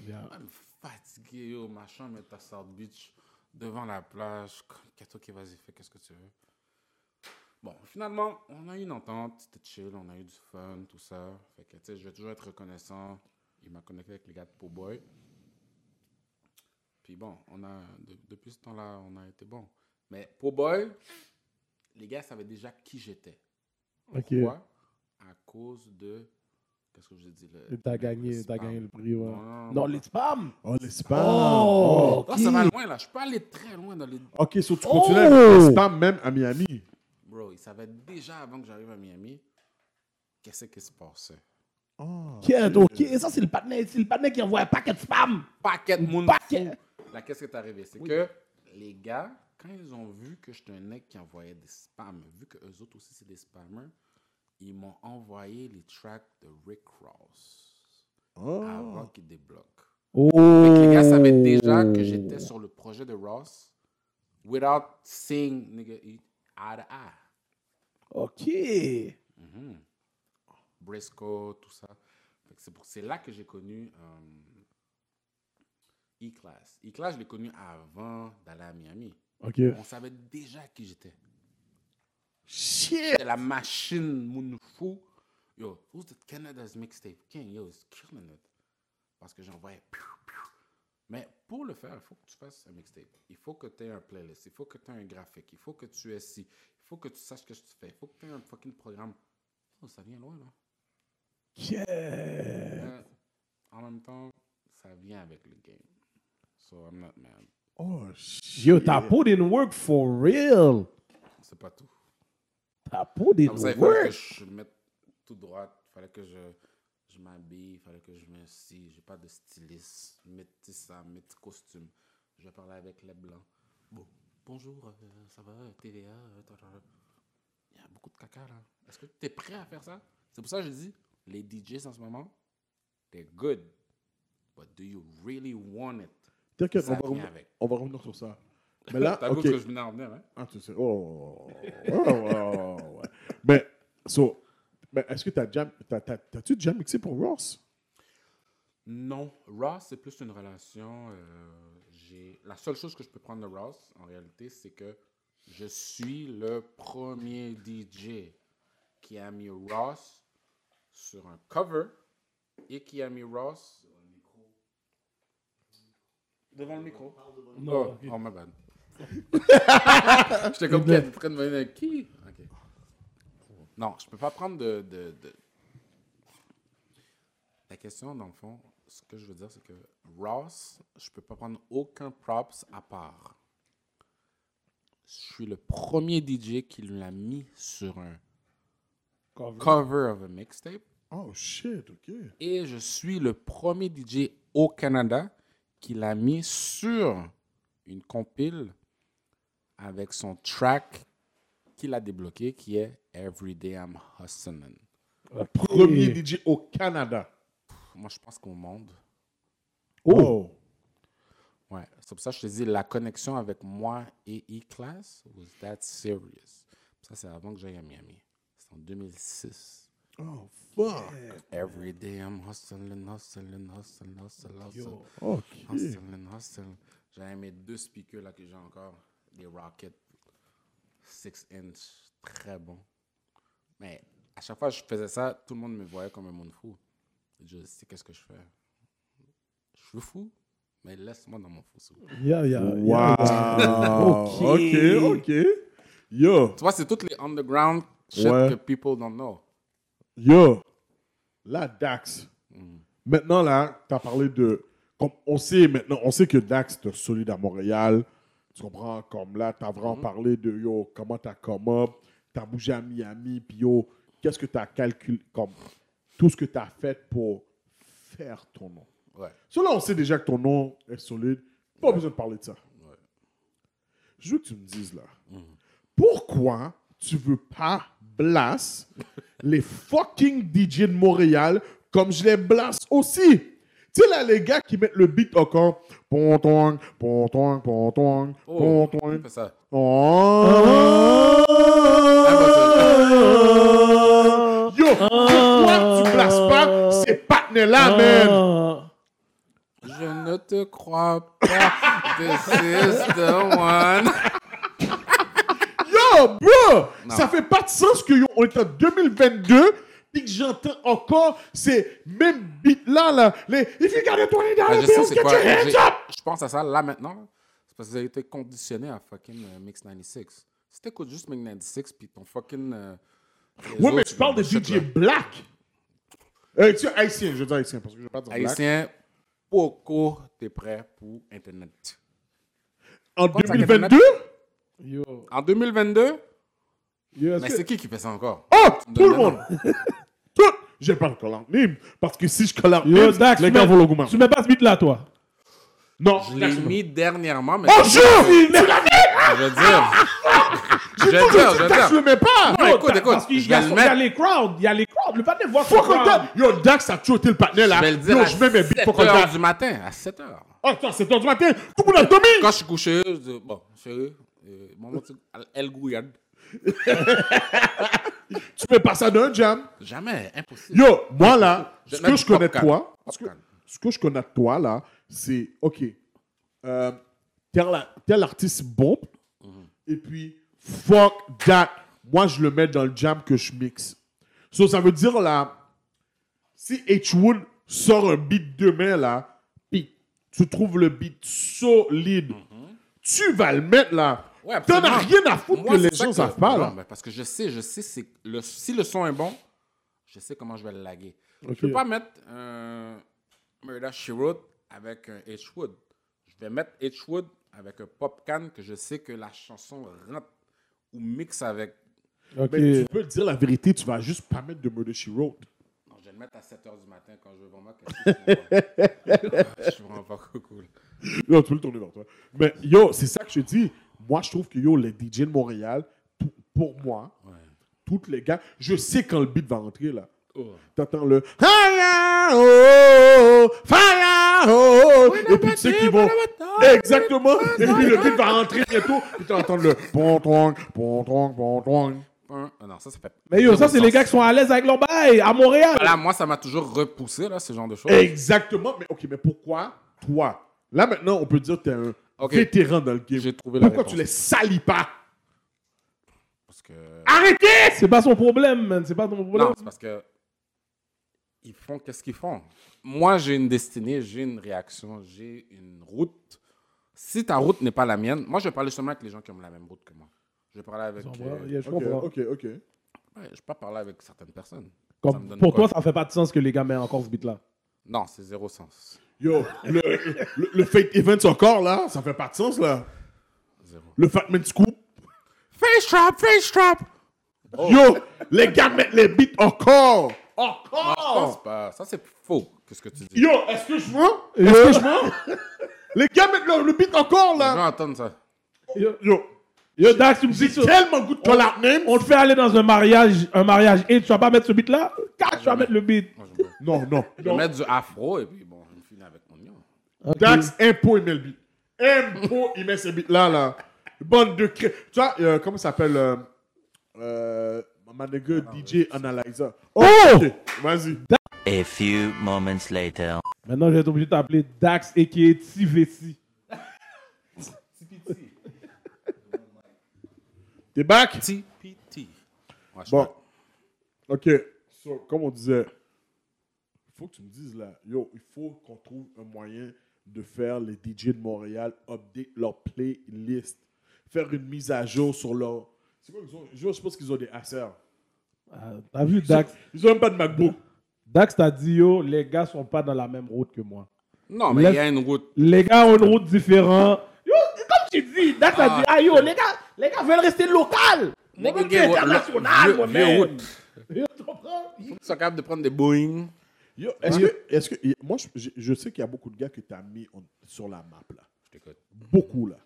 Speaker 2: Yeah.
Speaker 4: Ah, me fatigué, yo, machin, mais ta South Beach devant la plage. Comme Kato, qui vas-y, fais qu'est-ce que tu veux. Bon, finalement, on a eu une entente, c'était chill, on a eu du fun, tout ça. Fait que, tu sais, je vais toujours être reconnaissant. Il m'a connecté avec les gars de Po Boy. Puis bon, on a, de- depuis ce temps-là, on a été bon. Mais Po Boy, les gars savaient déjà qui j'étais.
Speaker 2: OK.
Speaker 4: Pourquoi? À cause de. Qu'est-ce que je dis là?
Speaker 2: T'as gagné, t'as gagné le prix, ouais.
Speaker 4: Non.
Speaker 2: Non, les spams.
Speaker 3: Oh, les spams!
Speaker 2: Oh,
Speaker 4: Là, Ah, ça va loin, là. Je peux aller très loin dans les.
Speaker 3: Ok, so tu continues avec
Speaker 2: Oh!
Speaker 3: les spams même à Miami.
Speaker 4: Bro, ils savaient déjà avant que j'arrive à Miami qu'est-ce qui se passait.
Speaker 3: Ah,
Speaker 2: OK, OK. Ça, c'est le patinet. C'est le patinet qui envoie un paquet de spam.
Speaker 4: Paquet de monde.
Speaker 2: Paquet.
Speaker 4: fou. Là, qu'est-ce qui est arrivé? C'est que les gars, quand ils ont vu que j'étais un mec qui envoyait des spams, vu que eux autres aussi, c'est des spammers, ils m'ont envoyé les tracks de Rick Ross
Speaker 3: ah.
Speaker 4: avant qu'ils débloquent.
Speaker 2: Oh.
Speaker 4: Les gars savaient déjà que j'étais sur le projet de Ross without seeing nigga eat eye to eye.
Speaker 2: Ok.
Speaker 4: Briscoe, tout ça. Fait que C'est pour- c'est là que j'ai connu euh, E-Class. E-Class, je l'ai connu avant d'aller à Miami.
Speaker 2: Ok.
Speaker 4: On savait déjà qui j'étais.
Speaker 3: Shit!
Speaker 4: C'était la machine moon fou. Yo, who's the Canada's mixtape king? Yo, it's killing it. Parce que j'envoyais. piou, piou. Mais pour le faire, il faut que tu fasses un mixtape. Il faut que tu aies un playlist. Il faut que tu aies un graphique. Il faut que tu aies ci. Il faut que tu saches ce que tu fais. Il faut que tu aies un fucking programme. Oh, ça vient loin, là. Mais en même temps, ça vient avec le game. So I'm not mad.
Speaker 3: Oh, shit!
Speaker 2: Yo, t'as put in work for real.
Speaker 4: C'est pas tout.
Speaker 2: T'as put in
Speaker 4: Comme ça, il fallait que
Speaker 2: work.
Speaker 4: je me mette tout droit. Il fallait que je, je m'habille. Il fallait que je me si. J'ai pas de styliste. Mettez ça, mettez costume. Je parlais avec les blancs. Bon, bonjour, euh, ça va, TVA. euh, ta, ta, ta. Il y a beaucoup de caca là. Est-ce que tu es prêt à faire ça? C'est pour ça que je dis les DJs en ce moment, they're good. But do you really want it?
Speaker 3: T'as que-
Speaker 4: Ça
Speaker 3: on, va
Speaker 4: vient
Speaker 3: revenir-
Speaker 4: avec.
Speaker 3: on va revenir sur ça. Mais là,
Speaker 4: T'as vu
Speaker 3: ok.
Speaker 4: ce que je venais en venir, hein?
Speaker 3: Ah, tu sais. Oh, oh, oh, oh, oh, ouais. Mais, so, mais est-ce que t'as déjà, t'as, t'as, t'as-tu déjà mixé pour Ross?
Speaker 4: Non, Ross, c'est plus une relation. euh, j'ai La seule chose que je peux prendre de Ross, en réalité, c'est que je suis le premier DJ qui a mis Ross sur un cover et qui a mis Ross devant le micro. Non, oh, oh, my bad. J'étais comme qui est en train de me dire, qui. Ok. Non, je peux pas prendre de- de- de, la question, dans le fond, ce que je veux dire, c'est que Ross, je peux pas prendre aucun props à part. Je suis le premier DJ qui l'a mis sur un cover of a mixtape.
Speaker 3: Oh, shit, ok.
Speaker 4: Et je suis le premier DJ au Canada qui l'a mis sur une compile avec son track qu'il a débloqué qui est Every Day I'm Hustlin'.
Speaker 3: Premier DJ au Canada.
Speaker 4: Moi, je pense qu'au monde,
Speaker 3: Oh!
Speaker 4: Ouais, c'est pour ça que je te dis, la connexion avec moi et E-Class was that serious. Ça, c'est avant que j'aille à Miami. C'est en 2006.
Speaker 3: Oh, fuck!
Speaker 4: Every day I'm hustling, hustling, hustling, hustling, hustling,
Speaker 3: Ok.
Speaker 4: hustling, hustling. J'avais mes deux speakers là que j'ai encore, des Rockets 6 inch, très bon. Mais à chaque fois que je faisais ça, tout le monde me voyait comme un monde fou. Je sais qu'est-ce que je fais. Je suis fou, mais laisse-moi dans mon fou. s'il vous plaît.
Speaker 2: Yeah, yeah.
Speaker 3: Wow! ok, ok. Yo,
Speaker 4: Tu vois, c'est toutes les underground shit
Speaker 3: Ouais.
Speaker 4: que people don't know.
Speaker 3: yo. Là, Dax. Maintenant, là, t'as parlé de. Comme on sait maintenant, on sait que Dax est solide à Montréal. Tu comprends? Comme là, t'as vraiment parlé de yo, comment t'as come up, t'as bougé à Miami, puis yo, qu'est-ce que t'as calculé, comme tout ce que t'as fait pour faire ton nom.
Speaker 4: Ouais.
Speaker 3: Cela, on sait déjà que ton nom est solide. Pas besoin de parler de ça. Je veux que tu me dises là, pourquoi tu veux pas blast les fucking DJ de Montréal comme je les blast aussi? Tu sais là, les gars qui mettent le beat au corps. Pontong, pontong, pontong,
Speaker 4: Oh,
Speaker 3: pontong.
Speaker 4: fais ça.
Speaker 2: Ah.
Speaker 3: Oh. Yo, pourquoi tu blasses pas ces
Speaker 2: Ah.
Speaker 3: partenaires-là, man?
Speaker 2: Oh.
Speaker 4: Je ne te crois pas. This is the one.
Speaker 3: Yo, bro!
Speaker 4: Non.
Speaker 3: Ça fait pas de sens que yo, on est en 2022 et que j'entends encore ces mêmes beats-là, là. Les If you got a 20
Speaker 4: Ah,
Speaker 3: dollar
Speaker 4: je sais
Speaker 3: bills,
Speaker 4: c'est
Speaker 3: get
Speaker 4: quoi.
Speaker 3: your hands
Speaker 4: J'ai-
Speaker 3: up!
Speaker 4: Je pense à ça là maintenant. C'est parce que vous avez été conditionné à fucking euh, Mix 96. Si t'écoutes juste Mix 96 puis ton fucking. euh, les
Speaker 3: Ouais, mais
Speaker 4: autres,
Speaker 3: je parle de
Speaker 4: shit,
Speaker 3: DJ
Speaker 4: là.
Speaker 3: Black. Euh, tu es haïtien, je veux dire haïtien parce que je veux pas dire black.
Speaker 4: Haïtien, Poco, t'es prêt pour Internet.
Speaker 3: En
Speaker 4: pense à
Speaker 3: 2022?
Speaker 2: Yo.
Speaker 4: En 2022,
Speaker 2: Yo,
Speaker 4: mais
Speaker 2: est-ce
Speaker 4: c'est qui qui fait ça encore?
Speaker 3: Oh,
Speaker 4: me
Speaker 3: tout le
Speaker 4: donnes le
Speaker 3: monde! Tout! J'ai pas encore l'anonyme parce que si je colle
Speaker 2: que- Yo,
Speaker 3: l'anonyme,
Speaker 2: Dax,
Speaker 3: les
Speaker 2: tu
Speaker 3: gars
Speaker 2: mets-
Speaker 3: vont l'augmenter.
Speaker 2: tu mets pas ce beat là, toi.
Speaker 3: Non,
Speaker 4: Je l'ai
Speaker 3: taxe-moi.
Speaker 4: mis dernièrement, mais
Speaker 3: Bonjour! Tu l'as mis?
Speaker 4: je veux dire. Je veux
Speaker 3: Tout
Speaker 4: dire,
Speaker 3: le
Speaker 4: je veux
Speaker 3: Dax
Speaker 4: dire.
Speaker 3: le met pas!
Speaker 4: Non, écoute,
Speaker 2: Dax,
Speaker 4: écoute,
Speaker 2: parce qu'il
Speaker 4: je
Speaker 2: y, a
Speaker 4: vais
Speaker 2: son-
Speaker 4: le
Speaker 2: il y a
Speaker 4: mettre.
Speaker 2: les crowds, il y a les crowds. Le partner voit son
Speaker 3: Fuck on
Speaker 2: crowd.
Speaker 3: Dax! Yo, Dax a tué le partenaire là!
Speaker 4: Je vais le dire
Speaker 3: Yo,
Speaker 4: à
Speaker 3: je mets mes beats fuck on
Speaker 4: 7 heures
Speaker 3: Dax!
Speaker 4: du matin, à 7 heures.
Speaker 3: Oh, attends, c'est 7 du matin! Tout le monde a dormi!
Speaker 4: Quand je suis couché, je dis, bon, chérie, euh, maman, tu- elle- elle gouillade.
Speaker 3: Tu mets pas ça dans un jam!
Speaker 4: Jamais, impossible.
Speaker 3: Yo, moi là,
Speaker 4: Je
Speaker 3: ce
Speaker 4: vais
Speaker 3: que
Speaker 4: mettre
Speaker 3: je connais de
Speaker 4: popcorn.
Speaker 3: toi, ce que,
Speaker 4: Popcorn.
Speaker 3: ce que je connais de toi là, c'est OK. Euh, tel, tel artiste bombe,
Speaker 4: Mhm.
Speaker 3: et puis fuck that. Moi, je le mets dans le jam que je mixe. So, ça veut dire là, si H-Wood sort un beat demain là, puis tu trouves le beat solide, tu vas le mettre là.
Speaker 4: Ouais,
Speaker 3: T'en as
Speaker 4: Mhm. absolument.
Speaker 3: rien à foutre
Speaker 4: Moi,
Speaker 3: que les
Speaker 4: c'est ça
Speaker 3: gens savent pas
Speaker 4: non,
Speaker 3: là.
Speaker 4: mais parce que je sais, je sais, c'est le, si le son est bon, je sais comment je vais le laguer.
Speaker 3: Ok.
Speaker 4: Je peux pas mettre un Murder She Wrote avec un H-Wood. Je vais mettre H-Wood avec un pop can que je sais que la chanson rentre ou mixe avec.
Speaker 2: Ok.
Speaker 3: Mais tu peux dire la vérité, tu vas juste pas mettre de Murder She Wrote.
Speaker 4: Non, je vais le mettre à 7h du matin quand je veux vraiment que Ah, Je suis vraiment pas cool.
Speaker 3: Yo, tu peux le tourner vers toi. Mais yo, c'est ça que je dis. Moi, je trouve que yo, les DJ de Montréal, tout- pour moi, toutes les gars, je sais quand le beat va rentrer là.
Speaker 4: Oh.
Speaker 3: T'entends le Fire, oh, fire, oh, et puis tu sais qu'ils vont exactement, et puis le beat va rentrer bientôt, puis t'entends le bon tong, bon tong, bon tong.
Speaker 4: Un- ah non, ça, ça fait.
Speaker 2: Eh. Mais yo, ça,
Speaker 4: zéro
Speaker 2: c'est les
Speaker 4: sens.
Speaker 2: gars qui sont à l'aise avec leur bail à Montréal.
Speaker 4: Là, moi, ça m'a toujours repoussé, là, ce genre de
Speaker 2: Eh,
Speaker 4: choses.
Speaker 3: Exactement, mais ok, mais pourquoi toi Là maintenant, on peut dire que t'es un
Speaker 4: Ok.
Speaker 3: vétéran dans le game.
Speaker 4: J'ai trouvé la
Speaker 3: Pourquoi
Speaker 4: réponse.
Speaker 3: tu les salis pas
Speaker 4: Parce que.
Speaker 2: Ah,
Speaker 3: Arrêtez
Speaker 2: C'est pas son problème, man. C'est pas ton problème.
Speaker 4: Non, c'est parce que ils font qu'est-ce qu'ils font. Moi, j'ai une destinée, j'ai une réaction, j'ai une route. Si ta route n'est pas la mienne, moi, je vais parler seulement avec les gens qui ont la même route que moi. Je vais parler avec.
Speaker 2: Je comprends.
Speaker 4: euh,
Speaker 2: Yeah, je
Speaker 3: Ok,
Speaker 2: comprends.
Speaker 3: ok, ok.
Speaker 4: ouais, je peux pas parler avec certaines personnes.
Speaker 2: Comme
Speaker 4: Ça me donne
Speaker 2: pour
Speaker 4: quoi?
Speaker 2: toi, ça fait pas de sens que les gars mettent encore ce beat-là.
Speaker 4: Non, c'est zéro sens.
Speaker 3: Yo, le, le, le Fate Events encore là, ça fait pas de sens là.
Speaker 4: Zéro.
Speaker 3: Le Fat Man Scoop.
Speaker 4: Face trap, face trap.
Speaker 3: Yo, les gars mettent les beats encore.
Speaker 2: Oh.
Speaker 4: Je
Speaker 3: Encore.
Speaker 4: pense pas. Ça, c'est faux. Qu'est-ce que tu dis
Speaker 3: Yo, est-ce que je mens? Est-ce que je mens? les gars mettent le, le beat encore
Speaker 4: Je vais
Speaker 3: là.
Speaker 4: entendre ça.
Speaker 3: Yo,
Speaker 2: Yo, Dax, tu me dis ça.
Speaker 3: tellement goût de call out name.
Speaker 2: On te fait aller dans un mariage, un mariage et tu vas pas mettre ce beat-là? Dax, tu vas mettre le beat.
Speaker 4: Moi, je vais-
Speaker 3: Non, non.
Speaker 4: je vais mettre du afro et puis bon, je me finis avec mon lion.
Speaker 3: Dax, Impo, il met le beat. Impo, il met ce beat là là. Bande de cré... Tu vois, euh, comment ça s'appelle? Euh, euh, ma nigga DJ Analyzer. Oh! ok. Vas-y.
Speaker 5: A few moments later.
Speaker 2: Maintenant, je vais être obligé de t'appeler Dax et qui est Tivesi.
Speaker 3: T'es back?
Speaker 4: TPT. Ouais, je
Speaker 3: Bon.
Speaker 4: suis-
Speaker 3: OK. So, comme on disait, il faut que tu me dises là, yo, il faut qu'on trouve un moyen de faire les DJ de Montréal update leur playlist, faire une mise à jour sur leur. C'est quoi qu'ils ont Je suppose qu'ils ont des Acer.
Speaker 2: Ah, T'as vu, Dax?
Speaker 3: Ils ont même pas de MacBook.
Speaker 2: Dax t'a dit, yo, les gars sont pas dans la même route que moi.
Speaker 4: Non, mais il y a une route.
Speaker 2: Les gars ont une route différente. Yo, comme tu dis, Dax a dit, ah yo, les gars, les gars veulent rester local. Les gars, c'est
Speaker 4: Vieux-
Speaker 2: international,
Speaker 4: vieux-
Speaker 2: mon
Speaker 4: vieux
Speaker 2: man.
Speaker 4: route.
Speaker 2: Yo, tu comprends?
Speaker 4: Ils sont capables de prendre des Boeing.
Speaker 3: Yo, est-ce que, est-ce que, moi, je- je, je sais qu'il y a beaucoup de gars que tu as mis en- sur la map là.
Speaker 4: Je t'écoute.
Speaker 3: Beaucoup là.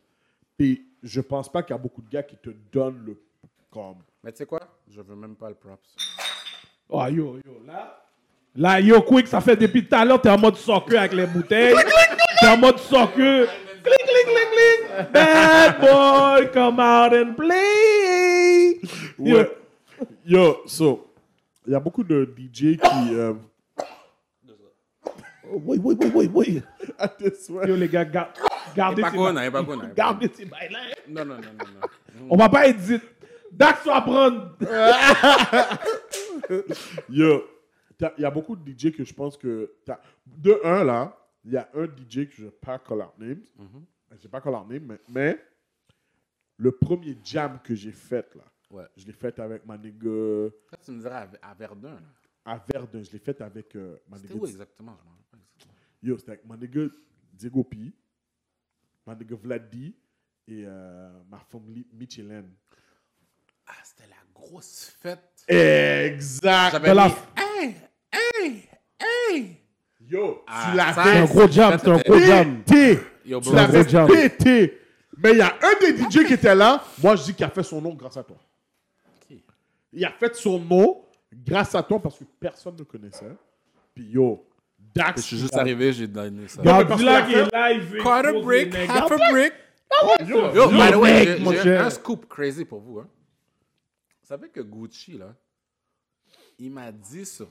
Speaker 3: Et je pense pas qu'il y a beaucoup de gars qui te donnent le comme.
Speaker 4: Mais tu sais quoi? Je veux même pas le props.
Speaker 2: Oh, yo, yo, là. Là, yo, quick, ça fait depuis tout à l'heure, t'es en mode soccer avec les bouteilles. t'es en mode soccer. Clic, clic, clic, clic. Bad boy, come out and play. Yo,
Speaker 3: Ouais. Yo, so, il y a beaucoup de DJ qui. euh,
Speaker 2: Oui, oui, oui, oui, oui.
Speaker 3: à tes souhaits.
Speaker 2: Yo, les gars, gar- gardez
Speaker 4: Pas
Speaker 2: ces
Speaker 4: qu'on
Speaker 2: ba-
Speaker 4: pas qu'on
Speaker 2: Gardez ces bails-là. hein.
Speaker 4: Non, non, non, non. non.
Speaker 2: On va pas être dit. Dax va prendre.
Speaker 3: Yo, il y a beaucoup de DJ que je pense que. t'as- De un, là, il y a un DJ que je ne pas call out names.
Speaker 4: Mm-hmm.
Speaker 3: Je sais pas call out name, mais, mais le premier jam que j'ai fait, là,
Speaker 4: Ouais.
Speaker 3: je l'ai fait avec ma nigga
Speaker 4: Ça, tu me dirais à, à Verdun. là.
Speaker 3: à Verdun. Je l'ai fait avec euh, ma
Speaker 4: C'était
Speaker 3: nigga-
Speaker 4: où exactement? Je m'en rappelle pas exactement.
Speaker 3: Yo, c'était avec ma nigga Diego P, ma nigga Vladi et euh, ma famille Michelin.
Speaker 4: Ah, c'était la grosse fête.
Speaker 3: Exact.
Speaker 4: J'avais
Speaker 2: la-
Speaker 4: mis... Hey! Hey! Hey!
Speaker 3: Yo,
Speaker 4: Ah,
Speaker 3: tu l'as
Speaker 4: ça,
Speaker 2: C'est un
Speaker 4: Ah,
Speaker 3: fait.
Speaker 2: gros jam, c'est un gros jam.
Speaker 3: pété.
Speaker 4: Yo,
Speaker 3: tu
Speaker 4: bro,
Speaker 3: l'as
Speaker 2: un
Speaker 3: fait
Speaker 2: gros job.
Speaker 3: péter. Mais il y a un des DJ qui était là, moi je dis qu'il a fait son nom grâce à toi.
Speaker 4: Qui?
Speaker 3: Il a fait son nom grâce à toi parce que personne ne connaissait. Puis yo, Dax.
Speaker 4: je suis juste arrivé, j'ai donné ça.
Speaker 3: Yo,
Speaker 2: Godzilla qui est là, il veut.
Speaker 4: Quarter brick, half a brick.
Speaker 3: Yo,
Speaker 4: Yo, by the way,
Speaker 2: mec,
Speaker 4: j'ai-
Speaker 2: mon
Speaker 4: j'ai
Speaker 2: cher.
Speaker 4: un scoop crazy pour vous. Hein. Vous savez que Gucci, là, il m'a dit sur...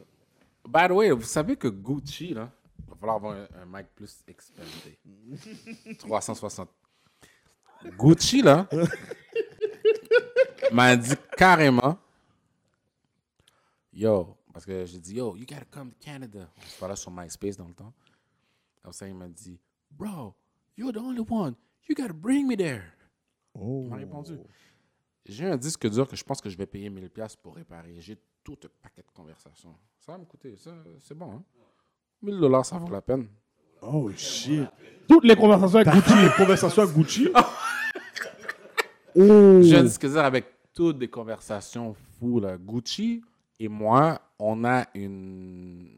Speaker 4: By the way, vous savez que Gucci, là, il va falloir avoir un, un mic plus expérimenté. 360. Gucci, là, m'a dit carrément, yo, parce que j'ai dit, yo, you gotta come to Canada. On se parlait sur MySpace dans le temps. Comme ça, il m'a dit, bro, you're the only one. You gotta bring me there.
Speaker 3: Oh.
Speaker 4: Il m'a répondu. J'ai un disque dur que je pense que je vais payer 1000$ pour réparer. J'ai tout un paquet de conversations. Ça va me coûter. ça, C'est bon, hein? 1000$, ça vaut la peine.
Speaker 3: Oh shit.
Speaker 2: Toutes les conversations avec Gucci.
Speaker 3: Les conversations à Gucci.
Speaker 4: Ah. J'ai un disque dur avec toutes des conversations fous, là. Gucci et moi, on a une...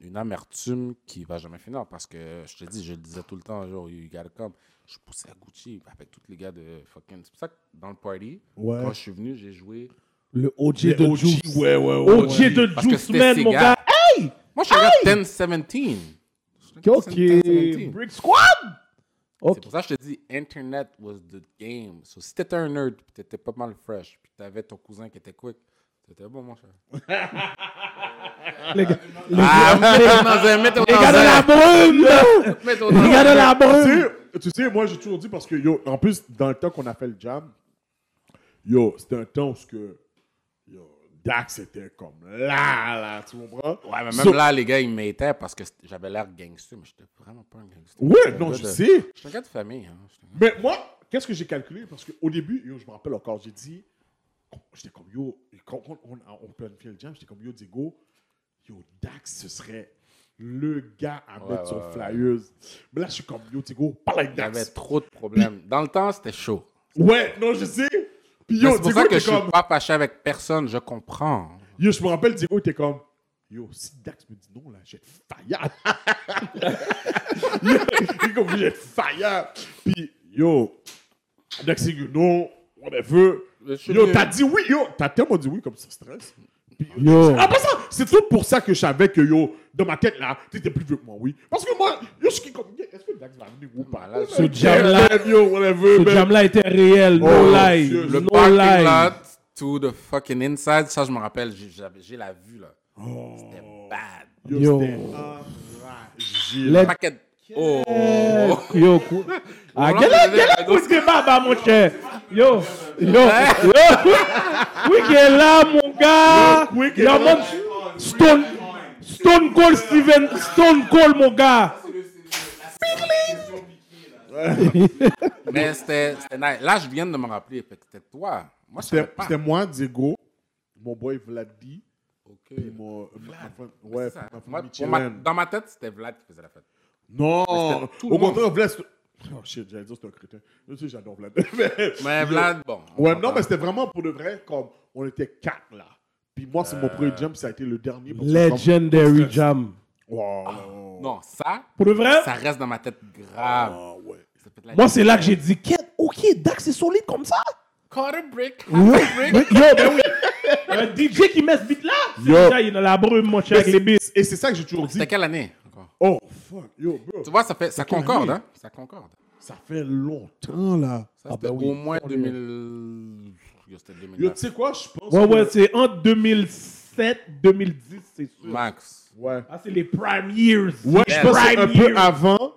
Speaker 4: une amertume qui va jamais finir parce que je te dis, je le disais tout le temps, genre, you gotta come. Je poussais à Gucci avec tous les gars de fucking. C'est pour ça que dans le party,
Speaker 3: Ouais.
Speaker 4: quand je suis venu, j'ai joué.
Speaker 2: Le OG
Speaker 3: Les
Speaker 2: de
Speaker 3: OG,
Speaker 2: Juice.
Speaker 3: ouais, ouais, ouais.
Speaker 2: OG
Speaker 3: ouais.
Speaker 2: de
Speaker 4: Parce que
Speaker 2: Juice,
Speaker 4: c'était
Speaker 2: man,
Speaker 4: ses
Speaker 2: mon
Speaker 4: gars.
Speaker 2: gars. Hey!
Speaker 4: Moi, je suis un gars 10-17.
Speaker 2: Ok. Brick Squad!
Speaker 4: C'est pour ça que je te dis, Internet was the game. So, si t'étais un nerd, puis t'étais pas mal fresh, puis t'avais ton cousin qui était quick, t'étais bon, mon cher.
Speaker 2: Les gars
Speaker 4: Ah, mets-toi dans un, mets-toi
Speaker 2: les
Speaker 4: dans
Speaker 2: gars de la
Speaker 4: un,
Speaker 2: brume! là.
Speaker 4: mets-toi dans
Speaker 2: Les gars de la
Speaker 3: Tu
Speaker 2: brume!
Speaker 3: sais, tu sais, moi j'ai toujours dit parce que yo, en plus, dans le temps qu'on a fait le jam, yo, c'était un temps où ce que yo, Dax était comme là, là, tu comprends?
Speaker 4: Ouais, mais
Speaker 3: So-
Speaker 4: Ah, même là, les gars, ils m'étaient parce que c'était- j'avais l'air gangster, mais j'étais vraiment pas un gangster.
Speaker 3: Ouais, non, je sais.
Speaker 4: J'étais un gars de famille. Hein. J'étais un gars-
Speaker 3: Mais moi, qu'est-ce que j'ai calculé? Parce qu'au début, yo, je me rappelle encore, j'ai dit, j'étais comme yo, quand on, on, on planifiait le jam, j'étais comme yo, Diego, yo, Dax, ce serait le gars à mettre
Speaker 4: ouais,
Speaker 3: sur
Speaker 4: ouais.
Speaker 3: flyers. Mais là, je suis comme yo, Diego, parle avec
Speaker 4: Il y avait
Speaker 3: Dax.
Speaker 4: trop de problèmes. Dans le temps, c'était chaud.
Speaker 3: Ouais, non, je sais. Puis
Speaker 4: Mais
Speaker 3: yo,
Speaker 4: C'est pour
Speaker 3: Diego
Speaker 4: ça que
Speaker 3: était
Speaker 4: je suis
Speaker 3: comme.
Speaker 4: pas fâché avec personne, je comprends.
Speaker 3: Yo, je me rappelle, Diego était comme Yo, si Dax me dit non, là, j'ai faillard. Il est comme j'ai faillard. Puis, yo, Dax dit non, whatever.
Speaker 4: Je suis
Speaker 3: Yo,
Speaker 4: mieux.
Speaker 3: t'as dit oui, yo, t'as tellement dit oui comme ça stress. Puis,
Speaker 2: Yo.
Speaker 3: Ah, pas ça, c'est tout pour ça que je savais que yo, dans ma tête là, t'étais plus vieux que moi, oui. Parce que moi, yo, je suis comme, yeah, est-ce que Dax va venir ou pas?
Speaker 4: Malade.
Speaker 2: Ce jam-là-
Speaker 3: Yeah, yo, whatever,
Speaker 2: Ce
Speaker 3: man.
Speaker 2: jam-là était réel, no
Speaker 3: Oh,
Speaker 2: lie.
Speaker 3: Dieu,
Speaker 4: Le
Speaker 2: no
Speaker 4: parking
Speaker 2: lie.
Speaker 4: lot to the fucking inside, ça je me rappelle, j'ai- j'avais- j'ai la vue là. C'était bad.
Speaker 3: Yo,
Speaker 2: Yo.
Speaker 3: c'était enragé.
Speaker 2: Let-
Speaker 4: Paquet de- Oh!
Speaker 2: Yo, cou- Ah, quel est, quel est pousse débat, bah, mon cher? Yo, yo, yo. Quick est là, mon gars.
Speaker 3: Yo, Quick est
Speaker 2: Yo,
Speaker 3: là.
Speaker 2: mon- Stone, Stone Cold Steven, Stone Cold, mon gars.
Speaker 4: Mais c'était c'était nice. Là, je viens de me rappeler, fait que c'était toi. Moi, je savais
Speaker 3: C'était
Speaker 4: pas.
Speaker 3: c'était moi, Diego, mon boy Vladdy.
Speaker 4: Ok.
Speaker 3: Puis mon. euh, ma- ma- ouais,
Speaker 4: Mm. C'est ça.
Speaker 3: ma
Speaker 4: Moi,
Speaker 3: famille
Speaker 4: pour ma-
Speaker 3: Michelin.
Speaker 4: Dans ma tête, c'était Vlad qui faisait la fête.
Speaker 3: Non,
Speaker 4: c'était tout le
Speaker 3: au
Speaker 4: monde.
Speaker 3: contraire, Vlad. c'est- Oh shit, j'allais dire que c'était un crétin. Je sais, j'adore Vlad.
Speaker 4: Mais Vlad, bon. on
Speaker 3: Ouais,
Speaker 4: s'entend.
Speaker 3: non, mais c'était vraiment pour de vrai, comme on était quatre là. Puis moi,
Speaker 4: Euh.
Speaker 3: c'est mon premier jump, ça a été le dernier. parce que comme-
Speaker 2: Legendary Jam.
Speaker 3: Wow.
Speaker 4: Ah. Non, ça,
Speaker 2: Pour le
Speaker 3: Euh!
Speaker 2: vrai?
Speaker 4: ça reste dans ma tête grave.
Speaker 3: Ah ouais.
Speaker 4: Ça fait de la-
Speaker 2: Moi, c'est là que j'ai dit, Qu'est- ok, Dax, c'est solide comme ça.
Speaker 4: Quarter brick.
Speaker 2: Oui, oui, yo, ben oui. Un DJ qui met ce beat-là, c'est
Speaker 3: Yo.
Speaker 2: déjà, il est dans la brume, mon cher, avec les beats.
Speaker 3: Et c'est ça que j'ai toujours dit.
Speaker 4: C'était quelle année encore?
Speaker 3: Oh fuck, yo, bro.
Speaker 4: Tu vois, ça, fait, ça
Speaker 3: quelle
Speaker 4: concorde,
Speaker 3: année?
Speaker 4: hein? Ça concorde.
Speaker 3: Ça fait longtemps là.
Speaker 4: Ça,
Speaker 3: Ah
Speaker 4: c'était
Speaker 3: ben oui.
Speaker 4: au moins 2000. Yo, C'était
Speaker 3: Yo, tu
Speaker 4: 2009.
Speaker 3: sais quoi, je pense.
Speaker 2: Ouais,
Speaker 3: que-
Speaker 2: ouais, c'est entre 2007-2010, c'est sûr.
Speaker 4: Max.
Speaker 3: Ouais.
Speaker 2: Ah, c'est les prime years.
Speaker 3: Ouais, je
Speaker 4: Yes.
Speaker 3: pense que c'est un
Speaker 2: Prime
Speaker 3: peu
Speaker 2: years.
Speaker 3: avant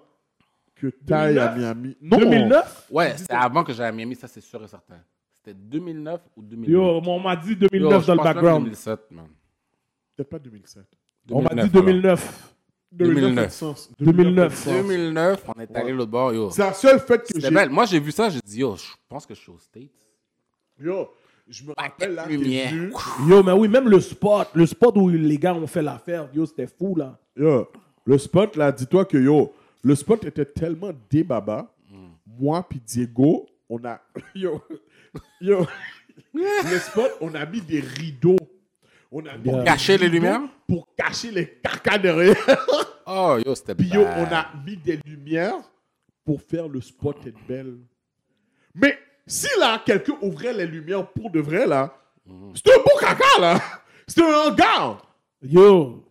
Speaker 3: que t'ailles à
Speaker 2: 2009?
Speaker 3: Miami. Non.
Speaker 2: 2009?
Speaker 4: Ouais, c'est avant que j'aille à Miami, ça c'est sûr et certain. C'était 2009 ou 2008.
Speaker 2: Yo, on m'a dit 2009
Speaker 4: Yo, je
Speaker 2: dans le
Speaker 4: pense même
Speaker 2: background.
Speaker 4: 2007, man.
Speaker 3: Peut-être pas 2007.
Speaker 2: On m'a dit
Speaker 4: 2009, alors.
Speaker 2: 2009.
Speaker 4: 2009.
Speaker 3: 2009.
Speaker 2: 2009.
Speaker 4: 2009, on est allé l'autre bord, yo.
Speaker 3: C'est la seule fête que j'ai.
Speaker 4: C'était belle. Moi, j'ai vu ça, j'ai dit, yo, je pense que je suis aux States.
Speaker 3: Yo, je me rappelle là. t'es
Speaker 4: Lumière.
Speaker 3: venu.
Speaker 2: Yo, mais oui, même le spot, le spot où les gars ont fait l'affaire, yo, c'était fou, là.
Speaker 3: Yo, le spot là, dis-toi que yo, le spot était tellement débaba.
Speaker 4: Hmm.
Speaker 3: Moi puis Diego, on a. Yo, yo, le spot, on a mis des rideaux. On a
Speaker 2: Bien.
Speaker 4: Cacher les lumières?
Speaker 3: Pour cacher les carcas derrière.
Speaker 4: Oh, yo, c'était
Speaker 3: Puis yo,
Speaker 4: bad.
Speaker 3: on a mis des lumières pour faire le spot and belle. Mais si là, quelqu'un ouvrait les lumières pour de vrai, là, c'était un beau caca, là. C'était un hangar.
Speaker 2: Yo,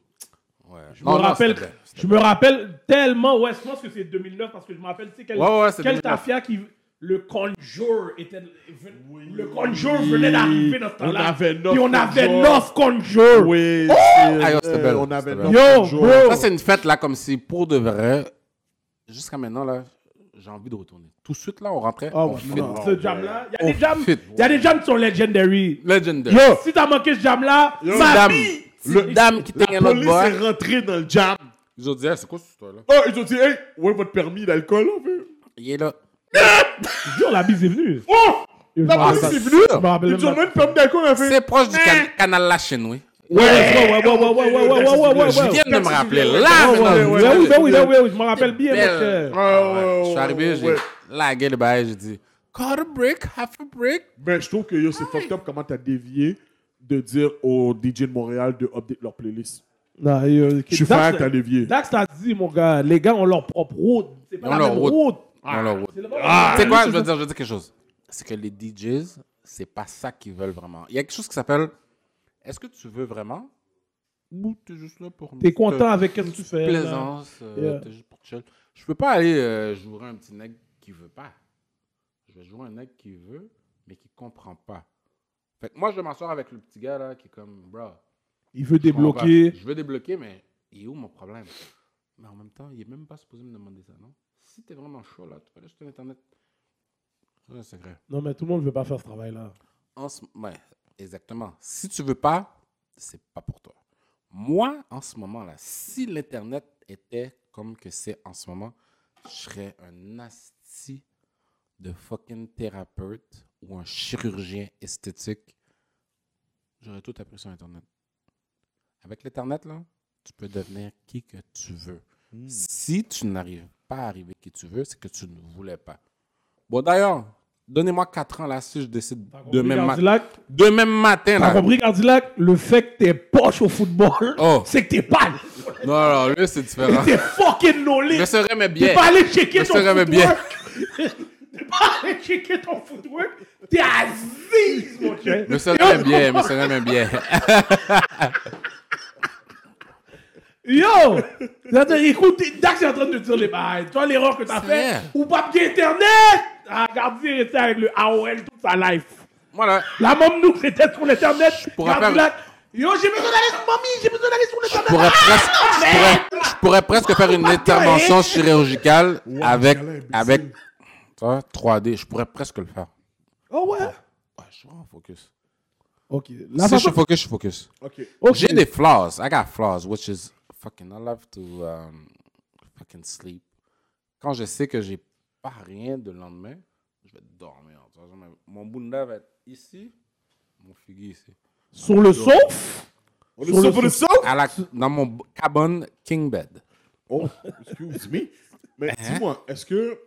Speaker 4: Ouais.
Speaker 2: je
Speaker 4: Non,
Speaker 2: me
Speaker 4: non,
Speaker 2: rappelle,
Speaker 4: c'était belle, c'était
Speaker 2: je me rappelle tellement, ouais, je pense que c'est 2009 parce que je me rappelle, tu sais, quel,
Speaker 4: Ouais, ouais, c'est
Speaker 2: quel
Speaker 4: 2009.
Speaker 2: tafia qui. Le Conjure était. le Conjure venait d'arriver dans ce
Speaker 3: On
Speaker 2: temps-là.
Speaker 3: avait neuf
Speaker 2: Puis on avait
Speaker 3: Conjure.
Speaker 2: 9 Conjure.
Speaker 3: Oui,
Speaker 4: Ah, yo, c'était belle,
Speaker 3: on avait
Speaker 4: c'était
Speaker 3: neuf
Speaker 2: belle. Yo,
Speaker 3: jours.
Speaker 2: bro.
Speaker 4: Ça, c'est une fête, là, comme si, pour de vrai, jusqu'à maintenant, là, j'ai envie de retourner. Tout de suite, là, on rentrait.
Speaker 2: Oh,
Speaker 4: on fit.
Speaker 2: non, ce jam-là. Il y a
Speaker 4: On
Speaker 2: des jams-
Speaker 4: fit.
Speaker 2: il y a des jams qui sont legendary.
Speaker 4: Legendary.
Speaker 2: Yo, si t'as manqué ce jam-là,
Speaker 3: Yo,
Speaker 2: ma
Speaker 4: dame.
Speaker 2: vie!
Speaker 4: Le dame qui
Speaker 3: La
Speaker 4: teignait l'autre
Speaker 3: police
Speaker 4: bois.
Speaker 3: est rentrée dans le jam.
Speaker 4: Ils ont dit, Ah, c'est quoi cette histoire-là?
Speaker 3: Oh, ils ont dit, hey, où est votre permis d'alcool, là? fait?
Speaker 4: Il est là.
Speaker 2: Yo, la bise est venue.
Speaker 3: Oh!
Speaker 2: Yo, je me
Speaker 3: La police
Speaker 2: rappelle-
Speaker 3: est venue.
Speaker 2: je me rappelle
Speaker 3: Ils ont
Speaker 2: même
Speaker 3: même permis d'alcool, là. fait.
Speaker 4: C'est proche du can- canal La Chine, oui.
Speaker 2: Ouais, ouais, ouais, ouais, ouais, ouais, ouais, ouais, ouais, ouais,
Speaker 4: Je
Speaker 2: ouais.
Speaker 4: viens de me
Speaker 3: Taxi
Speaker 4: rappeler.
Speaker 3: Driver.
Speaker 4: Là,
Speaker 3: Ouais,
Speaker 4: maintenant,
Speaker 3: ouais,
Speaker 4: je
Speaker 2: Ben
Speaker 4: viens
Speaker 2: oui,
Speaker 4: de-
Speaker 2: ben oui, ben oui, je me rappelle bien,
Speaker 4: Belle.
Speaker 2: mon cher.
Speaker 4: Ah ouais,
Speaker 3: ouais,
Speaker 4: Je suis
Speaker 3: ouais,
Speaker 4: arrivé, j'ai
Speaker 3: ouais.
Speaker 4: lagué le bail, j'ai dit, Cut a break, half a break.
Speaker 3: Mais je trouve que yo, c'est fucked up comment t'as dévié de dire aux DJ de Montréal de update leur playlist.
Speaker 2: Non, yo,
Speaker 3: Je suis
Speaker 2: Dax-
Speaker 3: fan que t'as dévié.
Speaker 2: Dax t'a dit, mon gars, les gars ont leur propre route. C'est pas
Speaker 4: Ils ont
Speaker 2: la
Speaker 4: leur
Speaker 2: même
Speaker 4: route.
Speaker 2: route.
Speaker 3: Ah.
Speaker 4: On leur route.
Speaker 2: C'est le même-
Speaker 4: Tu sais quoi, je veux dire, je veux dire quelque chose. C'est que les DJs, c'est pas ça qu'ils veulent vraiment. Il y a quelque chose qui s'appelle Est-ce que tu veux vraiment Ou t'es juste là pour. une
Speaker 2: T'es
Speaker 4: petite
Speaker 2: content
Speaker 3: hein?
Speaker 2: avec ce que tu fais. là.
Speaker 4: Plaisance, euh,
Speaker 2: Yeah.
Speaker 4: t'es juste pour chill. Je peux pas aller euh, jouer un petit nègre qui veut pas. Je vais jouer un nègre qui veut, mais qui comprend pas. Fait que moi, je vais m'asseoir avec le petit gars là qui est comme, bro,
Speaker 2: Il veut
Speaker 4: je comprends
Speaker 2: débloquer.
Speaker 4: pas. Je veux débloquer, mais il est où mon problème? Mais en même temps, il est même pas supposé me demander ça, non? Si t'es vraiment chaud, là, tu peux aller sur Internet. C'est un secret.
Speaker 2: Non, mais tout le monde veut pas faire ce travail-là.
Speaker 4: En ce- ouais, exactement. Si tu veux pas, c'est pas pour toi. Moi, en ce moment-là, si l'Internet était comme que c'est en ce moment, je serais un asti de fucking thérapeute ou un chirurgien esthétique. J'aurais tout appris sur Internet. Avec l'Internet, là, tu peux devenir qui que tu veux. Si tu n'arrives pas à arriver qui tu veux, c'est que tu ne voulais pas. Bon, d'ailleurs, donnez-moi 4 ans là si je décide de
Speaker 2: Compris,
Speaker 4: même, ma-
Speaker 2: Gardilac?
Speaker 4: de même matin.
Speaker 2: T'as
Speaker 4: Là.
Speaker 2: compris, Gardilac? Le fait que t'es poche au football,
Speaker 4: Oh.
Speaker 2: c'est que t'es pas.
Speaker 4: Non, non, lui, c'est différent.
Speaker 2: T'es fucking knowledge.
Speaker 4: Je serais mais
Speaker 2: T'es
Speaker 4: bien.
Speaker 2: pas allé checker
Speaker 4: Je
Speaker 2: ton
Speaker 4: serais même
Speaker 2: footwork.
Speaker 4: bien.
Speaker 2: T'es pas allé checker ton footwork. T'es aziz, mon cher.
Speaker 4: Je serais même bien, je serais même bien.
Speaker 2: Yo! Attends, Écoute, Dax est en train de dire les bails. Toi, l'erreur que t'as
Speaker 4: C'est
Speaker 2: fait,
Speaker 4: vrai.
Speaker 2: ou papier Internet! Ah, Gardi est resté avec le AOL toute sa life.
Speaker 4: Moi, là,
Speaker 2: La même nous, c'était sur l'Internet.
Speaker 4: pourrais
Speaker 2: Gardi,
Speaker 4: faire-
Speaker 2: là, Yo, j'ai besoin d'aller sur mamie, j'ai besoin d'aller sur l'Internet.
Speaker 4: je pourrais presque,
Speaker 2: Ah,
Speaker 4: je pourrais, je pourrais presque faire une
Speaker 2: hein?
Speaker 4: intervention chirurgicale avec, avec ça, 3D. Je pourrais presque le faire.
Speaker 2: Oh ouais?
Speaker 4: Ouais, je suis vraiment focus.
Speaker 2: Ok. La
Speaker 4: si je
Speaker 2: façon...
Speaker 4: suis focus, je suis focus.
Speaker 3: Ok.
Speaker 2: Ok.
Speaker 4: J'ai des flaws. I got flaws, which is fucking I love to um, fucking sleep. Quand je sais que j'ai pas rien de lendemain, je vais dormir. Tu vois, genre, Mon bunda va être ici, mon figuier ici.
Speaker 2: Sur le sauf?
Speaker 3: On
Speaker 2: Sur
Speaker 3: est
Speaker 2: le
Speaker 3: sur le
Speaker 2: sou-
Speaker 3: son.
Speaker 4: À la- dans mon b- cabane king bed.
Speaker 3: Oh, excuse me. Mais dis-moi, est-ce que.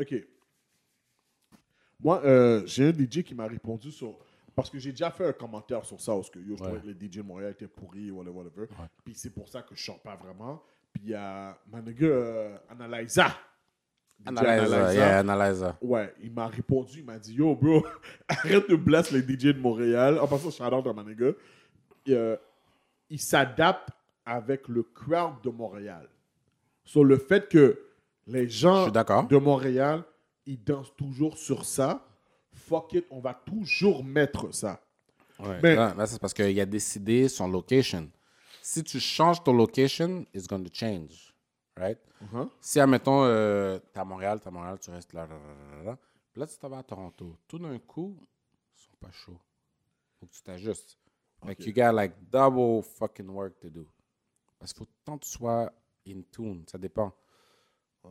Speaker 3: Ok. Moi, euh, j'ai un DJ qui m'a répondu sur. Parce que j'ai déjà fait un commentaire sur ça, parce que yo, je trouvais que les DJ de Montréal étaient pourris, whatever, whatever. Puis c'est pour ça que je chante pas vraiment. Puis il y a ma nigga, euh, Analyza. DJ
Speaker 4: Analyzer, yeah, analyzer.
Speaker 3: Ouais, il m'a répondu, il m'a dit Yo, bro, arrête de blast les DJ de Montréal. En passant, shout out à mon gars. Et, euh, il s'adapte avec le crowd de Montréal. Sur le fait que les
Speaker 4: Je
Speaker 3: gens
Speaker 4: suis d'accord.
Speaker 3: de Montréal, ils dansent toujours sur ça. Fuck it, on va toujours mettre ça.
Speaker 4: Ouais.
Speaker 3: Mais-
Speaker 4: Là, là, Ben, c'est parce qu'il a décidé son location. Si tu changes ton location, it's going to change. Right?
Speaker 3: Mhm.
Speaker 4: Si, admettons, euh, t'es à Montréal, t'es à Montréal, tu restes là, là, là, là, là. Puis là, tu t'en vas à Toronto. Tout d'un coup, ils sont pas chauds. Faut que tu t'ajustes. Like, you got like double fucking work to do. Parce qu'il faut tant que tu sois in tune. Ça dépend.
Speaker 2: Et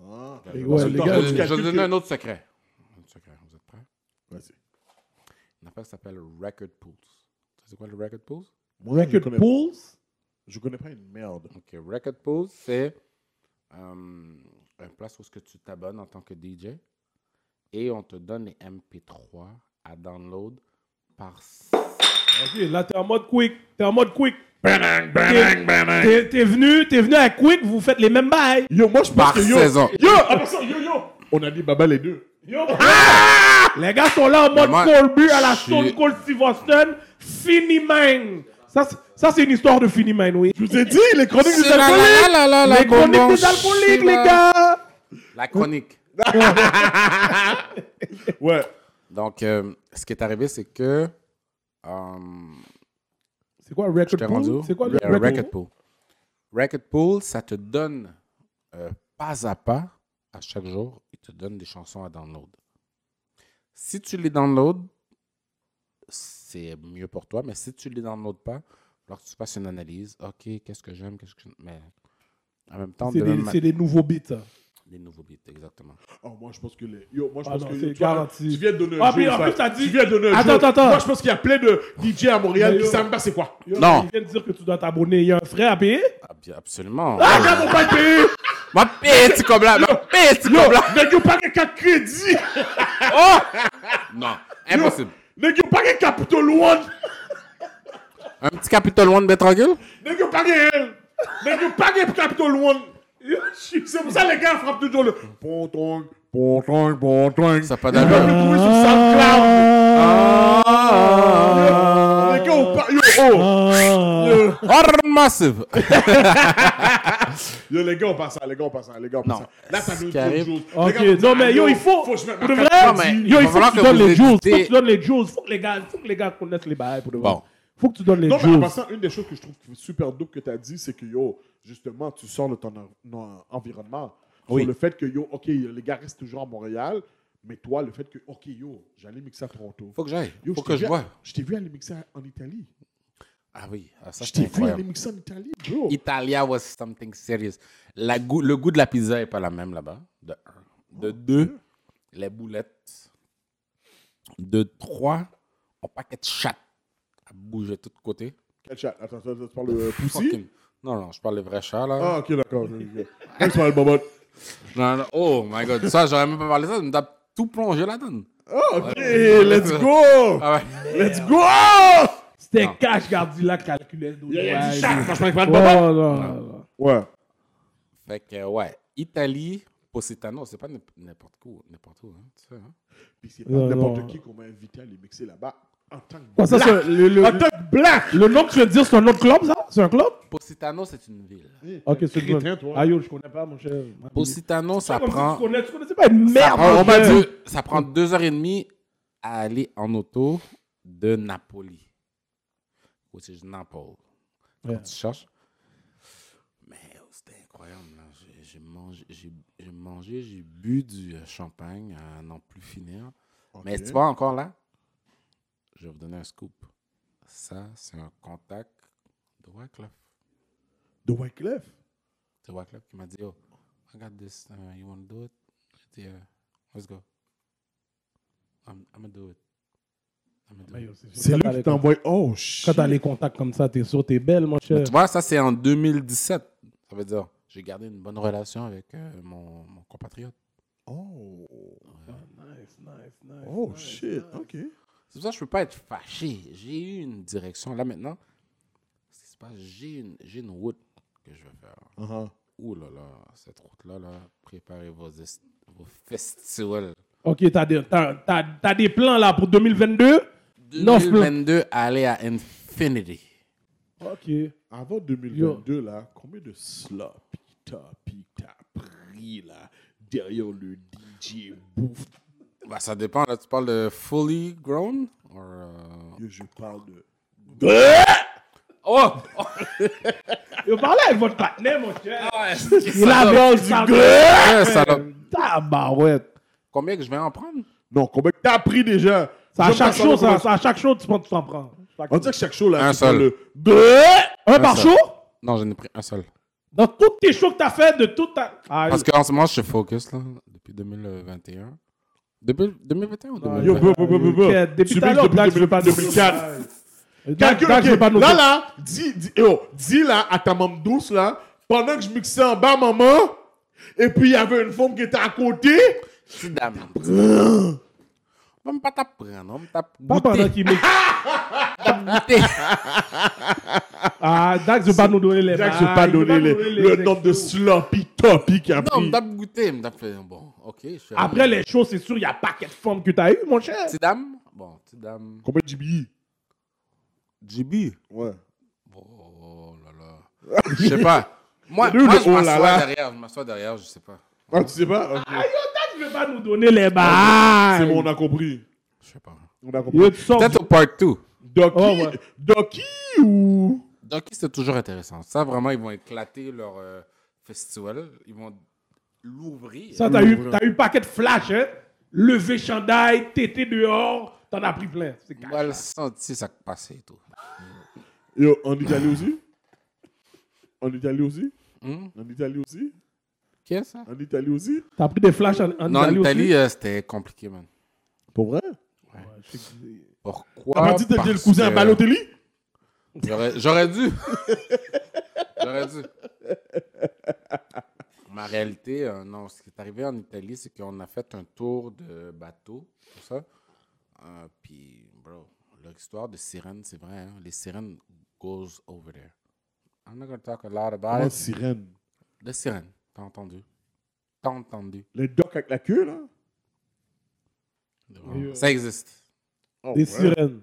Speaker 2: ouais, les
Speaker 3: Ah, Dans
Speaker 2: gars,
Speaker 3: le
Speaker 2: les-
Speaker 4: je vais
Speaker 3: calcul
Speaker 4: vous donner
Speaker 3: que-
Speaker 4: un autre secret. Un autre secret. Vous êtes prêts?
Speaker 3: Vas-y.
Speaker 4: Une affaire qui s'appelle Record Pools. Tu sais c'est quoi le Record Pools?
Speaker 3: Moi, je
Speaker 2: Record
Speaker 3: connais,
Speaker 2: pools?
Speaker 3: je connais pas une merde.
Speaker 4: OK. Record Pools, c'est euh, une place où ce que tu t'abonnes en tant que DJ et on te donne les MP3 à download par
Speaker 2: Ok, là, t'es en mode quick. T'es en mode quick. T'es- T'es t'es venu, t'es venu à quick, vous faites les mêmes bails. Ah,
Speaker 3: Yo, moi, je pense
Speaker 4: Par
Speaker 3: que yo.
Speaker 4: saison.
Speaker 3: Yo, attention, yo, yo. On a dit baba les deux.
Speaker 2: Yo,
Speaker 4: Ah!
Speaker 2: les gars sont là en mode
Speaker 4: Moi,
Speaker 2: Colby à la
Speaker 4: je-
Speaker 2: Stone Cold Steve Austin. Fini man. Ça, c'est- ça, c'est une histoire de fini man, oui.
Speaker 3: Je vous ai dit, les chroniques des
Speaker 4: C'est la-
Speaker 3: alcooliques.
Speaker 4: la- la- la-
Speaker 2: les
Speaker 4: bonbon,
Speaker 2: chroniques des alcooliques, les
Speaker 4: Sheila.
Speaker 2: gars.
Speaker 4: La chronique.
Speaker 3: Ouais.
Speaker 4: Donc, euh, ce qui est arrivé, c'est que. euh,
Speaker 2: C'est quoi
Speaker 4: Je
Speaker 2: Record
Speaker 4: t'ai
Speaker 2: Pool?
Speaker 4: rendu.
Speaker 2: C'est quoi le
Speaker 4: Euh, Racket
Speaker 2: Record Pool?
Speaker 4: Pool? Racket Pool, ça te donne euh, pas à pas à chaque jour, il te donne des chansons à download. Si tu les downloads, c'est mieux pour toi, mais si tu les downloads pas, alors tu passes une analyse. OK, qu'est-ce que j'aime, qu'est-ce que je- Mais en même temps,
Speaker 2: C'est
Speaker 4: demain
Speaker 2: des,
Speaker 4: matin-
Speaker 2: c'est des nouveaux beats. ça.
Speaker 4: des nouveaux beats, exactement.
Speaker 3: Oh, moi, je pense que les. Yo, moi, je
Speaker 2: Ah
Speaker 3: pense
Speaker 2: non,
Speaker 3: que.
Speaker 2: c'est
Speaker 3: tu vois,
Speaker 2: garanti.
Speaker 3: Tu viens de donner un
Speaker 2: Ah,
Speaker 3: jeu,
Speaker 2: puis en
Speaker 3: ça.
Speaker 2: plus, t'as dit-
Speaker 3: Tu viens de donner un
Speaker 2: Attends,
Speaker 3: jeu.
Speaker 2: attends, attends.
Speaker 3: Moi, je pense qu'il y a plein de DJ à Montréal
Speaker 2: Mais
Speaker 3: qui
Speaker 2: yo.
Speaker 3: savent pas c'est quoi.
Speaker 2: Yo,
Speaker 4: Non.
Speaker 2: Il vient de dire que tu dois t'abonner. Il y a un frais à payer.
Speaker 4: Ah, bien, absolument.
Speaker 3: Ah, gars, mon pas payé.
Speaker 4: Ma petite comme là, ma petite comme là.
Speaker 3: N'est-ce que pas qu'un crédit?
Speaker 4: Non, impossible.
Speaker 3: N'est-ce que pas qu'un Capital One?
Speaker 4: Un petit Capitol One, ben tranquille.
Speaker 3: N'est-ce que pas qu'un L? N'est-ce que pas qu'un Capital One? Yo, shit, C'est pour ça que les gars frappent toujours le. Bon tong, bon tong, bon tong.
Speaker 4: Ça a pas
Speaker 3: Ils peuvent
Speaker 4: d'allure.
Speaker 3: le trouver sur SoundCloud. Les gars, on parle. Yo, oh!
Speaker 2: Ah.
Speaker 3: Yo.
Speaker 4: Or massive.
Speaker 3: Yo, les gars, on passe ça, les gars, on passe ça, les gars, on passe
Speaker 4: Non.
Speaker 3: ça. Là, ça nous
Speaker 4: qui arrive-
Speaker 3: dit ah,
Speaker 2: Ok, non, mais yo, il faut.
Speaker 3: Faut que je mette
Speaker 2: pour de
Speaker 3: ma
Speaker 2: vrai,
Speaker 3: carte.
Speaker 4: Non, mais il
Speaker 2: yo,
Speaker 4: va
Speaker 2: il faut
Speaker 4: falloir
Speaker 2: que tu
Speaker 4: que
Speaker 2: donnes
Speaker 4: vous
Speaker 2: les jewels. Faut que
Speaker 4: écoutez-
Speaker 2: tu donnes les jewels. Faut que les gars, faut que les gars connaissent les bails pour de vrai.
Speaker 4: Bon.
Speaker 2: Faut que tu donnes les
Speaker 3: Non, mais en
Speaker 2: jewels.
Speaker 3: passant, une des choses que je trouve super dope que tu as dit, c'est que yo, justement, tu sors de ton en- en- environnement.
Speaker 4: Oui.
Speaker 3: Sur le fait que yo, ok, les gars restent toujours à Montréal, mais toi, le fait que, ok, yo, j'allais mixer à Toronto.
Speaker 4: Faut que j'aille.
Speaker 3: Yo,
Speaker 4: Faut
Speaker 3: t'ai
Speaker 4: que je
Speaker 3: vu-
Speaker 4: vois.
Speaker 3: Je t'ai vu aller mixer en Italie.
Speaker 4: Ah oui, ah, ça
Speaker 3: Je
Speaker 4: c'est
Speaker 3: t'ai vu aller
Speaker 4: incroyable.
Speaker 3: mixer en Italie, bro.
Speaker 4: Italia was something serious. La goût- le goût de la pizza est pas la même là-bas. De un.
Speaker 3: Oh,
Speaker 4: De deux, les boulettes. De trois, on paquet de chatte à bouger de tous côtés.
Speaker 3: Quel chat Attends, attends, attends, tu parles de Poussy
Speaker 4: Fucking- Non, non, je parle le vrai chat là.
Speaker 3: Ah, ok, d'accord. ok, ok. Moi, je parle de Bobot.
Speaker 4: Non, non, oh my god, ça j'aurais même pas parlé de ça, ça me tape tout plongé la donne.
Speaker 3: Ah, ok, let's go
Speaker 4: Ah ouais.
Speaker 3: Let's go
Speaker 2: C'était cash, Gardila calculait d'autres
Speaker 3: Il y a
Speaker 2: bails.
Speaker 3: du chat, franchement, je parle de
Speaker 2: Ouais,
Speaker 3: Bobot.
Speaker 2: non, non, non.
Speaker 3: Ouais.
Speaker 4: Fait que euh, ouais, Italie, Positano, c'est pas n'imp- n'importe où, n'importe où, hein, tu sais, hein.
Speaker 3: Puis c'est pas
Speaker 2: Non, non.
Speaker 3: n'importe qui qu'on m'a invité à aller mixer là-bas en tant que
Speaker 2: Quoi, ça,
Speaker 3: black.
Speaker 2: c'est le, le,
Speaker 3: En tant que black
Speaker 2: le nom que tu veux dire, c'est un autre club, ça C'est un club
Speaker 4: Positano, c'est une ville.
Speaker 2: Ok, c'est
Speaker 3: Crétin,
Speaker 2: le
Speaker 3: toi.
Speaker 2: Ah yo, je connais pas, mon cher.
Speaker 4: Positano, ça
Speaker 2: Comme si
Speaker 4: prend.
Speaker 2: Tu connais, tu connaissais pas une
Speaker 4: Ça
Speaker 2: merde.
Speaker 4: prend,
Speaker 2: mon cher.
Speaker 4: deux, ça prend deux heures et demie à aller en auto de Napoli. Ou c'est Naples. Quand
Speaker 2: Ouais.
Speaker 4: tu cherches. Mais oh, c'était incroyable. là. J'ai- J'ai mangé, j'ai- j'ai mangé, j'ai bu du euh, champagne à n'en plus finir. Mais tu vois, encore là, je vais vous donner un scoop. Ça, c'est un contact de Wyclef.
Speaker 3: De Wyclef.
Speaker 4: C'est Wyclef qui m'a dit, oh, I got this, uh, you want to do it? J'ai dit, yeah, let's go. I'm, I'm gonna do it. I'm gonna do
Speaker 2: Ah,
Speaker 4: it.
Speaker 2: yo, sûr
Speaker 3: C'est
Speaker 2: que
Speaker 3: lui
Speaker 2: t'as
Speaker 3: qui
Speaker 2: les-
Speaker 3: t'envoie. Oh, shit.
Speaker 2: Quand t'as les contacts comme ça, t'es sûr, t'es belle, mon cher.
Speaker 4: Tu vois, ça, c'est en 2017. Ça veut dire, j'ai gardé une bonne relation avec euh, mon, mon compatriote.
Speaker 3: Oh,
Speaker 2: Nice, nice, nice.
Speaker 3: oh shit.
Speaker 2: Ah.
Speaker 3: OK.
Speaker 4: C'est pour ça que je peux pas être fâché. J'ai eu une direction. Là, maintenant, ce qui se passe, j'ai une, j'ai une route que je vais faire.
Speaker 3: Uh-huh.
Speaker 4: Ouh là là, cette route-là, là, préparez vos, est- vos festivals.
Speaker 2: Ok, t'as des, t'as, t'as, t'as des plans là pour 2022 Neuf plans.
Speaker 4: 2022, aller à Infinity.
Speaker 2: Ok.
Speaker 3: Avant 2022, là, combien de sloppy toppy t'as pris, là, derrière le DJ bouffe?
Speaker 4: Bah, ça dépend. Là, tu parles de fully grown or, euh,
Speaker 3: Yo, Je parle de...
Speaker 4: Oh!
Speaker 2: Yo, parlez avec votre partenaire, mon cher.
Speaker 4: Il
Speaker 2: du gueule.
Speaker 4: salope.
Speaker 2: Tabarouette.
Speaker 4: Combien que je vais en prendre?
Speaker 3: Non, combien que t'as pris déjà?
Speaker 2: C'est à
Speaker 3: J'aime pas
Speaker 2: chaque show, ça,
Speaker 3: savoir
Speaker 2: c'est à chaque show, tu prends, tu t'en prends. Chaque
Speaker 3: comment- On
Speaker 2: show.
Speaker 3: dirait que chaque show, là,
Speaker 4: Un
Speaker 3: tu prends
Speaker 4: seul.
Speaker 3: le...
Speaker 2: Un par
Speaker 4: ça.
Speaker 2: show
Speaker 4: Non, j'en ai pris un seul.
Speaker 2: Dans toutes tes shows que t'as fait, de toute ta. Ah,
Speaker 4: Parce qu'en ce moment, je suis focus, là, depuis 2021. Depuis 2021 ou
Speaker 2: Ah,
Speaker 3: Yo,
Speaker 4: 2020?
Speaker 3: bro, bro, bro, bro, bro.
Speaker 2: Ok, depuis
Speaker 3: Tu
Speaker 2: tout à
Speaker 3: mixes
Speaker 2: l'heure,
Speaker 3: depuis
Speaker 2: Black, je veux pas
Speaker 3: 2004.
Speaker 2: Dag-
Speaker 3: Calcule,
Speaker 2: Dag, je
Speaker 3: ok.
Speaker 2: veux pas noter.
Speaker 3: Là, là, dis, dis, yo, dis là à ta maman douce, là, pendant que je mixais en bas, maman, et puis il y avait une femme qui était à côté.
Speaker 4: Petite dame. Va me pas t'apprendre, on me tape
Speaker 2: Pas pendant
Speaker 4: goûter.
Speaker 2: qu'il mixe. Ah, Dax veut pas nous donner les
Speaker 3: Jack,
Speaker 2: bails,
Speaker 3: je vais pas
Speaker 2: il veut
Speaker 3: donner
Speaker 2: nous
Speaker 3: les- le nombre de
Speaker 2: excuses.
Speaker 3: sloppy toppy qu'il a
Speaker 4: Non, on me
Speaker 3: pris.
Speaker 4: tape goûter, on me tape fait, bon, ok. je suis
Speaker 2: Après les shows, c'est sûr, il y a un paquet de formes que t'as eu, mon cher.
Speaker 4: Petite dame, bon, petite dame.
Speaker 3: Combien de GBI
Speaker 4: JB.
Speaker 3: Ouais.
Speaker 4: Oh là là. Je sais pas. Moi,
Speaker 3: Nous,
Speaker 4: moi
Speaker 3: le
Speaker 4: je
Speaker 3: oh là
Speaker 4: m'assois
Speaker 3: là.
Speaker 4: derrière, je m'assois derrière, je sais pas.
Speaker 3: Ah, tu sais pas Ok.
Speaker 2: Ah, yo, Dax veut pas nous donner les bails.
Speaker 3: Ah, C'est bon, on a compris.
Speaker 4: Je sais pas.
Speaker 3: On a compris.
Speaker 2: Yo, tu sors
Speaker 4: Peut-être au part 2.
Speaker 3: Doki,
Speaker 2: Oh, ouais.
Speaker 3: Doki ou
Speaker 4: Donc, c'est toujours intéressant. Ça, vraiment, ils vont éclater leur euh, festival. Ils vont l'ouvrir.
Speaker 2: Ça, t'as eu, t'as eu paquet de flash, hein? Levé chandail, tété dehors, t'en as pris plein. C'est
Speaker 4: On va
Speaker 2: carré.
Speaker 4: le sentir, ça passe et tout.
Speaker 3: Yo, en Italie aussi En Italie aussi
Speaker 4: Hmm?
Speaker 3: En Italie aussi
Speaker 4: Qu'est-ce que ça?
Speaker 3: En Italie aussi
Speaker 2: T'as pris des flashs en, en
Speaker 4: Non, en
Speaker 2: Italie
Speaker 4: Italie,
Speaker 2: aussi?
Speaker 4: euh, c'était compliqué, man.
Speaker 3: Pour vrai
Speaker 4: Pourquoi?
Speaker 2: Ah,
Speaker 3: T'as pas dit que t'étais le
Speaker 4: Parce
Speaker 3: cousin à
Speaker 4: que
Speaker 3: Balotelli
Speaker 4: J'aurais j'aurais dû. j'aurais dû. Ma réalité, euh, non, ce qui est arrivé en Italie, c'est qu'on a fait un tour de bateau, tout ça. Euh, Puis, bro, leur histoire de sirène, c'est vrai, hein, les sirènes goes over there. I'm not gonna talk a lot about
Speaker 3: La
Speaker 4: it.
Speaker 3: sirène.
Speaker 4: De sirène, t'as entendu? T'as entendu?
Speaker 3: Les docs avec la queue, là
Speaker 2: Oui, oui.
Speaker 4: Ça existe.
Speaker 3: Oh,
Speaker 4: euh,
Speaker 2: Des
Speaker 3: ouais.
Speaker 2: sirènes.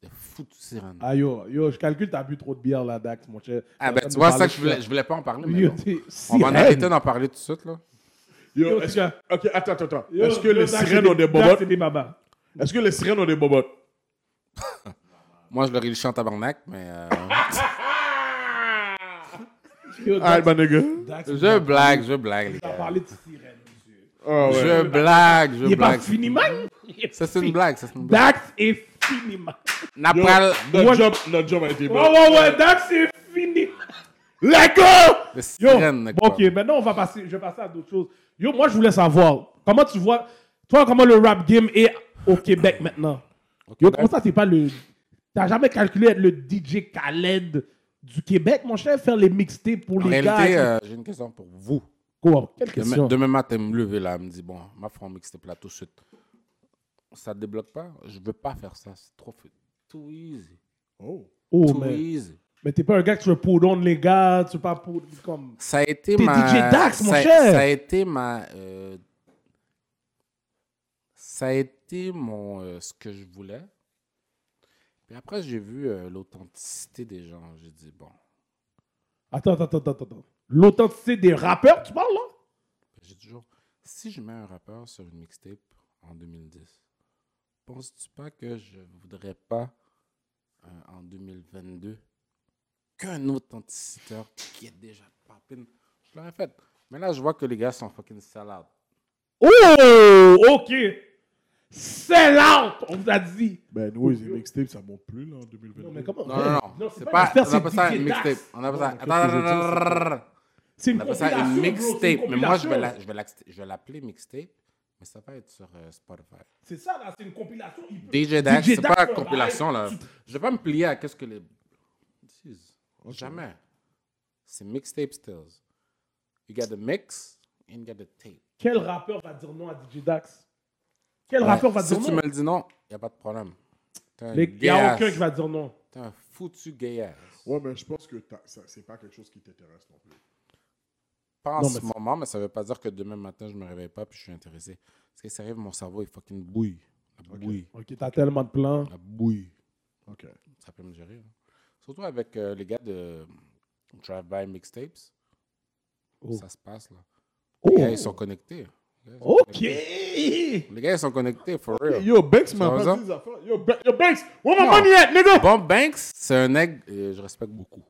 Speaker 4: Des foutues sirènes.
Speaker 2: Ah yo, yo, je calcule, t'as bu trop de bière là, Dax, mon cher.
Speaker 4: Ah,
Speaker 2: T'as
Speaker 4: ben, tu
Speaker 2: nous
Speaker 4: vois,
Speaker 2: parler
Speaker 4: ça, que
Speaker 2: de
Speaker 4: je voulais, je voulais pas en parler, mais
Speaker 2: Yo,
Speaker 4: bon.
Speaker 2: t'es
Speaker 4: On va en
Speaker 2: sirène.
Speaker 4: arrêter d'en parler tout de suite, là.
Speaker 3: Yo,
Speaker 2: Yo,
Speaker 3: est-ce-
Speaker 2: tiens.
Speaker 3: Ok, attends, attends, attends.
Speaker 2: Yo,
Speaker 3: Est-ce que
Speaker 2: yo,
Speaker 3: les
Speaker 2: Dax,
Speaker 3: sirènes
Speaker 2: c'est
Speaker 3: ont des
Speaker 2: Dax,
Speaker 3: bobottes
Speaker 2: C'est des babas.
Speaker 3: Est-ce que les sirènes ont des bobottes
Speaker 4: Moi, je leur ai liché en tabarnak, mais. euh, Ah!
Speaker 2: Yo,
Speaker 3: Ah,
Speaker 2: Dax,
Speaker 3: bah, nigga.
Speaker 2: Dax,
Speaker 4: je blague, je blague, les
Speaker 2: t'as
Speaker 4: gars.
Speaker 2: parlé de sirène, monsieur.
Speaker 3: Ah, ouais.
Speaker 4: Je blague,
Speaker 2: Il
Speaker 4: je
Speaker 2: est pas
Speaker 4: blague.
Speaker 2: fini, man.
Speaker 4: Ça, c'est une blague, ça, c'est une blague.
Speaker 2: Dax est fini, man.
Speaker 3: Yo,
Speaker 4: Napral,
Speaker 3: notre, job, notre job a été
Speaker 2: Ouais,
Speaker 3: bon.
Speaker 2: Oh, ouais, ouais, Dax est fini.
Speaker 3: Les gars
Speaker 4: le
Speaker 2: Yo,
Speaker 4: sirène,
Speaker 2: bon,
Speaker 4: quoi.
Speaker 2: ok, maintenant on va passer, je vais passer à d'autres choses. Yo, moi je voulais savoir, comment tu vois, toi comment le rap game est au Québec maintenant? Yo, comment ça t'es pas le, t'as jamais calculé être le DJ Khaled du Québec, mon cher, faire les mixtapes pour
Speaker 4: En
Speaker 2: les
Speaker 4: réalité,
Speaker 2: gars?
Speaker 4: euh, j'ai une question pour vous.
Speaker 2: Quoi? Quelle
Speaker 4: Demain,
Speaker 2: question?
Speaker 4: demain matin, me lever là, elle me dit bon, ma femme mixtape là tout de suite. Ça te débloque pas Je veux pas faire ça, c'est trop fait. Too easy.
Speaker 3: Oh.
Speaker 2: Oh,
Speaker 4: Too
Speaker 2: mais,
Speaker 4: easy.
Speaker 2: mais t'es pas un gars que tu veux pour donner les gars, tu veux pas pour comme.
Speaker 4: Ça a été
Speaker 2: T'es
Speaker 4: ma.
Speaker 2: DJ Dax, mon
Speaker 4: ça,
Speaker 2: cher.
Speaker 4: Ça a été ma. euh, ça a été mon, euh, ce que je voulais. Puis après, j'ai vu euh, l'authenticité des gens. J'ai dit, bon,
Speaker 2: Attends, attends, attends, attends, attends. L'authenticité des rappeurs, tu parles là?
Speaker 4: j'ai toujours. Si je mets un rappeur sur une mixtape en 2010, penses-tu pas que je voudrais pas euh, en 2022 qu'un authenticiteur qui est déjà papine Je l'aurais fait. Mais là, je vois que les gars sont fucking salades.
Speaker 2: Oh, ok. C'est out, on vous a dit.
Speaker 3: Ben, nous, les mixtapes, ça monte plus, là, en 2022.
Speaker 2: Non, mais comment-
Speaker 4: Non, non, non.
Speaker 2: c'est
Speaker 4: c'est
Speaker 2: pas une
Speaker 4: pas.
Speaker 2: affaire,
Speaker 4: on appelle
Speaker 2: c'est
Speaker 4: ça
Speaker 2: DJ
Speaker 4: une
Speaker 2: Dax.
Speaker 4: mixtape. On appelle ça.
Speaker 2: Non, mais
Speaker 4: Attends,
Speaker 2: qu'est-ce que je veux dire, c'est
Speaker 4: attends,
Speaker 2: C'est
Speaker 4: On appelle ça une
Speaker 2: compilation, bro, c'est
Speaker 4: mixtape. Mais moi, je vais
Speaker 2: compilation.
Speaker 4: la- je vais la- je vais l'appeler mixtape, mais ça va être sur euh, Spotify.
Speaker 2: C'est ça, là, c'est une compilation. Il peut-
Speaker 4: DJ Dax, c'est
Speaker 2: Dax,
Speaker 4: pas
Speaker 2: ouais,
Speaker 4: compilation, là.
Speaker 2: tu-
Speaker 4: Je vais pas me plier à qu'est-ce que les. Jeez. Jamais. C'est mixtape stills. You got the mix and you got the tape.
Speaker 2: Quel rappeur va dire non à DJ Dax Quel rappeur va
Speaker 4: si
Speaker 2: dire
Speaker 4: tu
Speaker 2: non
Speaker 4: me le dis non, y a pas de problème. T'es un
Speaker 2: Il n'y
Speaker 4: gay
Speaker 2: a
Speaker 4: ass.
Speaker 2: aucun qui va dire non.
Speaker 4: T'es un foutu gay ass.
Speaker 3: Ouais, mais je pense que t'as- ça- c'est pas quelque chose qui t'intéresse non plus.
Speaker 4: Pas en
Speaker 2: Non,
Speaker 4: ce
Speaker 2: mais
Speaker 4: moment, mais ça veut pas dire que demain matin, je me réveille pas puis je suis intéressé. Parce que ça arrive, mon cerveau est fucking bouille. La bouille.
Speaker 2: Ok, t'as tellement de plans.
Speaker 4: La bouille.
Speaker 3: OK.
Speaker 4: Ça peut me gérer. hein. Surtout avec euh, les gars de Drive-By Mixtapes.
Speaker 2: Oh.
Speaker 4: Ça se passe, là.
Speaker 2: Oh.
Speaker 4: Les gars, ils sont connectés. Les gars, ils sont
Speaker 2: Ok.
Speaker 4: connectés. Les gars, ils sont connectés, for real.
Speaker 3: Yo, Banks m'a
Speaker 4: Ça va,
Speaker 3: pas
Speaker 4: ça?
Speaker 3: dit des affaires. Yo, Ba- yo, Banks, where my
Speaker 4: Non.
Speaker 3: money at, nigga?
Speaker 4: Bon Banks, c'est un nègre euh, je respecte beaucoup.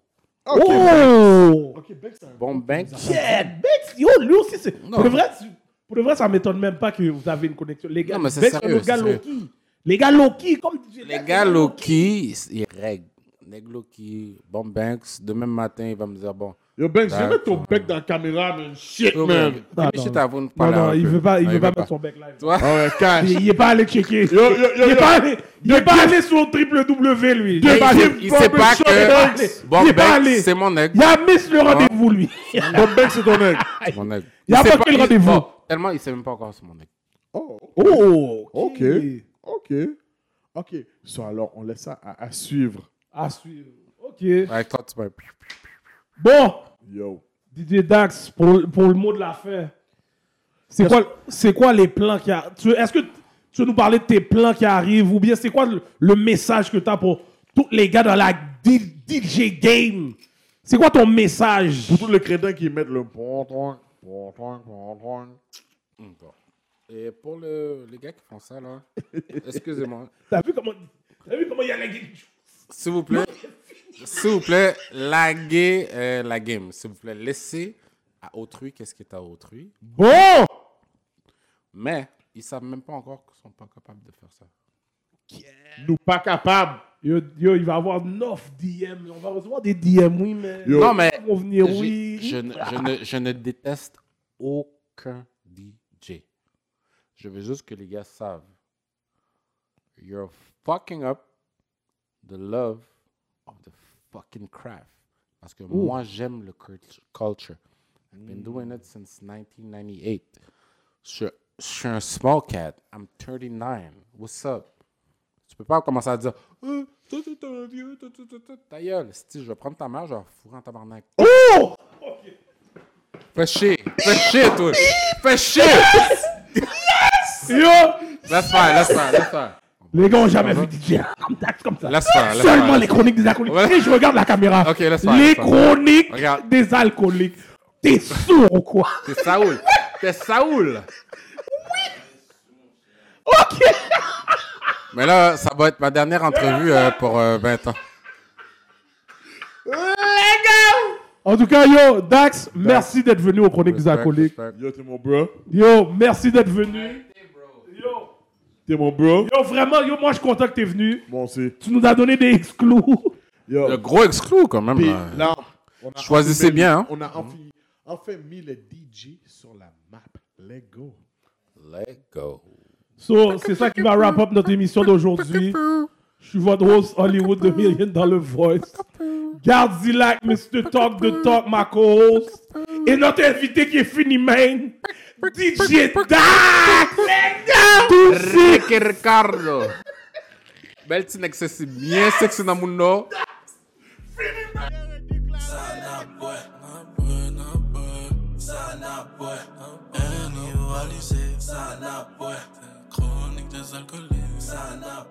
Speaker 3: Ok,
Speaker 2: Oh
Speaker 3: Ok, Banks, c'est un...
Speaker 4: Bon Banks,
Speaker 2: Yeah, Bex Yo, lui aussi, c'est. Pour de vrai, tu- pour de vrai, ça m'étonne même pas que vous avez une connexion. Les gars,
Speaker 4: Non, mais c'est
Speaker 2: Bex, un
Speaker 4: sérieux,
Speaker 2: autre gars
Speaker 4: c'est sérieux.
Speaker 2: Loki. Les gars Loki, comme DJ
Speaker 4: les
Speaker 2: Dax,
Speaker 4: gars
Speaker 2: c'est
Speaker 4: Loki, ils règlent. Nègre Loki, Bon Banks, demain matin, il va me dire, bon,
Speaker 3: Yo, Banks, je
Speaker 4: Ah,
Speaker 3: vais mettre ton bec dans la caméra, man. Shit,
Speaker 4: Oh,
Speaker 3: man.
Speaker 4: man.
Speaker 2: Non,
Speaker 4: Finish it
Speaker 2: non.
Speaker 4: avant de
Speaker 2: Non,
Speaker 4: parler
Speaker 2: non,
Speaker 4: un
Speaker 2: il
Speaker 4: peu.
Speaker 2: veut pas, il
Speaker 4: Non,
Speaker 2: veut pas mettre son bec live.
Speaker 4: Tu vois?
Speaker 3: Ah ouais,
Speaker 2: Il,
Speaker 3: cash.
Speaker 2: il est pas allé checker.
Speaker 3: Yo, yo, yo,
Speaker 2: il est
Speaker 3: yo.
Speaker 2: pas allé, il est pas allé sur www lui.
Speaker 3: Yo,
Speaker 2: Il est pas
Speaker 3: yo,
Speaker 2: allé.
Speaker 3: yo.
Speaker 4: Il sait pas
Speaker 3: Barbershop
Speaker 4: que
Speaker 2: Banks.
Speaker 4: Bon
Speaker 2: Il est pas
Speaker 4: Banks,
Speaker 2: allé.
Speaker 4: c'est mon nègre.
Speaker 2: Il a miss le rendez-vous lui.
Speaker 3: Bon, Banks, c'est ton mec.
Speaker 4: C'est mon nègre.
Speaker 2: Il a
Speaker 4: sait
Speaker 2: pas pris le
Speaker 4: il-
Speaker 2: rendez-vous.
Speaker 4: bon, Tellement, il sait même pas encore c'est mon nègre.
Speaker 3: Oh,
Speaker 2: Oh,
Speaker 3: ok. OK. OK. So, alors, on laisse ça à, à suivre.
Speaker 2: À suivre. OK.
Speaker 4: Avec toi, tu peux.
Speaker 2: Bon,
Speaker 3: Yo.
Speaker 2: DJ Dax, pour, pour le mot de la fin, c'est quoi, c'est quoi les plans qui a... tu- Est-ce que tu veux nous parler de tes plans qui arrivent ou bien c'est quoi le, le message que tu as pour tous les gars dans la D- DJ game C'est quoi ton message
Speaker 3: Pour tous les crétins qui mettent le ponton, ponton, ponton.
Speaker 4: Hum, bon. Et pour le- les gars qui font ça, là, excusez-moi.
Speaker 2: T'as vu comment t'as vu comment il y a les gars
Speaker 4: S'il vous plaît, s'il vous plaît, laguez euh, la game. S'il vous plaît, laissez à autrui qu'est-ce qui est à autrui.
Speaker 2: Bon
Speaker 4: Mais ils savent même pas encore qu'ils sont pas capables de faire ça.
Speaker 3: Nous pas capables.
Speaker 2: Yo, yo, il va y avoir 9 DM. On va recevoir des DM, oui, mais.
Speaker 3: Yo.
Speaker 4: Non, mais
Speaker 2: Ils vont venir,
Speaker 4: j'ai-
Speaker 2: oui.
Speaker 4: je, ne- je ne, je ne déteste aucun DJ. Je veux juste que les gars savent. You're fucking up the love of the fucking craft. Parce que moi, j'aime le cult- culture. I've been doing it since 1998. Je, je suis un small cat. I'm 39. What's up? Tu peux pas commencer à dire Euh, toi, t'es un vieux, toi, toi, toi, toi. Ta gueule, si je vais prendre ta mère, je vais la fourrer en tabarnak. Oh! Fais chier, fais chier, toi! Fais chier!
Speaker 2: Yo
Speaker 4: Laisse faire, laisse faire, laisse faire.
Speaker 2: Les gars ont jamais vu DJ comme Dax comme ça.
Speaker 4: Laisse faire, laisse
Speaker 2: Seulement
Speaker 4: faire.
Speaker 2: les chroniques des alcooliques.
Speaker 4: Ouais.
Speaker 2: Et je regarde la caméra.
Speaker 4: Ok, laisse faire,
Speaker 2: Les
Speaker 4: laisse faire.
Speaker 2: chroniques
Speaker 4: Regarde.
Speaker 2: des alcooliques. T'es sourd ou quoi
Speaker 4: T'es Saoul! T'es Saoul!
Speaker 2: Ok
Speaker 4: Mais là, ça va être ma dernière entrevue euh, pour euh, 20 ans.
Speaker 2: En tout cas, yo, Dax, merci d'être venu aux chroniques des
Speaker 4: Respect,
Speaker 2: alcooliques.
Speaker 4: respect.
Speaker 3: Yo, t'es mon bro.
Speaker 2: Yo, merci d'être venu. Yo,
Speaker 3: T'es mon bro.
Speaker 2: yo, vraiment, yo, moi je suis content que t'es venu.
Speaker 3: Bon, c'est.
Speaker 2: Tu nous as donné des exclus.
Speaker 3: Yo.
Speaker 4: Le gros exclu, quand même. euh.
Speaker 3: Puis
Speaker 4: là.
Speaker 3: là, on a
Speaker 4: Choisissez
Speaker 3: enfin mis-
Speaker 4: bien, hein.
Speaker 3: On a enfin, enfin mis le DJ sur la map. Let's go.
Speaker 4: Let go.
Speaker 2: So, c'est ça qui va wrap up notre émission d'aujourd'hui. Je suis votre host Hollywood de Million dans le Voice. Gardzilac, Mr. Talk the Talk, ma co-host. Et notre invité qui est fini main, DJ Dax! Tout sick.
Speaker 4: Ricky Ricardo. Belle petite excessive. Bien sexy dans mon nom.
Speaker 1: Chronique des alcooliques, ça n'a